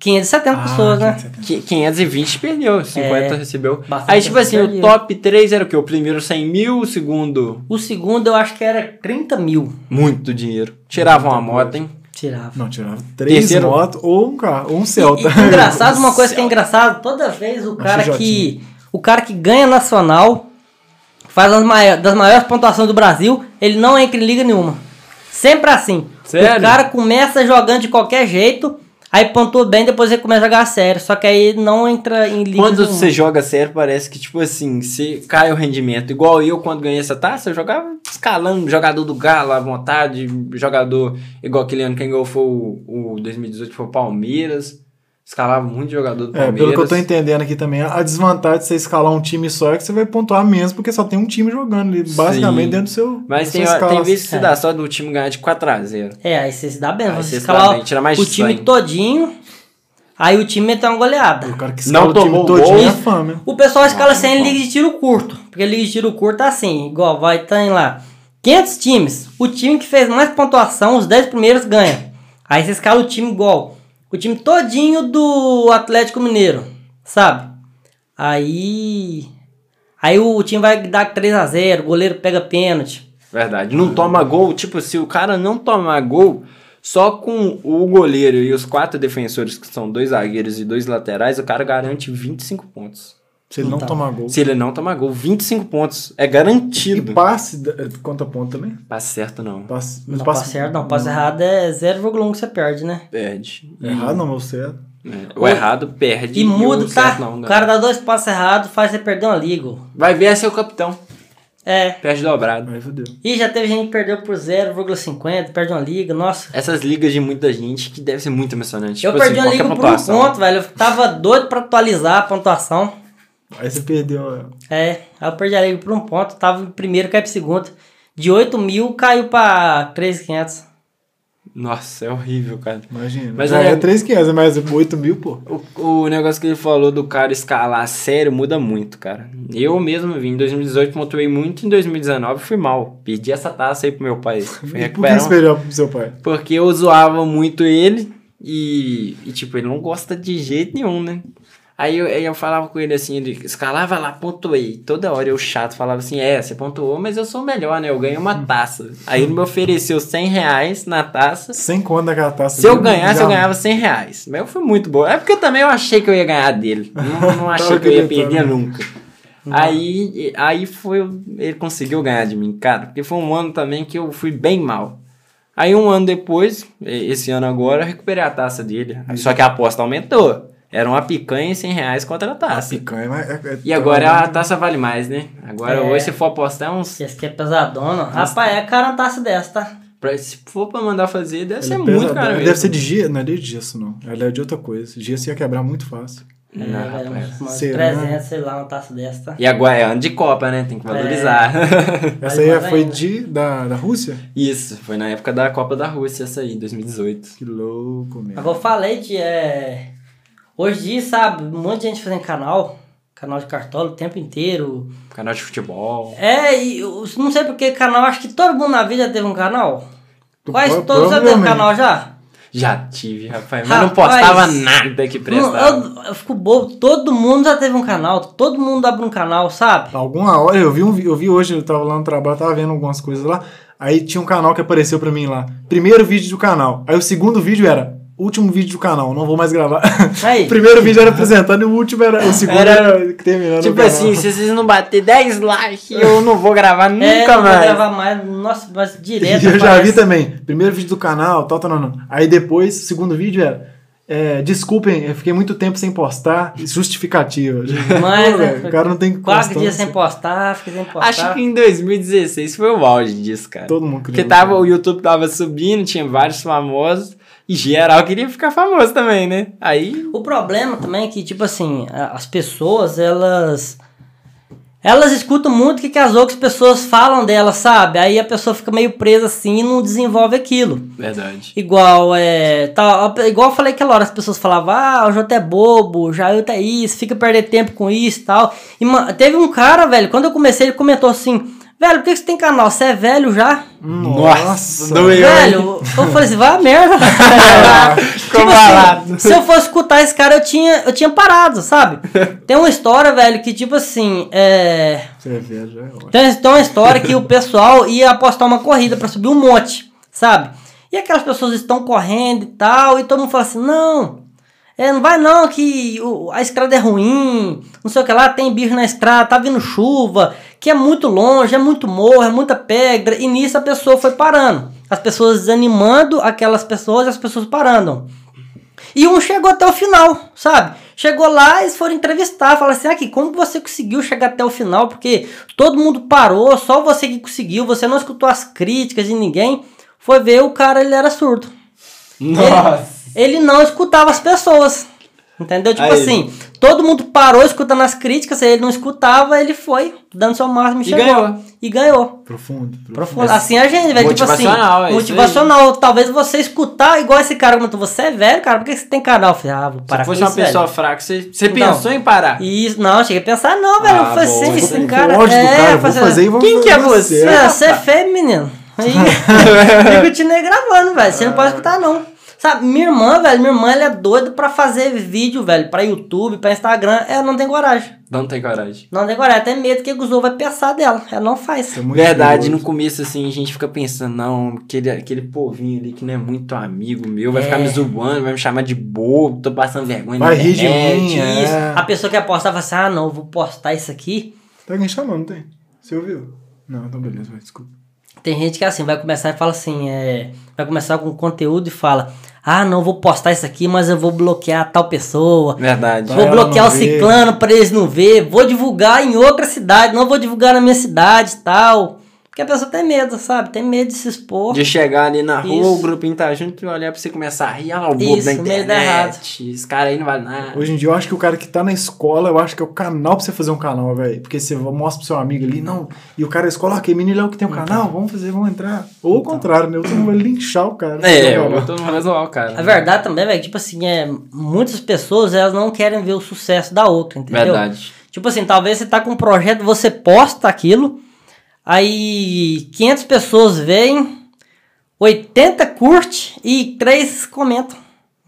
Speaker 3: 570
Speaker 1: Ah,
Speaker 3: pessoas, né?
Speaker 1: que-
Speaker 2: qui- 520 perdeu, 50
Speaker 3: É,
Speaker 2: recebeu.
Speaker 3: bastante
Speaker 2: Aí, tipo assim, o
Speaker 3: perdeu.
Speaker 2: top 3 era o quê? O primeiro 100 mil, o segundo
Speaker 3: O segundo eu acho que era 30 mil.
Speaker 2: muito dinheiro. Tiravam a moto, hein?
Speaker 3: Tirava.
Speaker 1: Não, tirava três
Speaker 2: Terceiro.
Speaker 1: motos ou um carro, ou um
Speaker 3: E-
Speaker 1: Celta.
Speaker 3: e engraçado, uma coisa que é engraçada, toda vez o cara que. O cara que ganha nacional faz as maiores, das maiores pontuações do Brasil, ele não entra em liga nenhuma. Sempre assim.
Speaker 2: Sério?
Speaker 3: O cara começa jogando de qualquer jeito, aí pontua bem, depois ele começa a jogar sério. Só que aí não entra em liga
Speaker 2: Quando
Speaker 3: nenhuma.
Speaker 2: você joga sério, parece que, tipo assim, se cai o rendimento. Igual eu, quando ganhei essa taça, eu jogava escalando jogador do Galo à vontade, jogador igual aquele ano quem ganhou foi o, o 2018, foi o Palmeiras. Escalava muito jogador do
Speaker 1: É,
Speaker 2: Palmeiras.
Speaker 1: pelo que eu tô entendendo aqui também, a desvantagem de você escalar um time só é que você vai pontuar menos, porque só tem um time jogando ali, basicamente
Speaker 2: Sim.
Speaker 1: dentro do seu.
Speaker 2: Mas
Speaker 1: da
Speaker 2: tem,
Speaker 1: sua escala. assim.
Speaker 2: tem vezes que se
Speaker 3: É.
Speaker 2: dá só do time ganhar de 4x0.
Speaker 3: É, aí você se dá bem.
Speaker 2: Aí
Speaker 3: você
Speaker 2: você se dá
Speaker 3: escala
Speaker 2: bem, tira mais
Speaker 3: o time
Speaker 2: 100.
Speaker 3: todinho, aí o time meteu uma goleada.
Speaker 1: O cara que escala
Speaker 2: Não
Speaker 1: o time
Speaker 2: tomou o
Speaker 1: todinho
Speaker 2: gol.
Speaker 1: é fama. né?
Speaker 3: O pessoal escala sem liga de tiro curto. Porque liga de tiro curto é assim, igual vai tem lá 500 times. O time que fez mais pontuação, os 10 primeiros ganha. Aí você escala o time igual. O time todinho do Atlético Mineiro, sabe? Aí aí o time vai dar 3 a 0, o goleiro pega pênalti.
Speaker 2: Verdade. Não toma gol, tipo, se o cara não tomar gol, só com o goleiro e os quatro defensores, que são dois zagueiros e dois laterais, o cara garante 25 pontos.
Speaker 1: Se ele não
Speaker 3: Tá.
Speaker 1: tomar gol.
Speaker 2: Se ele não tomar gol, 25 pontos. É
Speaker 1: E
Speaker 2: garantido.
Speaker 1: passe, da- conta ponto também?
Speaker 2: Passe certo, não.
Speaker 1: Passe, mas
Speaker 3: Não passa certo, não passa errado é 0,1 que você perde, né?
Speaker 2: Perde. E-
Speaker 1: Errado não, meu certo.
Speaker 2: é, o errado perde.
Speaker 3: E muda,
Speaker 2: o
Speaker 3: tá?
Speaker 2: certo não,
Speaker 3: o
Speaker 2: ganha.
Speaker 3: cara dá dois passos errados, faz você perder uma liga.
Speaker 2: Vai ver, é seu capitão.
Speaker 3: É.
Speaker 2: Perde dobrado.
Speaker 1: Aí fodeu.
Speaker 3: E já teve gente que perdeu por 0,50, perde uma liga, nossa.
Speaker 2: Essas ligas de muita gente que deve ser muito emocionante.
Speaker 3: eu
Speaker 2: Tipo assim,
Speaker 3: perdi uma
Speaker 2: qualquer
Speaker 3: liga por um
Speaker 2: pontuação.
Speaker 3: ponto, velho. Eu tava doido pra atualizar a pontuação.
Speaker 1: Aí você perdeu. é.
Speaker 3: É, aí eu perdi a liga por um ponto, tava em primeiro, caiu pro segundo. De 8 mil caiu pra 3,500.
Speaker 2: Nossa, é horrível, cara.
Speaker 1: Imagina.
Speaker 2: Mas
Speaker 1: Já
Speaker 2: é-
Speaker 1: é 3,500, mas 8 mil, pô.
Speaker 2: O, o negócio que ele falou do cara escalar sério muda muito, cara. Eu mesmo vim em 2018, pontuei muito, em 2019 fui mal. Pedi essa taça aí pro meu pai.
Speaker 1: E
Speaker 2: Fui
Speaker 1: por que
Speaker 2: recuperar.
Speaker 1: você
Speaker 2: uma-
Speaker 1: perdeu pro seu pai?
Speaker 2: Porque eu zoava muito ele e, e, tipo, ele não gosta de jeito nenhum, né? Aí eu, aí eu falava com ele assim, ele escalava lá, pontuei. Toda hora eu chato falava assim, é, você pontuou, mas eu sou melhor, né? Eu ganhei uma taça. Aí ele me ofereceu 100 reais na taça.
Speaker 1: Sem conta daquela taça.
Speaker 2: Se eu
Speaker 1: dele,
Speaker 2: ganhasse,
Speaker 1: já-
Speaker 2: eu ganhava 100 reais. Mas eu fui muito bom. É porque eu também eu achei que eu ia ganhar dele. Não, não achei
Speaker 1: Tava
Speaker 2: que eu ia
Speaker 1: acreditando. Uhum.
Speaker 2: perder nunca. Aí, aí foi. Ele conseguiu ganhar de mim, cara. Porque foi um ano também que eu fui bem mal. Aí um ano depois, e- esse ano agora, eu recuperei a taça dele.
Speaker 1: Uhum.
Speaker 2: Só que a aposta aumentou. Era uma picanha e 100 reais contra a
Speaker 1: A
Speaker 2: taça.
Speaker 1: picanha, mas. é- é-
Speaker 2: E agora a taça vale mais, né? Agora
Speaker 3: É.
Speaker 2: hoje, se for apostar, é uns.
Speaker 3: Esse aqui é pesadona. Rapaz, é cara uma taça dessa, tá?
Speaker 2: pra- Se for pra mandar fazer, deve
Speaker 1: Ele
Speaker 2: ser
Speaker 1: pesa-
Speaker 2: muito caro
Speaker 1: Ele
Speaker 2: mesmo.
Speaker 1: é deve ser de gesso, não é de gesso, não. Ele é de outra coisa. Gesso ia quebrar muito fácil.
Speaker 3: É,
Speaker 2: Não,
Speaker 3: velho,
Speaker 2: rapaz.
Speaker 3: umas
Speaker 1: Será?
Speaker 3: 300, sei lá, uma taça dessa. tá?
Speaker 2: E agora é ano de Copa, né? Tem que valorizar.
Speaker 1: Essa aí é-
Speaker 3: mais
Speaker 1: foi
Speaker 3: ainda.
Speaker 1: de, da, da Rússia?
Speaker 2: Isso, foi na época da Copa da Rússia, essa aí, 2018.
Speaker 1: Que louco, meu.
Speaker 3: Agora eu falei de. É... Hoje em dia, sabe, um monte de gente fazendo canal, canal de cartola o tempo inteiro.
Speaker 2: Canal de futebol.
Speaker 3: É, e eu não sei porque canal, acho que todo mundo na vida já teve um canal.
Speaker 1: Tu
Speaker 3: Quase
Speaker 1: pro-
Speaker 3: todos já teve um
Speaker 1: provavelmente.
Speaker 3: canal já.
Speaker 2: Já tive, rapaz, mas não
Speaker 3: Rapaz.
Speaker 2: postava nada que
Speaker 3: Não,
Speaker 2: prestava.
Speaker 3: eu, eu fico bobo, todo mundo já teve um canal, todo mundo abre um canal, sabe?
Speaker 1: Alguma hora, eu vi, um, vi- eu vi hoje, eu tava lá no trabalho, tava vendo algumas coisas lá. Aí tinha um canal que apareceu pra mim lá. Primeiro vídeo do canal. Aí o segundo vídeo era. Último vídeo do canal, não vou mais gravar.
Speaker 3: Aí.
Speaker 1: o primeiro vídeo era apresentando e o último era. O segundo
Speaker 2: Era-
Speaker 1: era, terminando. o
Speaker 2: Tipo
Speaker 1: canal.
Speaker 2: assim, se vocês não bater 10 likes, eu não vou gravar nunca
Speaker 3: É, não
Speaker 2: mais.
Speaker 3: vou gravar mais, nossa, mas direto.
Speaker 1: E eu já vi
Speaker 3: aparece.
Speaker 1: também. Primeiro vídeo do canal, tal, tal, tal, tal. Aí depois, segundo vídeo era. é, desculpem, eu fiquei muito tempo sem postar. Justificativa.
Speaker 3: Mas,
Speaker 1: Pô,
Speaker 2: é
Speaker 3: né,
Speaker 1: velho, o cara não tem
Speaker 3: Quatro dias
Speaker 1: constância.
Speaker 3: sem postar, fica sem postar.
Speaker 2: Acho que em 2016 foi o auge disso, cara.
Speaker 1: tá? Todo mundo
Speaker 2: Porque
Speaker 1: criou.
Speaker 2: tava, o YouTube tava subindo, tinha vários famosos, e geral queria ficar famoso também, né? Aí,
Speaker 3: O problema também é que, tipo assim, a- as pessoas, elas. Elas escutam muito o que, que as outras pessoas falam delas, sabe? Aí a pessoa fica meio presa assim e não desenvolve aquilo.
Speaker 2: verdade.
Speaker 3: Igual, é. Tá, a- igual eu falei aquela hora, as pessoas falavam, ah, o Jota é bobo, o Jair tá isso, fica perdendo tempo com isso e tal. E ma- teve um cara, velho, quando eu comecei, ele comentou assim. Velho, por que que você tem canal? Você é velho já?
Speaker 1: Nossa.
Speaker 2: doeu.
Speaker 3: velho, eu falei assim, vai a merda.
Speaker 2: Ficou
Speaker 3: Tipo assim,
Speaker 2: balado.
Speaker 3: se eu fosse escutar esse cara, eu tinha, eu tinha parado, sabe? Tem uma história, velho, que tipo assim, é...
Speaker 1: Você vê, já é ótimo.
Speaker 3: Tem, tem uma história que o pessoal ia apostar uma corrida pra subir um monte, sabe? E E aquelas pessoas estão correndo e tal, e todo mundo fala assim: não, é, não vai não, que o- a estrada é ruim, não sei o que lá, tem bicho na estrada, tá vindo chuva, que é muito longe, é muito morro, é muita pedra, e nisso a pessoa foi parando. As pessoas desanimando aquelas pessoas e as pessoas parando. E um chegou até o final, sabe? Chegou lá, eles foram entrevistar, falaram assim, aqui, como você conseguiu chegar até o final? Porque todo mundo parou, só você que conseguiu, você não escutou as críticas de ninguém. Foi ver o cara, ele era surdo
Speaker 2: Nossa!
Speaker 3: ele não escutava as pessoas. Entendeu? Tipo
Speaker 2: Aí.
Speaker 3: assim, todo mundo parou escutando as críticas, ele não escutava, ele foi dando seu máximo e,
Speaker 2: E
Speaker 3: chegou.
Speaker 2: ganhou.
Speaker 3: E ganhou.
Speaker 1: Profundo.
Speaker 3: Profundo. Assim é a gente, velho. Tipo assim,
Speaker 2: Motivacional, é isso aí.
Speaker 3: motivacional. Talvez você escutar igual esse cara, mas você é velho, cara, por que você tem canal? Eu falei, ah, vou parar
Speaker 2: Se fosse
Speaker 3: com
Speaker 2: uma
Speaker 3: isso,
Speaker 2: pessoa
Speaker 3: velho.
Speaker 2: fraca, você, você
Speaker 3: Não.
Speaker 2: pensou em parar?
Speaker 3: E isso, não, cheguei a pensar, não, velho,
Speaker 2: Ah,
Speaker 3: eu falei
Speaker 2: bom,
Speaker 3: assim,
Speaker 2: eu um
Speaker 1: Vou
Speaker 3: esse
Speaker 1: com
Speaker 3: cara.
Speaker 1: ódio do cara, eu vou
Speaker 3: fazer-
Speaker 1: fazer e vou
Speaker 2: é Quem que é você?
Speaker 3: é, você é feio, menino. E eu continuei gravando, velho. Você não pode escutar, não. Sabe, minha irmã, velho, minha irmã, ela é doida pra fazer vídeo, velho, pra YouTube, pra Instagram. Ela não tem coragem.
Speaker 2: Não tem coragem.
Speaker 3: Não tem coragem. Ela tem medo que o Guzou vai pensar dela. Ela não faz.
Speaker 1: É muito
Speaker 2: Verdade,
Speaker 1: perigoso.
Speaker 2: no começo, assim, a gente fica pensando, não, aquele, aquele povinho ali que não é muito amigo meu, vai
Speaker 3: É.
Speaker 2: ficar me zoando, vai me chamar de bobo, tô passando vergonha na
Speaker 1: Vai rir de
Speaker 2: internet,
Speaker 1: mim, é.
Speaker 2: isso.
Speaker 3: A pessoa que apostar fala assim: ah, não, eu vou postar isso aqui.
Speaker 1: Tá alguém chamando, não tem? Você ouviu? Não, então beleza, vai, desculpa.
Speaker 3: Tem gente que é assim, vai começar e fala assim: é, vai começar com conteúdo e fala: ah, não, eu vou postar isso aqui, mas eu vou bloquear tal pessoa.
Speaker 2: Verdade.
Speaker 1: Vai
Speaker 3: Vou
Speaker 1: ela
Speaker 3: bloquear o
Speaker 1: não ver.
Speaker 3: ciclano pra eles não ver. Vou divulgar em outra cidade, não vou divulgar na minha cidade e tal. Porque a pessoa tem medo, sabe? Tem medo de se expor.
Speaker 2: De chegar ali na rua,
Speaker 3: Isso.
Speaker 2: o grupinho tá junto e olhar pra você começar a rir, é olha lá o bobo
Speaker 3: Isso,
Speaker 2: da
Speaker 3: meio
Speaker 2: internet.
Speaker 3: errado.
Speaker 2: Esse cara aí não vale nada.
Speaker 1: Hoje em dia eu acho que o cara que tá na escola, eu acho que é o canal pra você fazer um canal, velho. Porque você mostra pro seu amigo ali, não. E o cara da escola, ó, que menino é o que tem um
Speaker 2: Então.
Speaker 1: canal, vamos fazer, vamos entrar. Ou o contrário, né? Todo mundo vai linchar o cara.
Speaker 2: É,
Speaker 1: Então,
Speaker 2: eu tô no visual, cara.
Speaker 3: A É verdade também, velho, tipo assim, é, muitas pessoas elas não querem ver o sucesso da outra, entendeu?
Speaker 2: Verdade.
Speaker 3: Tipo assim, talvez você tá com um projeto, você posta aquilo, aí 500 pessoas veem, 80 curte e 3 comentam.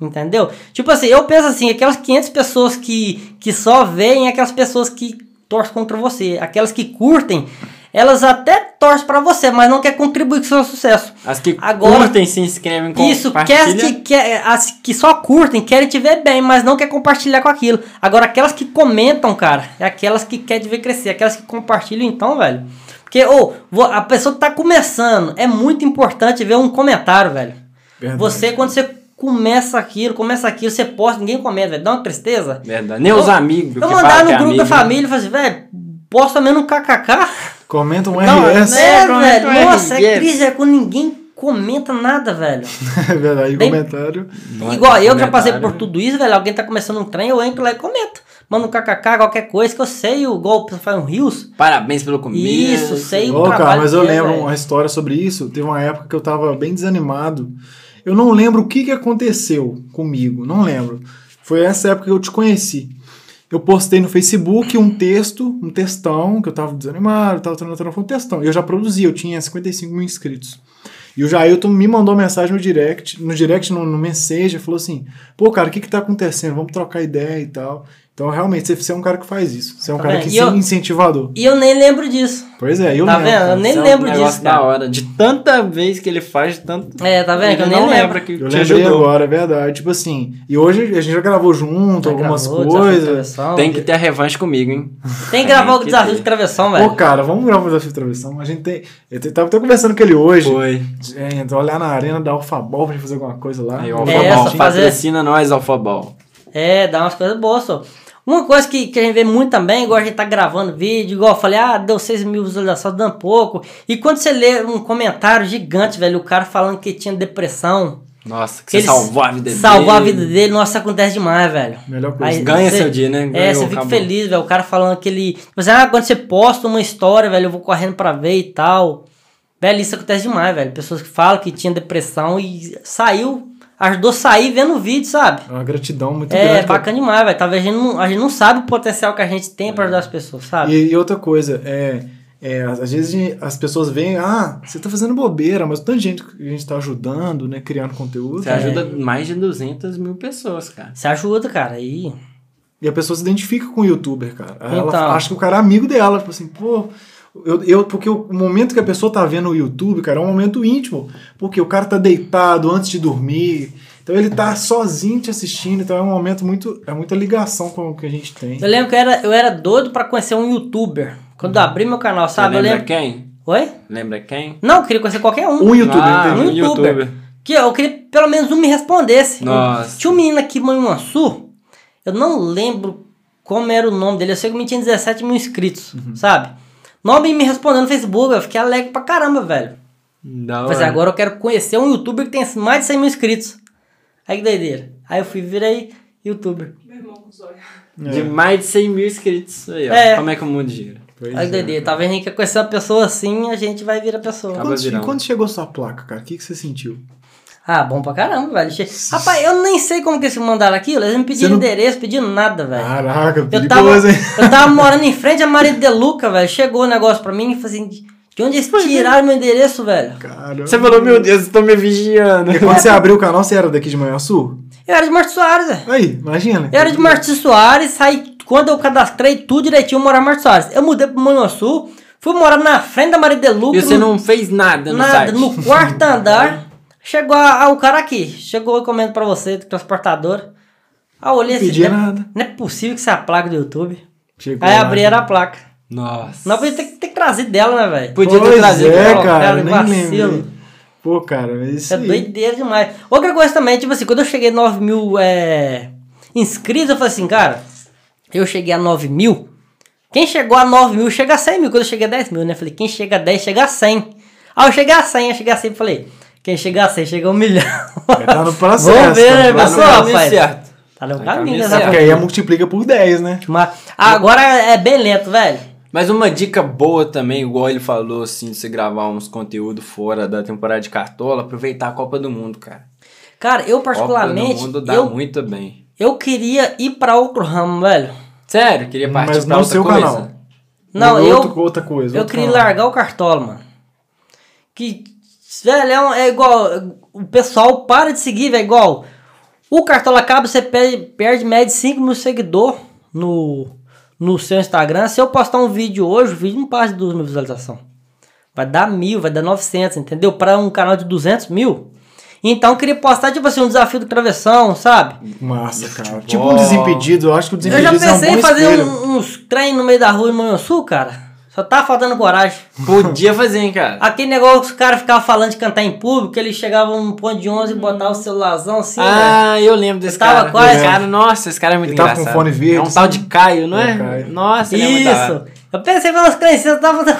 Speaker 3: Entendeu? Tipo assim, eu penso assim, aquelas 500 pessoas que, que só veem, é aquelas pessoas que torcem contra você, aquelas que curtem, elas até torcem pra você, mas não quer contribuir com o seu sucesso.
Speaker 2: As que
Speaker 3: Agora-
Speaker 2: curtem, se inscrevem,
Speaker 3: Isso, quer que,
Speaker 2: compartilham.
Speaker 3: quer, as que só curtem, querem te ver bem, mas não quer compartilhar com aquilo. Agora, aquelas que comentam, cara, é aquelas que querem te ver crescer, aquelas que compartilham, então, velho. Porque, ô, vo- a pessoa que tá começando, é muito importante ver um comentário, velho.
Speaker 1: Verdade.
Speaker 3: Você, quando você começa aquilo, começa aquilo, você posta, ninguém comenta, velho. Dá uma tristeza.
Speaker 2: Verdade. Nem os
Speaker 3: Eu-
Speaker 2: amigos.
Speaker 3: Eu
Speaker 2: que
Speaker 3: mandar
Speaker 2: falam
Speaker 3: no
Speaker 2: que é
Speaker 3: grupo da
Speaker 2: amigo.
Speaker 3: família e falar assim, velho, posta menos um kkk.
Speaker 1: Comenta um
Speaker 2: Não,
Speaker 1: RS.
Speaker 2: né?
Speaker 3: É,
Speaker 2: comenta
Speaker 3: velho.
Speaker 2: um
Speaker 3: Nossa, é
Speaker 2: RS.
Speaker 3: crise, é quando ninguém comenta nada, velho.
Speaker 1: É verdade,
Speaker 3: Bem-
Speaker 1: comentário.
Speaker 2: Não é
Speaker 3: Igual eu que já passei por
Speaker 2: comentário. né?
Speaker 3: tudo isso, velho. Alguém tá começando um trem, eu entro lá e comento. Manda um kkk, qualquer coisa que eu sei, o golpe faz um rios.
Speaker 2: Parabéns pelo começo.
Speaker 3: Isso, sei.
Speaker 1: Ô, cara,
Speaker 3: trabalho
Speaker 1: mas eu
Speaker 3: que é,
Speaker 1: lembro
Speaker 3: velho.
Speaker 1: uma história sobre isso. Teve uma época que eu tava bem desanimado. Eu não lembro o que, que aconteceu comigo, não lembro. Foi essa época que eu te conheci. Eu postei no Facebook um texto, um textão, que eu tava desanimado, tava tentando foi um textão. E eu já produzi, eu tinha 55 mil inscritos. E o Jailton me mandou mensagem no direct, no direct, no, no Messenger, falou assim: pô, cara, o que que tá acontecendo? Vamos trocar ideia e tal. Então, realmente, você- você é um cara que faz isso. Você é um
Speaker 3: Tá
Speaker 1: cara
Speaker 3: vendo?
Speaker 1: que
Speaker 3: E eu-
Speaker 1: é incentivador.
Speaker 3: E eu nem lembro disso.
Speaker 1: Pois é, eu
Speaker 3: tá
Speaker 1: lembro.
Speaker 3: vendo?
Speaker 1: cara.
Speaker 3: Eu nem
Speaker 2: Isso é um
Speaker 3: lembro
Speaker 2: negócio
Speaker 3: disso, cara.
Speaker 2: da hora. De tanta vez que ele faz, de tanto...
Speaker 3: É, tá vendo?
Speaker 2: Ele
Speaker 3: Eu nem
Speaker 2: não
Speaker 3: lembro.
Speaker 2: lembra que
Speaker 1: Eu
Speaker 2: te
Speaker 1: lembrei
Speaker 2: ajudou.
Speaker 1: agora, é verdade. Tipo assim, e hoje a gente já gravou junto
Speaker 3: Já
Speaker 1: algumas
Speaker 3: gravou o desafio de
Speaker 1: coisas.
Speaker 3: travessão?
Speaker 2: Tem que ter a revanche comigo, hein?
Speaker 3: Tem que gravar o
Speaker 2: que
Speaker 3: desafio
Speaker 2: ter.
Speaker 3: de travessão,
Speaker 1: Pô,
Speaker 3: velho.
Speaker 1: cara, vamos gravar o desafio de travessão. A gente tem. Eu te- tava até conversando com ele hoje.
Speaker 2: Foi.
Speaker 1: Gente, olhar na arena da Alfabol pra gente fazer alguma coisa lá.
Speaker 2: Aí,
Speaker 3: É,
Speaker 2: Alfabol.
Speaker 3: essa fazer-
Speaker 2: Patrocina nós, Alfabol.
Speaker 3: É, dá umas coisas boas, só. Uma coisa que, que a gente vê muito também, igual a gente tá gravando vídeo, igual eu falei, ah, deu 6 mil visualizações, dando pouco. E quando você lê um comentário gigante, velho, o cara falando que tinha depressão,
Speaker 2: Nossa, que você
Speaker 3: Ele
Speaker 2: salvou a vida dele.
Speaker 3: salvou a vida dele, nossa, acontece demais, velho.
Speaker 1: Melhor coisa.
Speaker 3: Aí-
Speaker 2: Ganha
Speaker 3: Você-
Speaker 2: seu dia, né?
Speaker 3: é,
Speaker 2: Ganhou,
Speaker 3: você fica
Speaker 2: acabou.
Speaker 3: feliz, velho. O cara falando aquele. Tipo assim, ah, quando você posta uma história, velho, eu vou correndo pra ver e tal. Velho, isso acontece demais, velho. Pessoas que falam que tinha depressão e saiu, ajudou a sair vendo o vídeo, sabe?
Speaker 1: É uma gratidão muito
Speaker 3: É,
Speaker 1: grande.
Speaker 3: bacana demais, velho. Talvez a gente, não, a gente não sabe o potencial que a gente tem pra ajudar as pessoas, sabe?
Speaker 1: E, e outra coisa, é, é, às às vezes a gente- as pessoas veem, ah, você tá fazendo bobeira, mas tanta gente que a gente tá ajudando, né? Criando conteúdo.
Speaker 2: Você ajuda mais de 200 mil pessoas, cara.
Speaker 3: Você ajuda, cara. Aí.
Speaker 1: E a pessoa se identifica com o youtuber, cara. Ela
Speaker 3: Então.
Speaker 1: acha que o cara é amigo dela. Tipo assim, pô, Eu, eu, porque o momento que a pessoa tá vendo o YouTube, cara, é um momento íntimo. Porque o cara tá deitado antes de dormir. Então ele tá sozinho te assistindo. Então é um momento muito. É muita ligação com o que a gente tem.
Speaker 3: Eu lembro que eu era, eu era doido pra conhecer um youtuber. Quando eu abri meu canal,
Speaker 2: Você
Speaker 3: sabe? Eu
Speaker 2: lembra
Speaker 3: lembro.
Speaker 2: quem?
Speaker 3: Oi?
Speaker 2: Lembra quem?
Speaker 3: Não, eu queria conhecer qualquer um.
Speaker 1: Um youtuber, não
Speaker 2: ah,
Speaker 3: um
Speaker 1: tem?
Speaker 2: um
Speaker 3: youtuber.
Speaker 2: youtuber.
Speaker 3: Que eu queria pelo menos um me respondesse.
Speaker 2: Nossa.
Speaker 3: Tinha um menino aqui, Mãe Mansur. Eu não lembro como era o nome dele. Eu sei que o menino tinha 17 mil inscritos,
Speaker 1: Uhum.
Speaker 3: sabe? Nome me respondendo no Facebook. Eu fiquei alegre pra caramba, velho.
Speaker 2: Da
Speaker 3: Mas
Speaker 2: hora.
Speaker 3: é, agora eu quero conhecer um youtuber que tem mais de 100 mil inscritos. Aí que doideira. Aí eu fui, virei youtuber.
Speaker 4: Meu irmão com os olhos.
Speaker 2: De mais de 100 mil inscritos aí, ó.
Speaker 3: É.
Speaker 2: Como é que o mundo gira?
Speaker 1: Pois
Speaker 3: Aí que
Speaker 1: é.
Speaker 3: doideira. Talvez a gente quer conhecer uma pessoa assim, a gente vai virar pessoa.
Speaker 2: Acaba
Speaker 1: Quando, e
Speaker 2: virando.
Speaker 1: quando chegou sua placa, cara, o que, que você sentiu?
Speaker 3: Ah, bom pra caramba, velho. Che- Rapaz, eu nem sei como que eles me mandaram aquilo. Eles não
Speaker 1: Você
Speaker 3: pediram
Speaker 1: não-
Speaker 3: endereço, pediram nada, velho.
Speaker 1: Caraca,
Speaker 3: É. Eu tava,
Speaker 1: perigoso, hein?
Speaker 3: eu tava morando em frente a Maria de Luca, velho. Chegou o negócio pra mim e falei assim: de onde eles
Speaker 2: é.
Speaker 3: tiraram meu endereço, velho?
Speaker 1: Caramba.
Speaker 2: Você falou, meu Deus, estão me vigiando.
Speaker 1: Porque quando você abriu o canal, você era daqui de Manhã Sul?
Speaker 3: Eu era de Martins Soares, velho.
Speaker 1: Aí, imagina.
Speaker 3: Eu era de Martins Soares, saí. Quando eu cadastrei tudo direitinho, eu morava em Martins Soares. Eu mudei pro Manhuaçu, fui morar na frente da Maria de Luca.
Speaker 2: E você
Speaker 3: no-
Speaker 2: não fez nada no
Speaker 3: Nada,
Speaker 2: site?
Speaker 3: no quarto andar. Chegou a- a- o cara aqui, chegou eu comendo pra você, transportador. Aí eu olhei assim:
Speaker 1: Pedi
Speaker 3: não,
Speaker 2: né?"
Speaker 3: é-
Speaker 1: nada.
Speaker 3: não é possível que isso é a placa do YouTube.
Speaker 1: Chegou
Speaker 3: Aí
Speaker 1: lá.
Speaker 3: abri,
Speaker 2: né?
Speaker 3: era a placa.
Speaker 2: Nossa.
Speaker 3: Não, podia ter, ter trazido dela, né, velho?
Speaker 2: Podia ter
Speaker 1: Pois
Speaker 2: trazido
Speaker 1: é,
Speaker 2: ela,
Speaker 1: cara,
Speaker 3: cara,
Speaker 1: nem
Speaker 3: vacilo.
Speaker 1: lembrei. Pô, cara, mas isso
Speaker 3: É
Speaker 1: aí.
Speaker 3: doideira demais. Outra coisa também, tipo assim, quando eu cheguei a 9 mil é, inscritos, eu falei assim, cara, eu cheguei a 9 mil. Quem chegou a 9 mil chega a 100 mil. Quando eu cheguei a 10 mil, né? Falei, quem chega a 10 chega a 100. Aí eu cheguei a 100, eu cheguei a 100 falei, quem chega a 100 chega a 1 milhão.
Speaker 1: tá no processo,
Speaker 3: Vamos ver,
Speaker 1: tá no
Speaker 3: né,
Speaker 2: Mas
Speaker 1: processo.
Speaker 2: não
Speaker 3: pessoal,
Speaker 2: dá muito
Speaker 3: rapaz?
Speaker 2: certo.
Speaker 3: Tá
Speaker 2: Tá
Speaker 3: no caminho
Speaker 2: caminho
Speaker 1: É,
Speaker 3: dessa
Speaker 2: certo.
Speaker 1: porque
Speaker 3: coisa.
Speaker 1: aí é multiplica por 10, né?
Speaker 3: Mas agora é bem lento, velho.
Speaker 2: Mas uma dica boa também, igual ele falou, assim, de você gravar uns conteúdos fora da temporada de Cartola, aproveitar a Copa do Mundo, cara.
Speaker 3: Cara, eu
Speaker 2: Copa
Speaker 3: particularmente,
Speaker 2: do Mundo dá
Speaker 3: eu,
Speaker 2: muito bem.
Speaker 3: eu queria ir pra outro ramo, velho.
Speaker 2: Sério, queria partir
Speaker 1: Mas
Speaker 2: pra
Speaker 1: não
Speaker 2: tá outra
Speaker 1: seu
Speaker 2: coisa.
Speaker 1: canal.
Speaker 3: Não,
Speaker 1: Ou
Speaker 3: eu...
Speaker 1: é outro- outra coisa.
Speaker 3: Eu
Speaker 1: outro
Speaker 3: queria
Speaker 1: canal.
Speaker 3: largar o cartola, mano. Que, velho, é, um- é igual. O pessoal para de seguir, velho. Igual. O cartola acaba, você perde, perde média de 5 mil seguidores no, no seu Instagram. Se eu postar um vídeo hoje, o vídeo não passa de 2 mil visualizações. Vai dar mil, vai dar 900, entendeu? Pra um canal de 200 mil. Então eu queria postar, tipo assim, um desafio do travessão, sabe?
Speaker 1: Massa, cara.
Speaker 2: Futebol.
Speaker 1: Tipo um desimpedido, eu acho que o
Speaker 3: Eu já
Speaker 1: desimpedido é um
Speaker 3: pensei
Speaker 1: bom
Speaker 3: em fazer
Speaker 1: espelho.
Speaker 3: um- uns trem no meio da rua em Manhuaçu, cara. Só tá faltando coragem.
Speaker 2: Podia fazer, hein, cara.
Speaker 3: Aquele negócio que os caras ficavam falando de cantar em público, que eles chegavam num ponto de 11 e botavam o celularzão assim, né?
Speaker 2: Ah, eu lembro desse
Speaker 3: Eu tava
Speaker 2: cara.
Speaker 3: quase-
Speaker 2: Esse cara, nossa, esse cara é muito
Speaker 1: Ele tava com
Speaker 2: engraçado.
Speaker 1: fone verde,
Speaker 2: É um tal de Caio, não é?
Speaker 1: É, Caio.
Speaker 2: Nossa, ele é muito da hora.
Speaker 3: Isso! Eu pensei pelas crianças, tava
Speaker 2: Cara,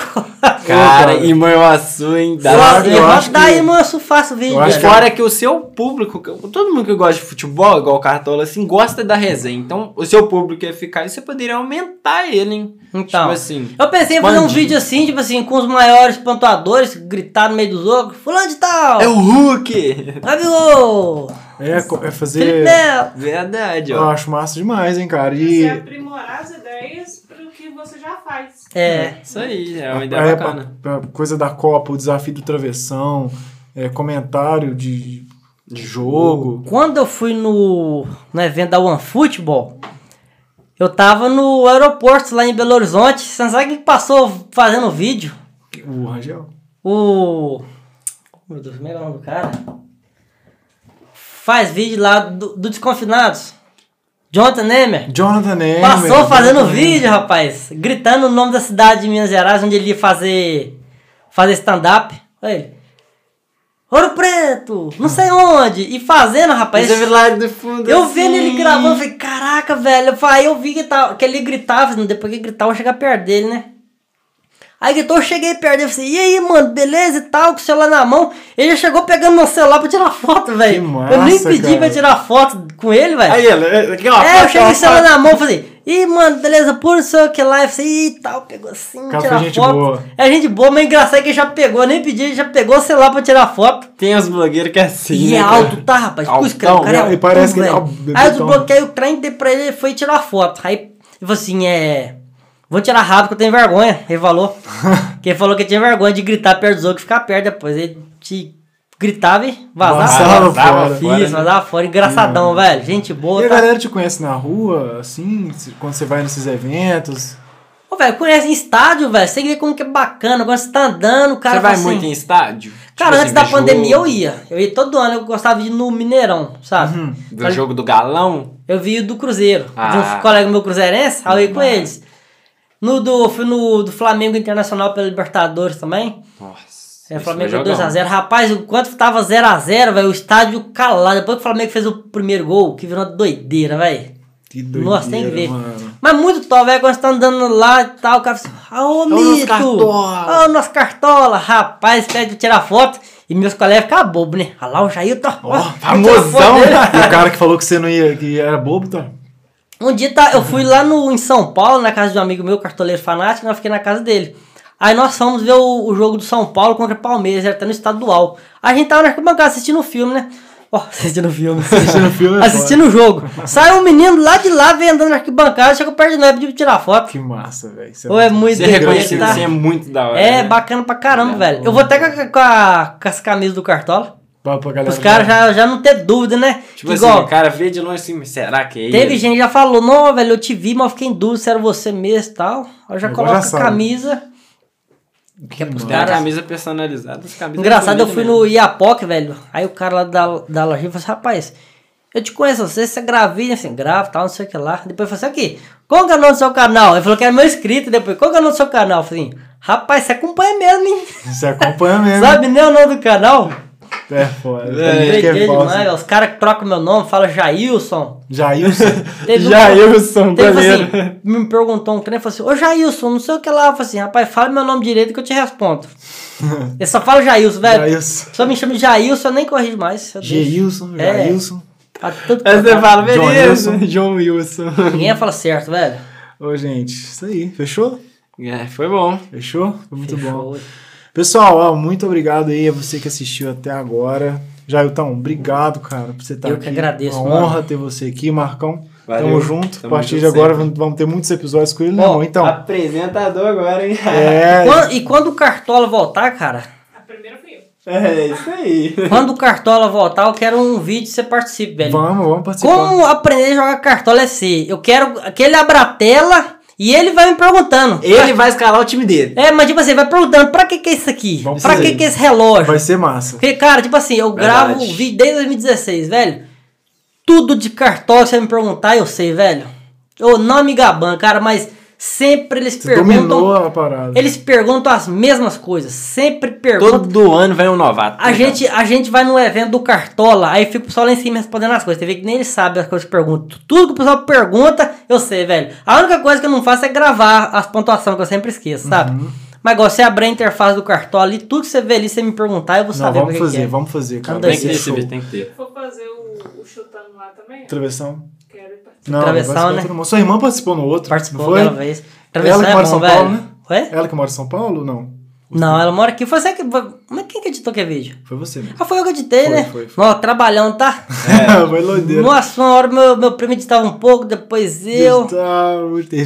Speaker 1: Ô, cara.
Speaker 2: e Manhuaçu, hein? Da
Speaker 1: Só-
Speaker 2: hora.
Speaker 1: eu acho
Speaker 3: Levanta daí,
Speaker 1: que-
Speaker 3: mano, eu faço vídeo.
Speaker 1: eu acho
Speaker 3: velho.
Speaker 2: Fora que é um o seu público, todo mundo que gosta de futebol, igual o Cartola, assim, gosta da resenha. Então, o seu público ia ficar e você poderia aumentar ele, hein?
Speaker 3: Então.
Speaker 2: Tipo assim.
Speaker 3: Eu pensei em fazer um
Speaker 2: Expandir.
Speaker 3: vídeo assim, tipo assim, com os maiores pontuadores, gritar no meio dos outros, fulano de tal!
Speaker 2: É o Hulk!
Speaker 3: Gabigol!
Speaker 1: É, co- é
Speaker 3: Felipe
Speaker 1: fazer.
Speaker 3: Melo!
Speaker 2: Verdade,
Speaker 1: Eu
Speaker 2: ó.
Speaker 1: acho massa demais, hein, cara.
Speaker 4: Você
Speaker 1: E.
Speaker 4: aprimorar as ideias pro que você já faz.
Speaker 3: É.
Speaker 2: Isso aí, é uma ideia
Speaker 1: É,
Speaker 2: bacana.
Speaker 1: pra- pra coisa da Copa, o desafio do travessão, é, comentário de de jogo.
Speaker 3: Quando eu fui no, no evento da One Football, eu tava no aeroporto lá em Belo Horizonte. Você não sabe quem que passou fazendo vídeo?
Speaker 1: O Rangel.
Speaker 3: O. oh, Meu Deus, como é que é o nome do cara? Faz vídeo lá do, do Desconfinados. Jonathan Nemer.
Speaker 1: Jonathan Neyman.
Speaker 3: Passou fazendo
Speaker 1: Jonathan Neyman.
Speaker 3: vídeo, rapaz. Gritando o nome da cidade de Minas Gerais, onde ele ia fazer. fazer stand-up. Olha ele. Ouro Preto, não sei onde. E fazendo, rapaz.
Speaker 2: Mas é eu vi lá do fundo.
Speaker 3: Eu
Speaker 2: assim.
Speaker 3: vendo ele gravando, eu falei, caraca, velho. Eu falei, Aí eu vi que, tava, que ele gritava, assim, depois que ele gritava, eu chegar perto dele, né? Aí gritou, eu cheguei perto dele, eu falei, e aí, mano, beleza e tal, com o celular na mão. Ele já chegou pegando meu celular pra tirar foto, velho. Eu nem
Speaker 1: massa,
Speaker 3: pedi
Speaker 1: cara.
Speaker 3: pra tirar foto com ele, velho.
Speaker 2: Aí, ele, aqui, ó.
Speaker 3: É, eu cheguei com o celular
Speaker 2: falando.
Speaker 3: na mão, falei, ih, mano, beleza, por não sei o que lá, eu falei, ih, tal, pegou assim,
Speaker 1: Cara,
Speaker 3: tirar
Speaker 1: foi gente
Speaker 3: foto.
Speaker 1: boa.
Speaker 3: É gente boa, mas engraçado é que ele já pegou, eu nem pedi, ele já pegou o celular pra tirar foto.
Speaker 2: Tem os blogueiros que é assim.
Speaker 3: E é
Speaker 2: né, cara?
Speaker 3: alto, tá, rapaz? Pô, esse cara, o
Speaker 2: Altão,
Speaker 3: cara é
Speaker 1: né? E parece que ele é
Speaker 3: velho.
Speaker 1: alto,
Speaker 3: Aí eu
Speaker 2: então.
Speaker 1: bebetão.
Speaker 3: desbloqueei o trem, dei pra ele, ele foi tirar foto. Aí ele falou assim, é... Vou tirar rápido que eu tenho vergonha. Ele falou. que ele falou que tinha vergonha de gritar perto dos outros e ficar perto depois. Ele te gritava e vazava.
Speaker 1: Vazava
Speaker 2: Vazava
Speaker 1: fora.
Speaker 2: fora,
Speaker 3: Isso,
Speaker 2: né?
Speaker 3: vazava fora. Engraçadão, velho. Gente
Speaker 1: E
Speaker 3: boa,
Speaker 1: a
Speaker 3: tá?
Speaker 1: galera te conhece na rua, assim, se- quando você vai nesses eventos?
Speaker 3: Ô, velho, conhece em estádio, velho. Você vê como que é bacana. Agora você tá andando, o cara.
Speaker 2: Você vai
Speaker 3: fala assim,
Speaker 2: muito em estádio?
Speaker 3: Cara,
Speaker 2: Tipo
Speaker 3: antes
Speaker 2: assim,
Speaker 3: da
Speaker 2: ver jogo-
Speaker 3: pandemia eu ia. Eu ia todo ano, eu gostava de ir no Mineirão, sabe?
Speaker 2: Ver o jogo do galão?
Speaker 3: Eu vi o do Cruzeiro, de
Speaker 2: Ah.
Speaker 3: um colega meu cruzeirense, aí eu ia com
Speaker 2: Ah.
Speaker 3: eles. No do, eu fui no do Flamengo Internacional pela Libertadores também.
Speaker 2: Nossa.
Speaker 3: É, o
Speaker 2: isso
Speaker 3: Flamengo
Speaker 2: foi
Speaker 3: foi
Speaker 2: jogão.
Speaker 3: 2x0. Rapaz, enquanto tava 0x0, velho, o estádio calado. Depois que o Flamengo fez o primeiro gol, que virou uma doideira, velho.
Speaker 1: Que doideira,
Speaker 3: Nossa, tem que ver.
Speaker 1: mano.
Speaker 3: Mas muito top, velho. Quando você tá andando lá e tal, o cara fala assim, ah, ô
Speaker 1: nosso
Speaker 3: mito!
Speaker 1: Cartola."
Speaker 3: Ah, o nosso cartola! Rapaz, pede pra tirar foto. E meus colegas ficam bobos, né? Ah lá, o Jair tá.
Speaker 1: Ó, famosão! e o cara que falou que você não ia, que era bobo, tá?
Speaker 3: Um dia tá, eu fui lá no, em São Paulo, na casa de um amigo meu, cartoleiro fanático, nós fiquei na casa dele. Aí nós fomos ver o, o jogo do São Paulo contra o Palmeiras, era até no estadual. A gente tava na arquibancada assistindo o filme, né? Ó, assistindo o filme.
Speaker 1: Assistindo o filme é
Speaker 3: assistindo o jogo. Sai um menino lá de lá, vem andando na arquibancada, chega perto de nós, pediu pra tirar foto.
Speaker 1: Que massa, velho. Você assim,
Speaker 3: Ou é muito
Speaker 2: Você
Speaker 3: doido,
Speaker 2: reconhecido,
Speaker 3: tá?
Speaker 2: você é muito da hora.
Speaker 3: É
Speaker 2: né?
Speaker 3: bacana pra caramba,
Speaker 2: É,
Speaker 3: velho. Eu vou até com, a- com, a- com as camisas do Cartola.
Speaker 1: Pra, pra galera
Speaker 3: Os caras já, já não ter dúvida, né?
Speaker 2: Tipo assim,
Speaker 3: Igual,
Speaker 2: o cara vê de longe assim, mas será que é ele?
Speaker 3: teve gente que já falou, não, velho, eu te vi, mas eu fiquei em dúvida se era você mesmo e tal. Eu já
Speaker 1: Agora
Speaker 3: coloco
Speaker 1: já
Speaker 3: a
Speaker 1: sabe.
Speaker 3: camisa.
Speaker 1: Que
Speaker 3: os
Speaker 2: Tem a
Speaker 3: caras-
Speaker 2: camisa personalizada, as camisas
Speaker 3: Engraçado, eu
Speaker 2: bonitas
Speaker 3: fui
Speaker 2: mesmo.
Speaker 3: no Iapoc, velho. Aí o cara lá da, da lojinha falou assim, rapaz, eu te conheço, você, você é gravinha, assim, grave tal, não sei o que lá. Depois eu falei assim, aqui, qual que é o nome do seu canal? Ele falou que era meu inscrito, depois, qual que é o nome do seu canal? Eu falei assim, rapaz, você acompanha mesmo, hein?
Speaker 1: Você acompanha mesmo.
Speaker 3: Sabe nem o nome do canal?
Speaker 1: É foda.
Speaker 2: É,
Speaker 1: Tem gente que
Speaker 3: Doideira
Speaker 1: é
Speaker 3: demais,
Speaker 1: bosta.
Speaker 3: velho. Os caras que trocam meu nome, falam Jailson.
Speaker 1: Jailson.
Speaker 3: Teve um-
Speaker 1: Jailson,
Speaker 3: Teve falou
Speaker 1: goleiro.
Speaker 3: assim, me perguntou um trem, falou assim, ô Jailson, não sei o que lá. Eu falei assim, rapaz, fala meu nome direito que eu te respondo. eu só falo Jailson, velho.
Speaker 1: Jailson.
Speaker 3: Só me chama de Jailson, eu nem corrijo mais. eu deixo.
Speaker 1: Jailson, é
Speaker 3: É.
Speaker 1: Jailson.
Speaker 3: Tá tudo
Speaker 2: Aí você
Speaker 3: cagado.
Speaker 2: fala,
Speaker 1: John
Speaker 2: beleza.
Speaker 1: Wilson. John Wilson.
Speaker 3: Ninguém fala certo, velho.
Speaker 1: Ô, gente, isso aí. Fechou?
Speaker 2: É, foi bom.
Speaker 1: Fechou? Foi Muito bom.
Speaker 3: Fechou.
Speaker 1: Pessoal, ó, muito obrigado aí a você que assistiu até agora. Jailton, obrigado, cara, por você estar
Speaker 3: Eu
Speaker 1: aqui.
Speaker 3: que agradeço,
Speaker 1: Uma
Speaker 3: mano.
Speaker 1: honra ter você aqui, Marcão.
Speaker 2: Valeu.
Speaker 1: Tamo junto.
Speaker 2: Tamo
Speaker 1: a partir de
Speaker 2: junto
Speaker 1: agora
Speaker 2: sempre.
Speaker 1: vamos- vamos ter muitos episódios com ele, né,
Speaker 3: Ó,
Speaker 1: amor? Então,
Speaker 2: Apresentador agora, hein?
Speaker 1: é,
Speaker 3: Quan- e quando o Cartola voltar, cara,
Speaker 4: A primeira fui eu.
Speaker 2: É isso aí.
Speaker 3: quando o Cartola voltar, eu quero um vídeo que você participe, velho.
Speaker 1: vamos, vamos participar.
Speaker 3: Como aprender a jogar Cartola é ser? Eu quero que ele abra a tela e ele vai me perguntando.
Speaker 2: Ele vai escalar o time dele.
Speaker 3: É, mas tipo assim, vai perguntando, pra que que é isso aqui?
Speaker 1: Vamos
Speaker 3: pra
Speaker 1: fazer.
Speaker 3: que que é esse relógio?
Speaker 1: Vai ser massa.
Speaker 3: Porque, cara, tipo assim, eu
Speaker 2: Verdade.
Speaker 3: gravo o vídeo desde 2016, velho. Tudo de cartola, se você me perguntar, eu sei, velho. Eu não me gabando, cara, mas sempre eles
Speaker 1: Você
Speaker 3: perguntam...
Speaker 1: dominou a parada.
Speaker 3: Eles perguntam as mesmas coisas, sempre perguntam.
Speaker 2: Todo ano vem um novato.
Speaker 3: É, A gente, a gente vai no evento do Cartola, aí fica o pessoal lá em cima respondendo as coisas. Você vê que nem eles sabem as coisas que perguntam. Tudo que o pessoal pergunta, eu sei, velho. A única coisa que eu não faço é gravar as pontuações, que eu sempre esqueço, sabe?
Speaker 1: Uhum.
Speaker 3: Mas igual, você abrir a interface do Cartola e tudo que você vê ali, você me perguntar, eu vou
Speaker 1: Não,
Speaker 3: saber
Speaker 1: vamos
Speaker 3: o que que
Speaker 1: fazer,
Speaker 3: é.
Speaker 1: vamos fazer, cara.
Speaker 3: Tem
Speaker 1: Vai
Speaker 2: Tem
Speaker 3: que
Speaker 1: ser
Speaker 2: que
Speaker 3: ter
Speaker 1: show.
Speaker 2: receber, tem que ter.
Speaker 4: Se for fazer o, o chutando lá também, eu
Speaker 1: Travessão?
Speaker 4: quero ir participar.
Speaker 1: Não,
Speaker 3: Travessão,
Speaker 1: vai ser
Speaker 3: né?
Speaker 1: todo mundo. Sua irmã participou no outro,
Speaker 3: Participou
Speaker 1: não foi?
Speaker 3: aquela vez. Travessão
Speaker 1: Ela que
Speaker 3: é
Speaker 1: mora em
Speaker 3: bom,
Speaker 1: São
Speaker 3: velho.
Speaker 1: Paulo, né?
Speaker 3: Ué?
Speaker 1: Ela que mora em São Paulo ou não?
Speaker 3: Não, ela mora aqui. Foi você que. Mas quem que editou que é vídeo?
Speaker 1: Foi você mesmo.
Speaker 3: Ah, foi eu que editei,
Speaker 1: Foi,
Speaker 3: né?
Speaker 1: foi, foi.
Speaker 3: Ó, trabalhando, tá?
Speaker 1: foi loideira.
Speaker 3: Nossa, uma hora meu, meu primo editava um pouco, depois eu.
Speaker 1: Tá,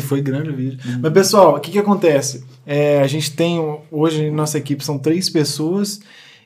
Speaker 1: Foi grande o vídeo. Mas, pessoal, o que que acontece? É, a gente tem, hoje, nossa equipe são três pessoas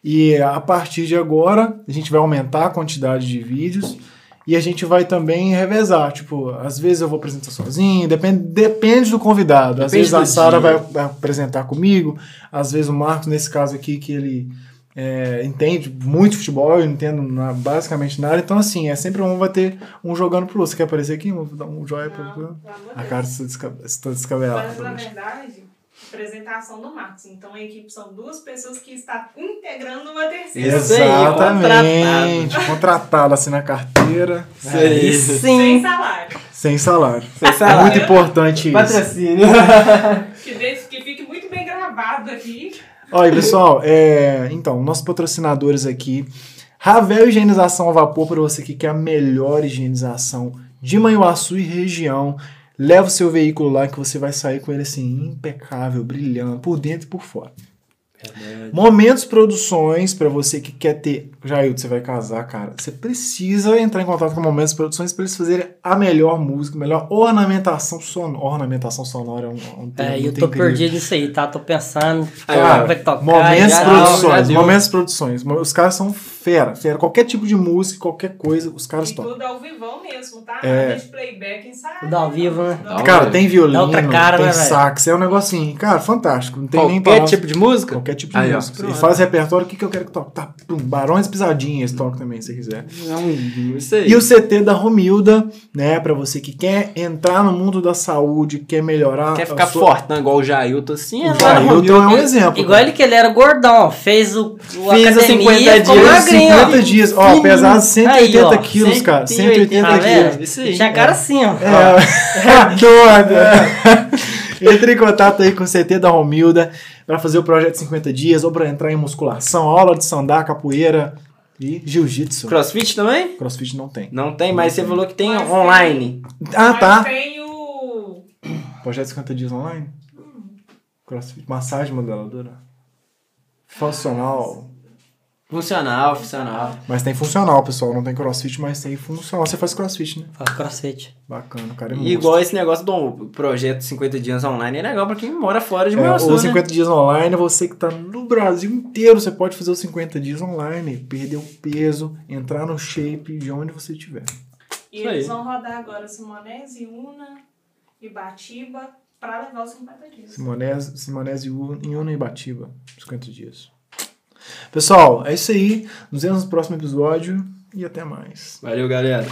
Speaker 1: e a partir de agora a gente vai aumentar a quantidade de vídeos e a gente vai também revezar. Tipo, às vezes eu vou apresentar sozinho, depende, depende do convidado. às
Speaker 2: Depende
Speaker 1: vezes a
Speaker 2: do
Speaker 1: Sara
Speaker 2: dia.
Speaker 1: vai vai apresentar comigo, às vezes o Marcos, nesse caso aqui, que ele é, entende muito de futebol, eu não entendo na- basicamente nada. Então, assim, é sempre um vai ter um jogando pro outro. Você quer aparecer aqui? Vou dar um joia pro
Speaker 4: Não,
Speaker 1: outro.
Speaker 4: pelo amor
Speaker 1: A
Speaker 4: de
Speaker 1: cara
Speaker 4: Deus.
Speaker 1: está desca- está
Speaker 4: Mas, na
Speaker 1: descabelada. hoje.
Speaker 4: verdade, apresentação do Marcos. Então, a equipe são duas pessoas que está integrando uma terceira.
Speaker 2: Isso aí,
Speaker 1: Exatamente. Contratado assim na carteira,
Speaker 2: Isso aí.
Speaker 4: Sem
Speaker 3: Sim.
Speaker 4: salário.
Speaker 1: sem salário.
Speaker 2: Sem
Speaker 1: É
Speaker 2: salário.
Speaker 1: muito importante isso.
Speaker 2: Patrocínio.
Speaker 4: Que, deixe- que fique muito bem gravado aqui.
Speaker 1: Olha, pessoal, é, então, nossos patrocinadores aqui, Ravel Higienização a Vapor, para você que quer a melhor higienização de Manhuaçu e região. Leva o seu veículo lá que você vai sair com ele assim, impecável, brilhando, por dentro e por fora. Momentos Produções, para você que quer ter. Jailton, você vai casar, cara. Você precisa entrar em contato com a Momentos Produções para eles fazerem a melhor música, a melhor ornamentação sonora. Ornamentação sonora é um, um termo
Speaker 3: É, eu
Speaker 1: muito
Speaker 3: tô
Speaker 1: incrível.
Speaker 3: perdido nisso aí, tá? Tô pensando.
Speaker 2: Aí, ó,
Speaker 3: como é que tocar,
Speaker 1: Momentos
Speaker 3: já,
Speaker 2: Produções.
Speaker 3: já deu.
Speaker 1: Momentos Produções. Mo- Os caras são Fera, fera. Qualquer tipo de música, qualquer coisa, os caras
Speaker 4: e
Speaker 1: tocam.
Speaker 4: tudo ao vivão mesmo, tá?
Speaker 1: É.
Speaker 4: Nada de playback, Então, sabe?
Speaker 3: Tudo ao vivo, né?
Speaker 2: Ao
Speaker 4: Não.
Speaker 2: vivo.
Speaker 1: Cara, tem violino,
Speaker 3: Dá outra cara,
Speaker 1: tem
Speaker 3: né, velho?
Speaker 1: sax, é um negocinho, cara, fantástico. Não tem nem
Speaker 2: Qualquer
Speaker 1: palavras-
Speaker 2: tipo de música?
Speaker 1: Qualquer tipo de
Speaker 2: Aí, ó,
Speaker 1: música.
Speaker 2: pronto.
Speaker 1: e faz repertório, o que, que eu quero que toque? Tá, pum, barões pisadinhas, toque também, se quiser.
Speaker 2: Não, isso aí.
Speaker 1: E o CT da Romilda, né, pra você que quer entrar no mundo da saúde, quer melhorar.
Speaker 2: Quer
Speaker 1: Ah, a
Speaker 2: ficar
Speaker 1: sua-
Speaker 2: fortão igual o Jailton assim? é
Speaker 1: O
Speaker 2: lá no
Speaker 1: Jailton
Speaker 2: Romildo.
Speaker 1: é um exemplo.
Speaker 3: Igual ele que ele era gordão, fez o, o
Speaker 2: Fez a 50
Speaker 3: academia, ficou
Speaker 2: dias,
Speaker 3: magrinho. ó.
Speaker 1: 50 dias, ó,
Speaker 3: Fininho.
Speaker 1: pesava 180
Speaker 3: Aí, ó,
Speaker 1: quilos, cara. 180
Speaker 3: Tá
Speaker 1: quilos.
Speaker 3: vendo?
Speaker 2: Isso aí.
Speaker 3: Tinha cara assim, ó.
Speaker 1: É, doida. Entre em contato aí com o CT da Romilda pra fazer o projeto 50 dias ou pra entrar em musculação, aula de sandá, capoeira e jiu-jitsu.
Speaker 2: Crossfit também?
Speaker 1: Crossfit não tem.
Speaker 2: Não tem, mas você falou que tem
Speaker 4: Mas
Speaker 2: online.
Speaker 1: Ah,
Speaker 4: Mas
Speaker 1: tá.
Speaker 4: tem o.
Speaker 1: Projeto 50 dias online?
Speaker 3: Hum.
Speaker 1: Crossfit, massagem modeladora. Funcional.
Speaker 2: Funcional, funcional.
Speaker 1: Mas tem funcional, pessoal. Não tem crossfit, mas tem funcional. Você faz crossfit, né?
Speaker 3: Faz crossfit.
Speaker 1: Bacana, o cara. É
Speaker 2: E
Speaker 1: monstro.
Speaker 2: igual esse negócio do projeto 50 dias online é legal pra quem mora fora de né?
Speaker 1: É,
Speaker 2: Manhã
Speaker 1: os 50 dias online, você que tá no Brasil inteiro, você pode fazer os 50 dias online, perder o peso, entrar no shape de onde você estiver.
Speaker 4: E
Speaker 2: Isso
Speaker 4: eles
Speaker 2: aí.
Speaker 4: vão rodar agora Simonese, Una e Batiba pra levar os 50 dias.
Speaker 1: Simonese, Simonese U- em Unibatiba, 50 dias. Pessoal, é isso aí. Nos vemos no próximo episódio e até mais.
Speaker 2: Valeu, galera.